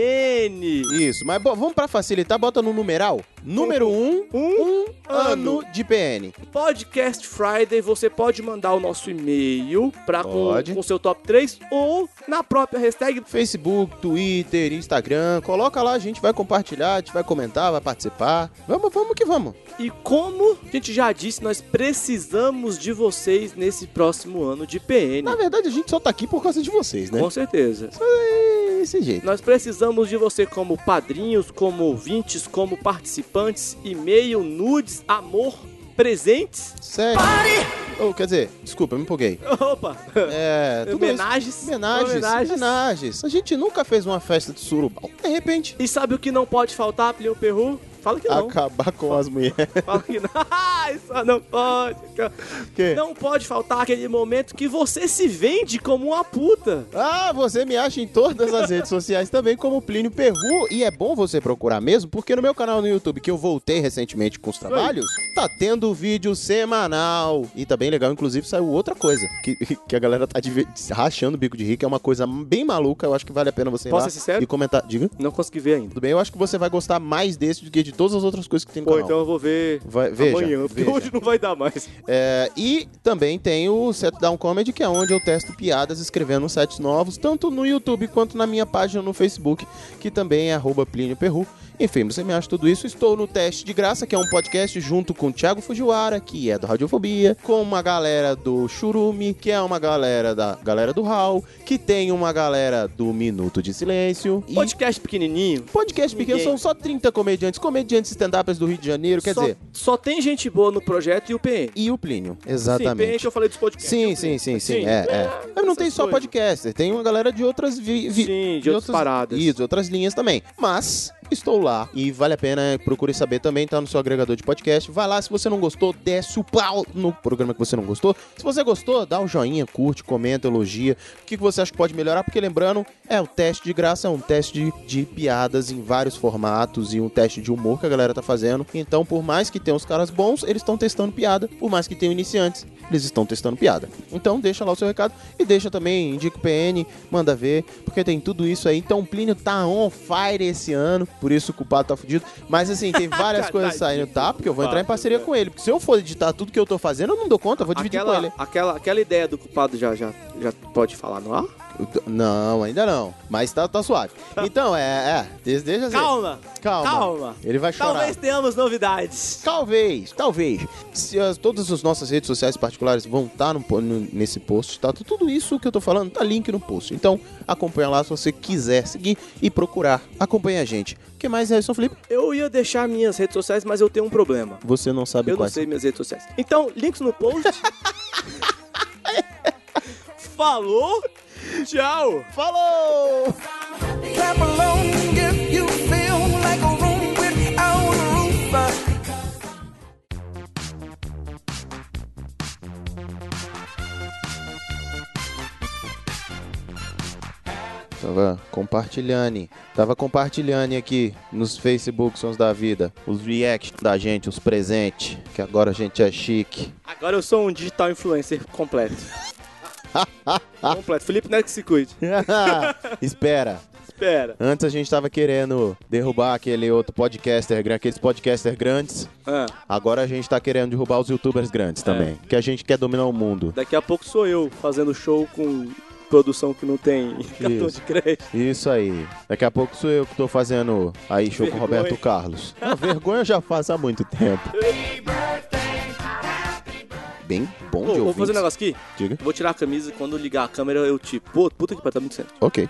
Speaker 1: PN.
Speaker 2: Isso, mas bo- vamos pra facilitar, bota no numeral. Número 1, um,
Speaker 1: um,
Speaker 2: ano. de PN.
Speaker 1: Podcast Friday, você pode mandar o nosso e-mail pra com
Speaker 2: Pode.
Speaker 1: com o seu top 3 ou na própria hashtag.
Speaker 2: Facebook, Twitter, Instagram, coloca lá, a gente vai compartilhar, a gente vai comentar, vai participar. Vamos, vamos que vamos.
Speaker 1: E como a gente já disse, nós precisamos de vocês nesse próximo ano de PN.
Speaker 2: Na verdade, a gente só tá aqui por causa de vocês, né?
Speaker 1: Com certeza.
Speaker 2: É Desse jeito.
Speaker 1: Nós precisamos de você como padrinhos, como ouvintes, como participantes, e-mail, nudes, amor, presentes.
Speaker 2: Sério?
Speaker 1: Pare!
Speaker 2: Ou, quer dizer, desculpa, eu me empolguei.
Speaker 1: Opa!
Speaker 2: É, tudo isso-
Speaker 1: Homenagens.
Speaker 2: Homenagens.
Speaker 1: Homenagens.
Speaker 2: homenagens. A gente nunca fez uma festa de surubal. De repente.
Speaker 1: E sabe o que não pode faltar, Plio Perru? Fala que não.
Speaker 2: Acabar com as mulheres.
Speaker 1: Fala que não. Ah, Isso não pode.
Speaker 2: É.
Speaker 1: Não pode faltar aquele momento que você se vende como uma puta.
Speaker 2: Ah, você me acha em todas as redes sociais também como Plínio Perru. E é bom você procurar mesmo, porque no meu canal no YouTube, que eu voltei recentemente com os trabalhos, tá tendo vídeo semanal. E tá bem legal, inclusive saiu outra coisa, que, que a galera tá diver- rachando o bico de rico. É uma coisa bem maluca, eu acho que vale a pena você ir
Speaker 1: Posso
Speaker 2: lá
Speaker 1: ser sincero?
Speaker 2: e comentar. Diga.
Speaker 1: Não consegui ver ainda.
Speaker 2: Tudo bem, eu acho que você vai gostar mais desse do que de todas as outras coisas que tem no
Speaker 1: Pô,
Speaker 2: canal.
Speaker 1: então eu vou ver
Speaker 2: Vai- veja,
Speaker 1: amanhã, porque
Speaker 2: veja.
Speaker 1: hoje não vai dar mais.
Speaker 2: É, e também tem o Set Down Comedy, que é onde eu testo piadas escrevendo sites novos, tanto no YouTube quanto na minha página no Facebook, que também é arroba Plínio Perru. Enfim, você me acha tudo isso. Estou no Teste de Graça, que é um podcast junto com o Thiago Fujiwara, que é do Radiofobia, com uma galera do Churume, que é uma galera da galera do Hall, que tem uma galera do Minuto de Silêncio. E
Speaker 1: Podcast pequenininho.
Speaker 2: podcast pequeno,
Speaker 1: Ninguém.
Speaker 2: são só 30 comediantes, comediantes stand-ups do Rio de Janeiro, quer
Speaker 1: só,
Speaker 2: dizer...
Speaker 1: Só tem gente boa no projeto e o PN.
Speaker 2: E o Plínio,
Speaker 1: Sim, PN
Speaker 2: exatamente.
Speaker 1: que eu falei dos podcasts.
Speaker 2: Sim, sim, sim, sim,
Speaker 1: Sim.
Speaker 2: é, é. Mas não tem só podcaster, tem uma galera de outras... Vi, vi-
Speaker 1: Sim, de, outras paradas.
Speaker 2: Isso, de outras linhas também. Mas estou lá e vale a pena, é, procure saber também, tá no seu agregador de podcast. Vai lá, se você não gostou, desce o pau no programa que você não gostou. Se você gostou, dá um joinha, curte, comenta, elogia. O que que você acha que pode melhorar? Porque lembrando, é um teste de graça, é um teste de, de piadas em vários formatos e um teste de humor que a galera tá fazendo. Então, por mais que tenha os caras bons, eles estão testando piada. Por mais que tenham iniciantes, eles estão testando piada. Então deixa lá o seu recado e deixa também, indica o PN, manda ver, porque tem tudo isso aí. Então o Plínio tá on fire esse ano, por isso o culpado tá fudido. Mas assim, tem várias coisas saindo, tá? Porque eu vou entrar em parceria com ele. Porque se eu for editar tudo que eu tô fazendo, eu não dou conta, eu vou dividir
Speaker 1: aquela,
Speaker 2: com ele.
Speaker 1: Aquela, aquela ideia do culpado já, já, já pode falar, não é?
Speaker 2: Não, ainda não. Mas tá, tá suave. Então, é, é. Deixa, deixa assim.
Speaker 1: Calma,
Speaker 2: Calma.
Speaker 1: calma.
Speaker 2: Ele vai chorar.
Speaker 1: Talvez tenhamos novidades.
Speaker 2: Talvez, talvez. Se as- todas as nossas redes sociais particulares vão estar no po- no- nesse post, tá? Tudo isso que eu tô falando tá link no post. Então, acompanha lá se você quiser seguir e procurar. Acompanha a gente. O que mais, Harrison Felipe?
Speaker 1: Eu ia deixar minhas redes sociais, mas eu tenho um problema.
Speaker 2: Você não sabe
Speaker 1: Eu não
Speaker 2: quais.
Speaker 1: sei minhas redes sociais. Então, links no post. Falou. Tchau.
Speaker 2: Falou.
Speaker 17: Clap along if you feel like a room without a roof.
Speaker 2: Tava compartilhando. Tava compartilhando aqui nos Facebook Sons da Vida. Os reacts da gente, os presentes. Que agora a gente é chique.
Speaker 1: Agora eu sou um digital influencer completo. completo. Felipe Neto que se cuide.
Speaker 2: Espera.
Speaker 1: Espera.
Speaker 2: Antes a gente tava querendo derrubar aquele outro podcaster, gran- aqueles podcasters grandes.
Speaker 1: Ah.
Speaker 2: Agora a gente tá querendo derrubar os youtubers
Speaker 1: É.
Speaker 2: grandes também. Que a gente quer dominar o mundo.
Speaker 1: Daqui a pouco sou eu fazendo show com produção que não tem cartão de
Speaker 2: Isso.
Speaker 1: crédito.
Speaker 2: Isso aí. Daqui a pouco sou eu que tô fazendo aí show com o
Speaker 1: Vergonha.
Speaker 2: Roberto Carlos. Não, vergonha eu já faço há muito tempo. Bem bom
Speaker 1: Pô,
Speaker 2: de
Speaker 1: vou
Speaker 2: ouvir.
Speaker 1: fazer um negócio aqui.
Speaker 2: Diga.
Speaker 1: Vou tirar a camisa e quando ligar a câmera eu tipo, pô, puta que pariu, tá muito certo.
Speaker 2: Ok.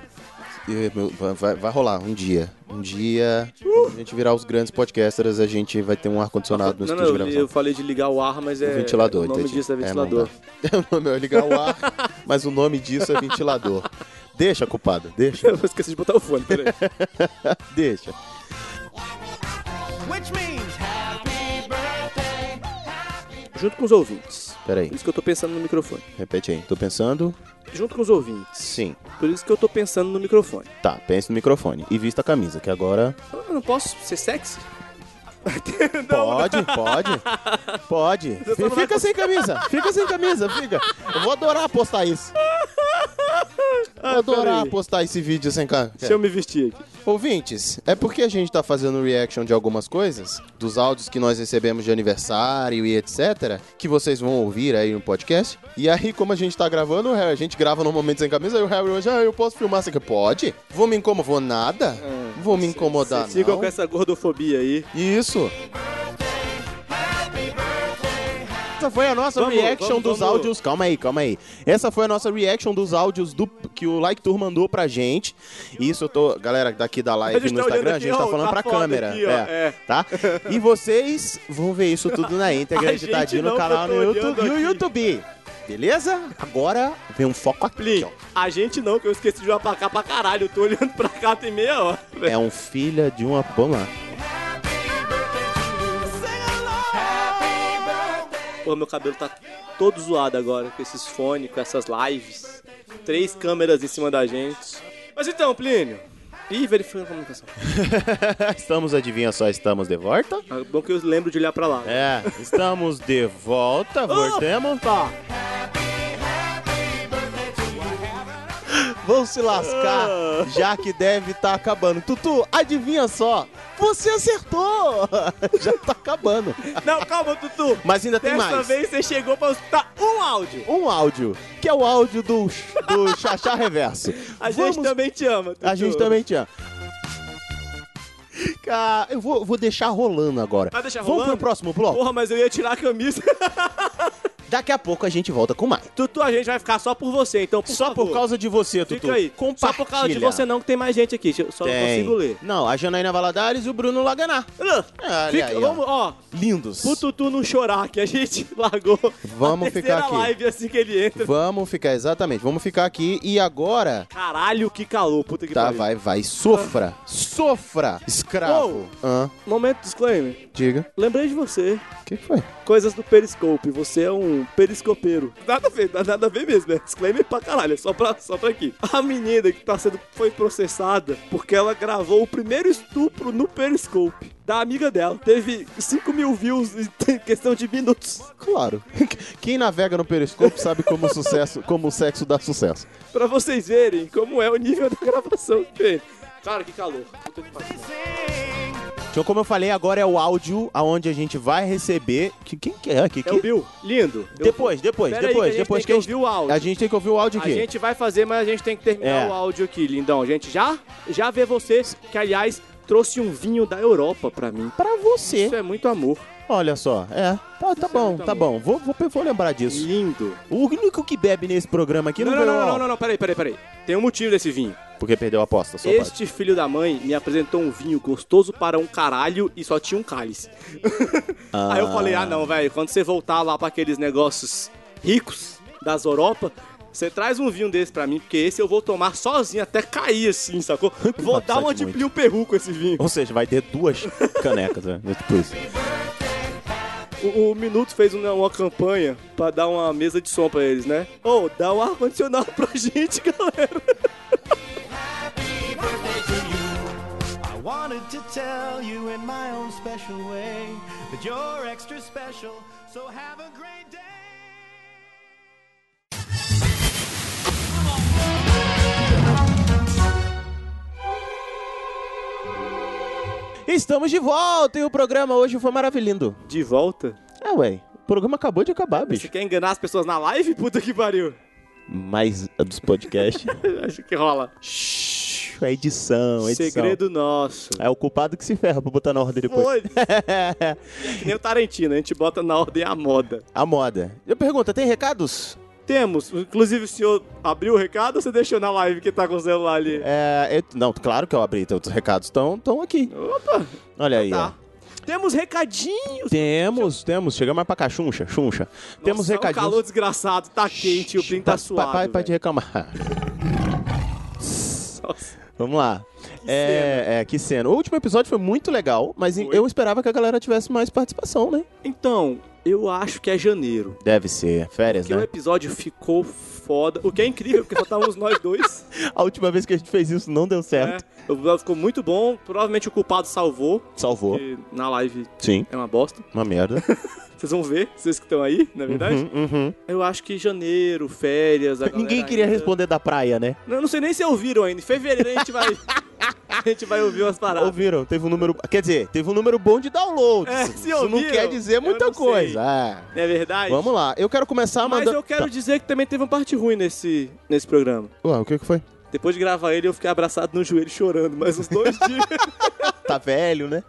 Speaker 2: E, meu, vai- vai, vai rolar um dia. Um dia,
Speaker 1: Uh!
Speaker 2: quando a gente virar os grandes podcasters, a gente vai ter um ar-condicionado no
Speaker 1: Não,
Speaker 2: estúdio
Speaker 1: não,
Speaker 2: de
Speaker 1: eu,
Speaker 2: gravação.
Speaker 1: eu falei de ligar o ar, mas é.
Speaker 2: O ventilador,
Speaker 1: O nome
Speaker 2: entendi.
Speaker 1: disso é
Speaker 2: É, não
Speaker 1: ventilador.
Speaker 2: o nome é ligar o ar, mas o nome disso é ventilador. Deixa, culpado, deixa.
Speaker 1: Eu esqueci de botar o fone, peraí.
Speaker 2: deixa.
Speaker 17: Which means happy birthday.
Speaker 1: Junto com os ouvintes.
Speaker 2: Peraí.
Speaker 1: Por isso que eu tô pensando no microfone.
Speaker 2: Repete aí. Tô pensando?
Speaker 1: Junto com os ouvintes.
Speaker 2: Sim.
Speaker 1: Por isso que eu tô pensando no microfone.
Speaker 2: Tá, pense no microfone. E vista a camisa, que agora.
Speaker 1: Eu não posso ser sexy?
Speaker 2: Pode, pode. Pode.
Speaker 1: só não
Speaker 2: E
Speaker 1: vai
Speaker 2: fica sem camisa. Fica sem camisa, fica. Eu vou adorar postar isso. Vou adorar
Speaker 1: Ah, peraí.
Speaker 2: postar esse vídeo sem camisa.
Speaker 1: Deixa eu me vestir aqui.
Speaker 2: Ouvintes, é porque a gente tá fazendo reaction de algumas coisas, dos áudios que nós recebemos de aniversário e etc, que vocês vão ouvir aí no podcast. E aí, como a gente tá gravando, o Harry, a gente grava normalmente sem camisa, e o Harry hoje, ah, eu posso filmar sem camisa. Pode? Vou me incomodar, vou nada? vou me incomodar,
Speaker 1: Vocês sigam
Speaker 2: não.
Speaker 1: com essa gordofobia aí.
Speaker 2: Isso. Essa foi a nossa
Speaker 8: Vamos,
Speaker 2: reaction
Speaker 8: vamos,
Speaker 2: dos
Speaker 8: vamos.
Speaker 2: áudios. Calma aí, calma aí. Essa foi a nossa reaction dos áudios do que o Like Tour mandou pra gente. Isso eu tô. Galera daqui da
Speaker 8: A
Speaker 2: live
Speaker 8: gente
Speaker 2: no
Speaker 8: tá olhando
Speaker 2: Instagram, a
Speaker 8: aqui,
Speaker 2: gente tá
Speaker 8: ó,
Speaker 2: falando
Speaker 8: tá
Speaker 2: pra
Speaker 8: foda
Speaker 2: câmera.
Speaker 8: aqui, ó,
Speaker 2: é,
Speaker 8: é.
Speaker 2: Tá? E vocês vão ver isso tudo na íntegra
Speaker 8: A gente
Speaker 2: editadinho no
Speaker 8: não,
Speaker 2: canal
Speaker 8: que
Speaker 2: no
Speaker 8: eu tô
Speaker 2: YouTube.
Speaker 8: olhando
Speaker 2: E o YouTube. Beleza? Agora vem um foco aqui, ó.
Speaker 1: A gente não, que eu esqueci de olhar pra cá pra caralho. Eu tô olhando pra cá tem meia hora.
Speaker 2: É um filha de uma. Vamos lá.
Speaker 1: Pô, meu cabelo tá todo zoado agora com esses fones, com essas lives. Três câmeras em cima da gente. Mas então, Plínio. Ih, verificando a comunicação.
Speaker 8: estamos, adivinha só, estamos de volta?
Speaker 1: É bom que eu lembro de olhar pra lá.
Speaker 8: É, estamos de volta, voltemos.
Speaker 1: Tá.
Speaker 2: Vão se lascar,
Speaker 1: Ah.
Speaker 2: já que deve estar acabando. Tutu, adivinha só. Você acertou! Já tá acabando.
Speaker 1: Não, calma, Tutu.
Speaker 2: Mas ainda tem
Speaker 1: Dessa
Speaker 2: mais.
Speaker 1: vez você chegou pra escutar um áudio.
Speaker 2: Um áudio, que é o áudio do, do Xaxá Reverso.
Speaker 1: A gente também te ama, Tutu.
Speaker 2: A gente também te ama. Cara, eu vou, vou deixar rolando agora.
Speaker 1: Vai deixar
Speaker 2: Vamos
Speaker 1: rolando?
Speaker 2: pro próximo bloco?
Speaker 1: Porra, mas eu ia tirar a camisa.
Speaker 2: Daqui a pouco a gente volta com mais.
Speaker 1: Tutu, a gente vai ficar só por você, então, por
Speaker 2: Só
Speaker 1: favor.
Speaker 2: por causa de você, Tutu.
Speaker 1: Fica aí.
Speaker 2: Compartilha.
Speaker 1: Só por causa de você não, que tem mais gente aqui. Deixa eu- Só não
Speaker 2: Tem.
Speaker 1: consigo ler.
Speaker 2: Não, a Janaína Valadares e o Bruno Laganá. Ah, Olha
Speaker 1: Fica-
Speaker 2: aí, ó.
Speaker 1: vamos, ó.
Speaker 2: Lindos.
Speaker 1: Pro Tutu não chorar, que a gente largou
Speaker 2: Vamos
Speaker 1: a
Speaker 2: ficar
Speaker 1: terceira
Speaker 2: aqui.
Speaker 1: live assim que ele entra.
Speaker 2: Vamos ficar, exatamente. Vamos ficar aqui e agora...
Speaker 1: Caralho, que calor, puta que
Speaker 2: Tá,
Speaker 1: pariu.
Speaker 2: vai, vai. Sofra. Sofra. Escravo. Hã?
Speaker 1: Momento disclaimer.
Speaker 2: diga.
Speaker 1: Lembrei de você.
Speaker 2: O que foi?
Speaker 1: Coisas do Periscope. Você é um periscopeiro. Nada a ver, nada, nada a ver mesmo. É disclaimer pra caralho. É só pra, só pra aqui. A menina que tá sendo, foi processada porque ela gravou o primeiro estupro no Periscope. Da amiga dela. Teve 5 mil views em questão de minutos.
Speaker 2: Claro. Quem navega no Periscope sabe como o sucesso, como o sexo dá sucesso.
Speaker 1: Pra vocês verem como é o nível da gravação dele. Cara, que calor. Puta que pariu.
Speaker 2: Então, como eu falei, agora é o áudio aonde a gente vai receber. Que, quem que é? Que,
Speaker 1: É o Bill. Lindo.
Speaker 2: Depois, depois,
Speaker 1: Pera aí, que a
Speaker 2: depois,
Speaker 1: gente
Speaker 2: depois.
Speaker 1: tem que ouvir o áudio.
Speaker 2: A gente tem que ouvir o áudio
Speaker 1: A
Speaker 2: aqui.
Speaker 1: gente vai fazer, mas a gente tem que terminar
Speaker 2: É.
Speaker 1: o áudio aqui, lindão. A gente já, já vê vocês, que aliás trouxe um vinho da Europa pra mim.
Speaker 2: Pra você.
Speaker 1: Isso é muito amor.
Speaker 2: Olha só, é. Tá, tá bom, tá bom. Vou, vou, vou lembrar disso.
Speaker 1: Lindo.
Speaker 2: O único que bebe nesse programa aqui não,
Speaker 1: não, não,
Speaker 2: ganhou
Speaker 1: não, não,
Speaker 2: álcool.
Speaker 1: não, não, peraí, peraí, peraí. Tem um motivo desse vinho.
Speaker 2: Porque perdeu a aposta, só pode.
Speaker 1: Este filho da mãe me apresentou um vinho gostoso para um caralho e só tinha um cálice. Aí eu falei, ah não, velho, quando você voltar lá pra aqueles negócios ricos das Europa, você traz um vinho desse pra mim, porque esse eu vou tomar sozinho até cair assim, sacou? Vou dar um
Speaker 8: bastante
Speaker 1: antipio perru com esse vinho.
Speaker 8: Ou seja, vai ter duas canecas, né?
Speaker 2: É
Speaker 8: Tipo isso.
Speaker 1: O, o Minuto fez uma, uma campanha pra dar uma mesa de som pra eles, né? Ô, dá um ar-condicionado pra gente, galera.
Speaker 7: I wanted to tell you in my own special way that you're extra special, so have a great day.
Speaker 2: Estamos de volta e o programa hoje foi maravilhoso.
Speaker 1: De volta?
Speaker 2: É, ué. O programa acabou de acabar, bicho.
Speaker 1: Você quer enganar as pessoas na live? Puta que pariu.
Speaker 2: Mas a dos podcasts.
Speaker 1: Acho que rola.
Speaker 2: a edição, a edição.
Speaker 1: Segredo nosso.
Speaker 2: É o culpado que se ferra pra botar na ordem depois.
Speaker 1: Foi. que nem o Tarantino, a gente bota na ordem a moda.
Speaker 2: A moda. Eu pergunto, tem recados?
Speaker 1: Temos. Inclusive, o senhor abriu o recado ou você deixou na live que tá com o celular ali?
Speaker 2: É, eu- não, claro que eu abri, então os recados estão estão aqui.
Speaker 1: Opa! Então tá.
Speaker 2: Olha aí, ó.
Speaker 1: Temos recadinhos.
Speaker 2: Temos, temos. Chegamos mais pra cá, chuncha, chuncha. temos
Speaker 1: Nossa,
Speaker 2: recadinhos.
Speaker 1: É um calor desgraçado, tá quente, o Plin tá suado.
Speaker 2: Papai, para
Speaker 1: velho.
Speaker 2: de reclamar. Vamos lá. é, é, que cena. O último episódio foi muito legal, mas eu esperava que a galera tivesse mais participação, né?
Speaker 1: Então, eu acho que é janeiro.
Speaker 2: Deve ser. Férias,
Speaker 1: Porque o
Speaker 2: né?
Speaker 1: episódio ficou foda. O que é incrível, porque só estávamos nós dois.
Speaker 2: A última vez que a gente fez isso não deu certo.
Speaker 1: né? O episódio ficou muito bom. Provavelmente o culpado salvou.
Speaker 2: Salvou.
Speaker 1: que na live
Speaker 2: Sim.
Speaker 1: é uma bosta.
Speaker 2: Uma merda.
Speaker 1: Vocês vão ver, vocês que estão aí, na verdade.
Speaker 2: Uhum, uhum.
Speaker 1: Eu acho que janeiro, férias, a
Speaker 2: Ninguém
Speaker 1: galera
Speaker 2: queria
Speaker 1: ainda-
Speaker 2: responder da praia, né?
Speaker 1: Não, não sei nem se ouviram ainda. Em fevereiro a gente vai. a gente vai ouvir umas paradas.
Speaker 2: Ouviram? Teve um número. Quer dizer, teve um número bom de downloads.
Speaker 1: É, se
Speaker 2: Isso não
Speaker 1: ouviram,
Speaker 2: quer dizer muita coisa. É.
Speaker 1: Não é verdade?
Speaker 2: Vamos tá. lá, eu quero começar
Speaker 1: Mas
Speaker 2: mandando.
Speaker 1: eu quero dizer que também teve uma parte ruim nesse, nesse programa.
Speaker 2: Ué, o que, que foi?
Speaker 1: Depois de gravar ele, eu fiquei abraçado no joelho chorando, mas uns dois dias.
Speaker 2: tá velho, né?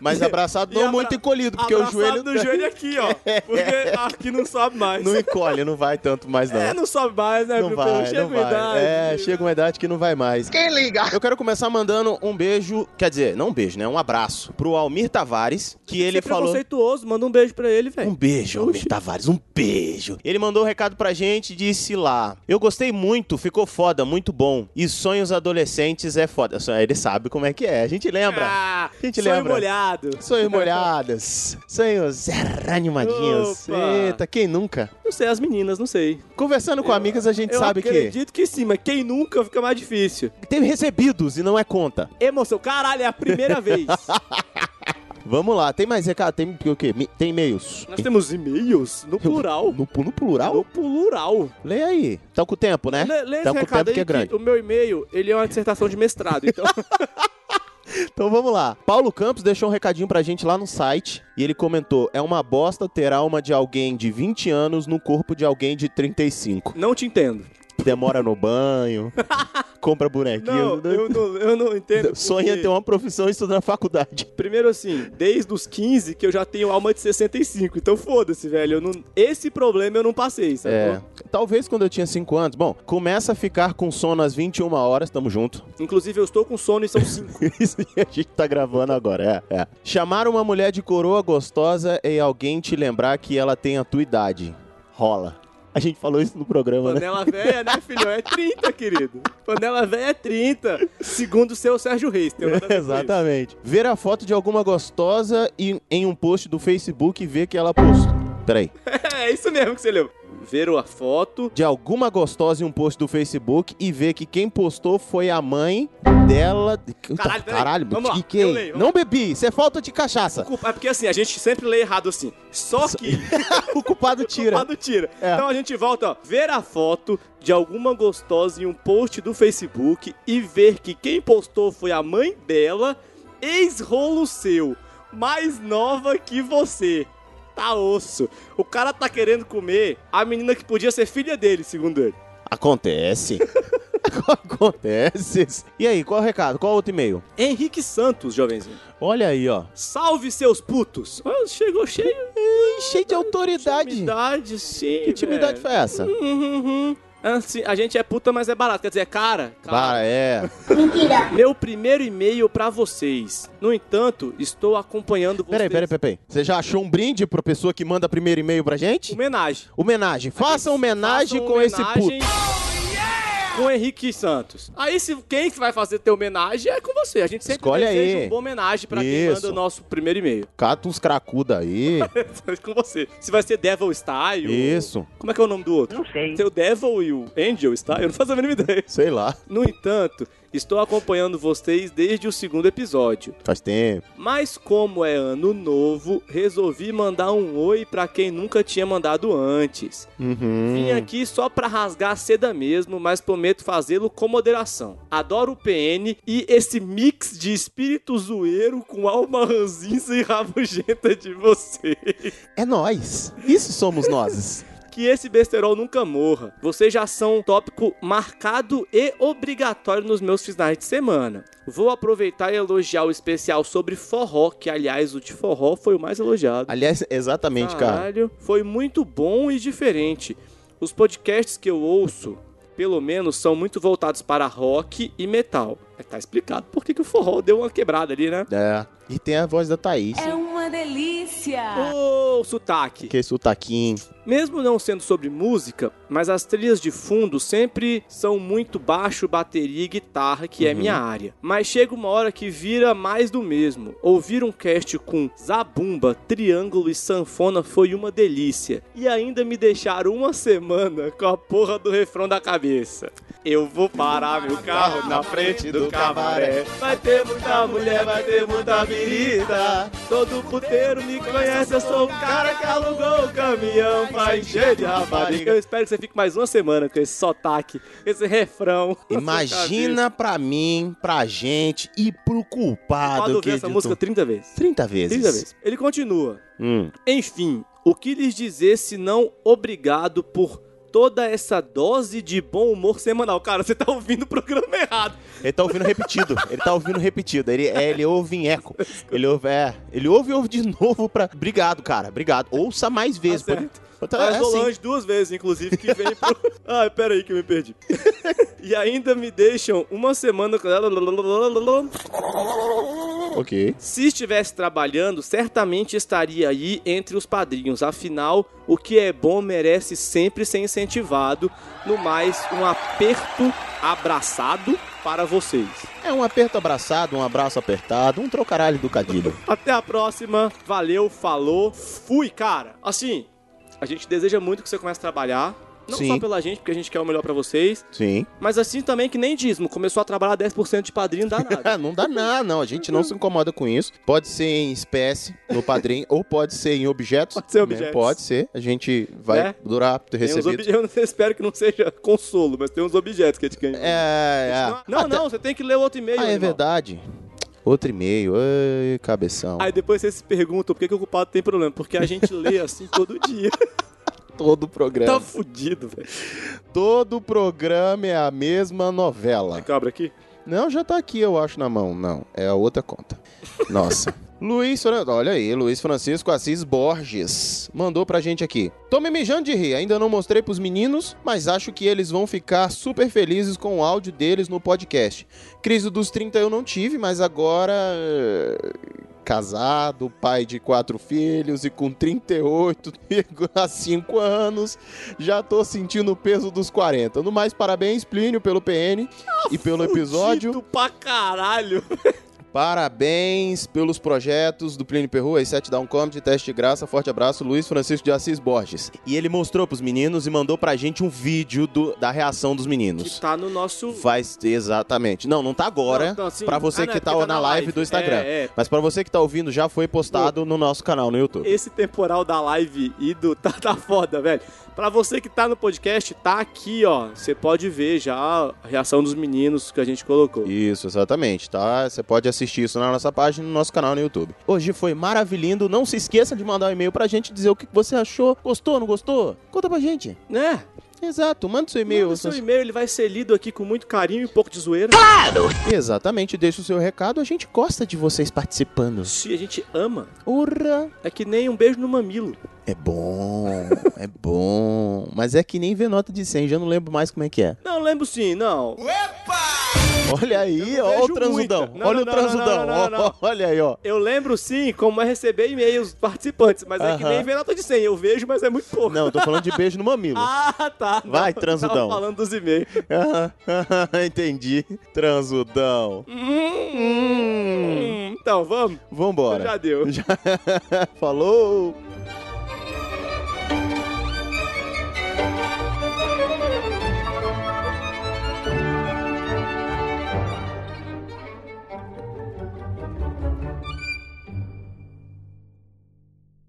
Speaker 2: Mas abraçado não
Speaker 1: E abra-
Speaker 2: muito encolhido, porque o
Speaker 1: abraçado
Speaker 2: joelho.
Speaker 1: no joelho aqui, ó. Porque aqui não sobe mais.
Speaker 2: Não encolhe, não vai tanto mais, não.
Speaker 1: É, não sobe mais, né,
Speaker 2: Não
Speaker 1: meu
Speaker 2: vai,
Speaker 1: povo? Chega
Speaker 2: não
Speaker 1: uma
Speaker 2: vai.
Speaker 1: idade. né?
Speaker 2: É, chega uma idade que não vai mais. Quem liga? Eu quero começar mandando um beijo, quer dizer, não um beijo, né? Um abraço pro Almir Tavares, que ele
Speaker 1: Você é
Speaker 2: falou.
Speaker 1: preconceituoso, manda um beijo pra ele, velho.
Speaker 2: Um beijo, Almir Tavares, um beijo. Ele mandou um recado pra gente e disse lá: Eu gostei muito, ficou foda, muito bom. E sonhos adolescentes é foda. Só Ele sabe como é que é, a gente lembra. a gente
Speaker 1: Ah, sonho
Speaker 2: lembra.
Speaker 1: molhado.
Speaker 2: Sonhos molhados. Sonhos animadinhos.
Speaker 1: Opa.
Speaker 2: Eita, quem nunca?
Speaker 1: Não sei, as meninas, não sei.
Speaker 2: Conversando com amigas, a gente
Speaker 1: eu
Speaker 2: sabe que-
Speaker 1: acredito que sim, mas quem nunca fica mais difícil.
Speaker 2: Teve recebidos e não é conta.
Speaker 1: Emoção, caralho, é a primeira vez.
Speaker 2: Vamos lá, tem mais recado? Tem o quê? Mi- Tem e-mails?
Speaker 1: Nós temos e-mails no plural.
Speaker 2: No, pu- no plural?
Speaker 1: No plural.
Speaker 2: Lê aí. Tá com o tempo, né?
Speaker 1: Lê, lê esse
Speaker 2: tá com o
Speaker 1: recado
Speaker 2: tempo
Speaker 1: aí
Speaker 2: que é grande.
Speaker 1: o meu e-mail, ele é uma dissertação de mestrado, então...
Speaker 2: Então vamos lá. Paulo Campos deixou um recadinho pra gente lá no site e ele comentou: é uma bosta ter alma de alguém de 20 anos no corpo de alguém de 35.
Speaker 1: Não te entendo.
Speaker 2: Demora no banho, compra bonequinho.
Speaker 1: Não, eu não, eu não entendo.
Speaker 2: Sonha
Speaker 1: porque-
Speaker 2: ter uma profissão e estudar na faculdade.
Speaker 1: Primeiro assim, desde os 15 que eu já tenho alma de 65, então foda-se, velho. eu não- Esse problema eu não passei, sabe?
Speaker 2: É. Talvez quando eu tinha 5 anos. Bom, começa a ficar com sono às 21 horas, tamo junto.
Speaker 1: Inclusive, eu estou com sono e são 5.
Speaker 2: Isso aí a gente tá gravando agora, é, é. Chamar uma mulher de coroa gostosa e alguém te lembrar que ela tem a tua idade. Rola. A gente falou isso no programa, né?
Speaker 1: Panela velha, né, filhão? É 30, querido. Panela velha é 30, segundo o seu Sérgio Reis. Tem nada a ver com isso.
Speaker 2: Exatamente. Ver a foto de alguma gostosa e, em um post do Facebook e ver que ela postou. Peraí.
Speaker 1: É isso mesmo que você leu. Ver a foto.
Speaker 2: De alguma gostosa em um post do Facebook e ver que quem postou foi a mãe dela. Eita,
Speaker 1: Caralho, peraí.
Speaker 2: caralho
Speaker 1: Vamos lá,
Speaker 2: que,
Speaker 1: eu leio, vamos
Speaker 2: Não bebi, isso é falta de cachaça.
Speaker 1: Culpa- É porque assim, a gente sempre lê errado assim. Só que.
Speaker 2: o culpado tira.
Speaker 1: O culpado tira. Então a gente volta, ó. Ver a foto de alguma gostosa em um post do Facebook e ver que quem postou foi a mãe dela, ex-rolo seu, mais nova que você. Tá osso. O cara tá querendo comer a menina que podia ser filha dele, segundo ele.
Speaker 2: Acontece. Acontece. E aí, qual o recado? Qual outro e-mail?
Speaker 1: Henrique Santos, jovenzinho.
Speaker 2: Olha aí, ó.
Speaker 1: Salve seus putos! Ah, Chegou cheio.
Speaker 2: Cheio de autoridade.
Speaker 1: Intimidade, sim.
Speaker 2: Que intimidade
Speaker 1: velho.
Speaker 2: foi essa?
Speaker 1: Uhum, uhum. Assim, a gente é puta, mas é barato. Quer dizer, é cara.
Speaker 2: Para, é.
Speaker 1: Mentira. Meu primeiro e-mail pra vocês. No entanto, estou acompanhando vocês.
Speaker 2: Peraí, peraí, peraí, peraí. Você já achou um brinde pra pessoa que manda primeiro e-mail pra gente?
Speaker 1: Homenagem.
Speaker 2: Homenagem. Faça homenagem com esse puto.
Speaker 1: Com Henrique Santos. Aí, se quem que vai fazer ter homenagem é com você. A gente sempre
Speaker 2: Escolhe
Speaker 1: deseja
Speaker 2: aí.
Speaker 1: uma boa homenagem pra quem
Speaker 2: Isso.
Speaker 1: manda o nosso primeiro e-mail.
Speaker 2: Cata uns cracuda aí.
Speaker 1: com você. Se vai ser Devil Style.
Speaker 2: Isso.
Speaker 1: Como é que é o nome do outro? Não sei. Tem o Devil e o Angel Style? Eu não faço a mínima ideia.
Speaker 2: Sei lá.
Speaker 1: No entanto, estou acompanhando vocês desde o segundo episódio.
Speaker 2: Faz tempo.
Speaker 1: Mas como é ano novo, resolvi mandar um oi pra quem nunca tinha mandado antes.
Speaker 2: Uhum.
Speaker 1: Vim aqui só pra rasgar a seda mesmo, mas prometo fazê-lo com moderação. Adoro o PN e esse mix de espírito zoeiro com alma ranzinza e rabugenta de vocês.
Speaker 2: É nós. Isso somos nós.
Speaker 1: Que esse besterol nunca morra. Vocês já são um tópico marcado e obrigatório nos meus finais de semana. Vou aproveitar e elogiar o especial sobre forró, que aliás o de forró foi o mais elogiado.
Speaker 2: Aliás, exatamente, cara.
Speaker 1: Caralho, foi muito bom e diferente. Os podcasts que eu ouço, pelo menos, são muito voltados para rock e metal. É, Tá explicado por que, que o forró deu uma quebrada ali, né?
Speaker 2: É. E tem a voz da Thaís.
Speaker 18: É uma delícia.
Speaker 1: Ô, sotaque.
Speaker 2: Que é sotaquinho.
Speaker 1: Mesmo não sendo sobre música, mas as trilhas de fundo sempre são muito baixo, bateria e guitarra, que é
Speaker 2: Uhum.
Speaker 1: minha área. Mas chega uma hora que vira mais do mesmo. Ouvir um cast com zabumba, triângulo e sanfona foi uma delícia. E ainda me deixaram uma semana com a porra do refrão da cabeça. Eu vou parar meu carro na frente do cabaré. Vai ter muita mulher, vai ter muita menina. Todo puteiro me conhece, eu sou o cara que alugou o caminhão pra encher de rapariga. Eu espero que você fique mais uma semana com esse sotaque, esse refrão.
Speaker 2: Imagina pra mim, pra gente e pro culpado
Speaker 1: Culpado
Speaker 2: que
Speaker 1: ouvir essa
Speaker 2: editou.
Speaker 1: música 30 vezes.
Speaker 2: 30 vezes.
Speaker 1: 30 vezes. Ele continua.
Speaker 2: Hum.
Speaker 1: Enfim, o que lhes dizer se não obrigado por toda essa dose de bom humor semanal. Cara, você tá ouvindo o programa errado.
Speaker 2: Ele tá ouvindo repetido. Ele tá ouvindo repetido. Ele, é, ele ouve em eco. Ele ouve, é, ele ouve e ouve de novo pra. Obrigado, cara. Obrigado. Ouça mais vezes.
Speaker 1: Tá
Speaker 2: pode-
Speaker 1: certo.
Speaker 2: pode-
Speaker 1: Mas
Speaker 2: é
Speaker 1: Solange
Speaker 2: assim.
Speaker 1: duas vezes, inclusive, que vem pro... Ai, peraí que eu me perdi. e ainda me deixam uma semana com ela.
Speaker 2: Ok.
Speaker 1: Se estivesse trabalhando, certamente estaria aí entre os padrinhos. Afinal, o que é bom merece sempre ser incentivado. No mais, um aperto abraçado para vocês.
Speaker 2: É um aperto abraçado, um abraço apertado, um trocaralho do cadilho.
Speaker 1: Até a próxima. Valeu, falou. Fui, cara. Assim, a gente deseja muito que você comece a trabalhar. Não
Speaker 2: Sim.
Speaker 1: só pela gente, porque a gente quer o melhor pra vocês.
Speaker 2: Sim.
Speaker 1: Mas assim também que nem dízimo. Começou a trabalhar 10% de padrinho, dá nada.
Speaker 2: É, não dá nada, não. A gente não se incomoda com isso. Pode ser em espécie, no padrinho, ou pode ser em objetos. Pode
Speaker 1: ser objetos.
Speaker 2: Pode ser. A gente vai
Speaker 1: Né?
Speaker 2: durar ter
Speaker 1: Tem uns
Speaker 2: recebido.
Speaker 1: obje- Eu espero que não seja consolo, mas tem uns objetos que a gente ganha.
Speaker 2: É, é.
Speaker 1: Não, não, você tem que ler o outro e-mail.
Speaker 2: Ah, é
Speaker 1: animal.
Speaker 2: verdade. Outro e-mail. Ai, cabeção.
Speaker 1: Aí depois vocês se perguntam por que, que o culpado tem problema. Porque a gente lê assim todo dia.
Speaker 2: Todo o programa.
Speaker 1: Tá fudido, velho.
Speaker 2: Então, Todo programa é a mesma novela.
Speaker 1: Cabra aqui?
Speaker 2: Não, já tá aqui, eu acho, na mão. Não, é a outra conta. Nossa. Luiz, Fran- olha aí, Luiz Francisco Assis Borges mandou pra gente aqui. Tô me mijando de rir, ainda não mostrei pros meninos, mas acho que eles vão ficar super felizes com o áudio deles no podcast. Crise dos 30 eu não tive, mas agora eh, casado, pai de quatro filhos e com 38,5 anos, já tô sentindo o peso dos 40. No mais, parabéns, Plínio, pelo PN e pelo Um episódio.
Speaker 1: pra caralho.
Speaker 2: Parabéns pelos projetos do Plínio Perru, aí 7 Down Comedy, Teste de Graça, forte abraço, Luiz Francisco de Assis Borges. E ele mostrou pros meninos e mandou pra gente um vídeo do- da reação dos meninos.
Speaker 1: Tá no nosso.
Speaker 2: Faz exatamente. Não, não tá agora.
Speaker 1: Não, não, sim.
Speaker 2: pra você
Speaker 1: Ah, não,
Speaker 2: que
Speaker 1: é
Speaker 2: tá
Speaker 1: porque
Speaker 2: na, live do Instagram.
Speaker 1: É, é.
Speaker 2: Mas pra você que tá ouvindo, já foi postado no nosso canal no YouTube.
Speaker 1: Esse temporal da live e do tá, tá foda, velho. Pra você que tá no podcast, tá aqui, ó. Você pode ver já a reação dos meninos que a gente colocou.
Speaker 2: Isso, exatamente, tá? Você pode assistir isso na nossa página e no nosso canal no YouTube. Hoje foi maravilhindo. Não se esqueça de mandar um e-mail pra gente dizer o que você achou. Gostou, não gostou? Conta pra gente.
Speaker 1: Né?
Speaker 2: Exato, manda seu e-mail.
Speaker 1: Manda seu e-mail, ele vai ser lido aqui com muito carinho e um pouco de zoeira.
Speaker 2: Claro! Exatamente, deixa o seu recado. A gente gosta de vocês participando.
Speaker 1: Se a gente ama.
Speaker 2: Urra!
Speaker 1: É que nem um beijo no mamilo.
Speaker 2: É bom, é bom. Mas é que nem ver nota de 100, já não lembro mais como é que é.
Speaker 1: Não, lembro sim, não.
Speaker 2: Olha aí, ó, o
Speaker 1: vejo
Speaker 2: transudão.
Speaker 1: muita. Não,
Speaker 2: Olha
Speaker 1: não,
Speaker 2: o
Speaker 1: não, não,
Speaker 2: transudão.
Speaker 1: não, não,
Speaker 2: ó, Olha aí, ó.
Speaker 1: Eu lembro sim como é receber e-mails dos participantes, mas é que
Speaker 2: Aham.
Speaker 1: nem ver nota de 100. Eu vejo, mas é muito pouco.
Speaker 2: Não, eu tô falando de beijo no mamilo.
Speaker 1: Ah, tá.
Speaker 2: Vai,
Speaker 1: Não, Tava
Speaker 2: transudão.
Speaker 1: falando dos e-mails.
Speaker 2: Aham, aham, Entendi. Transudão.
Speaker 1: Hum, hum. Então, vamos?
Speaker 2: Vambora.
Speaker 1: Já deu.
Speaker 2: Falou!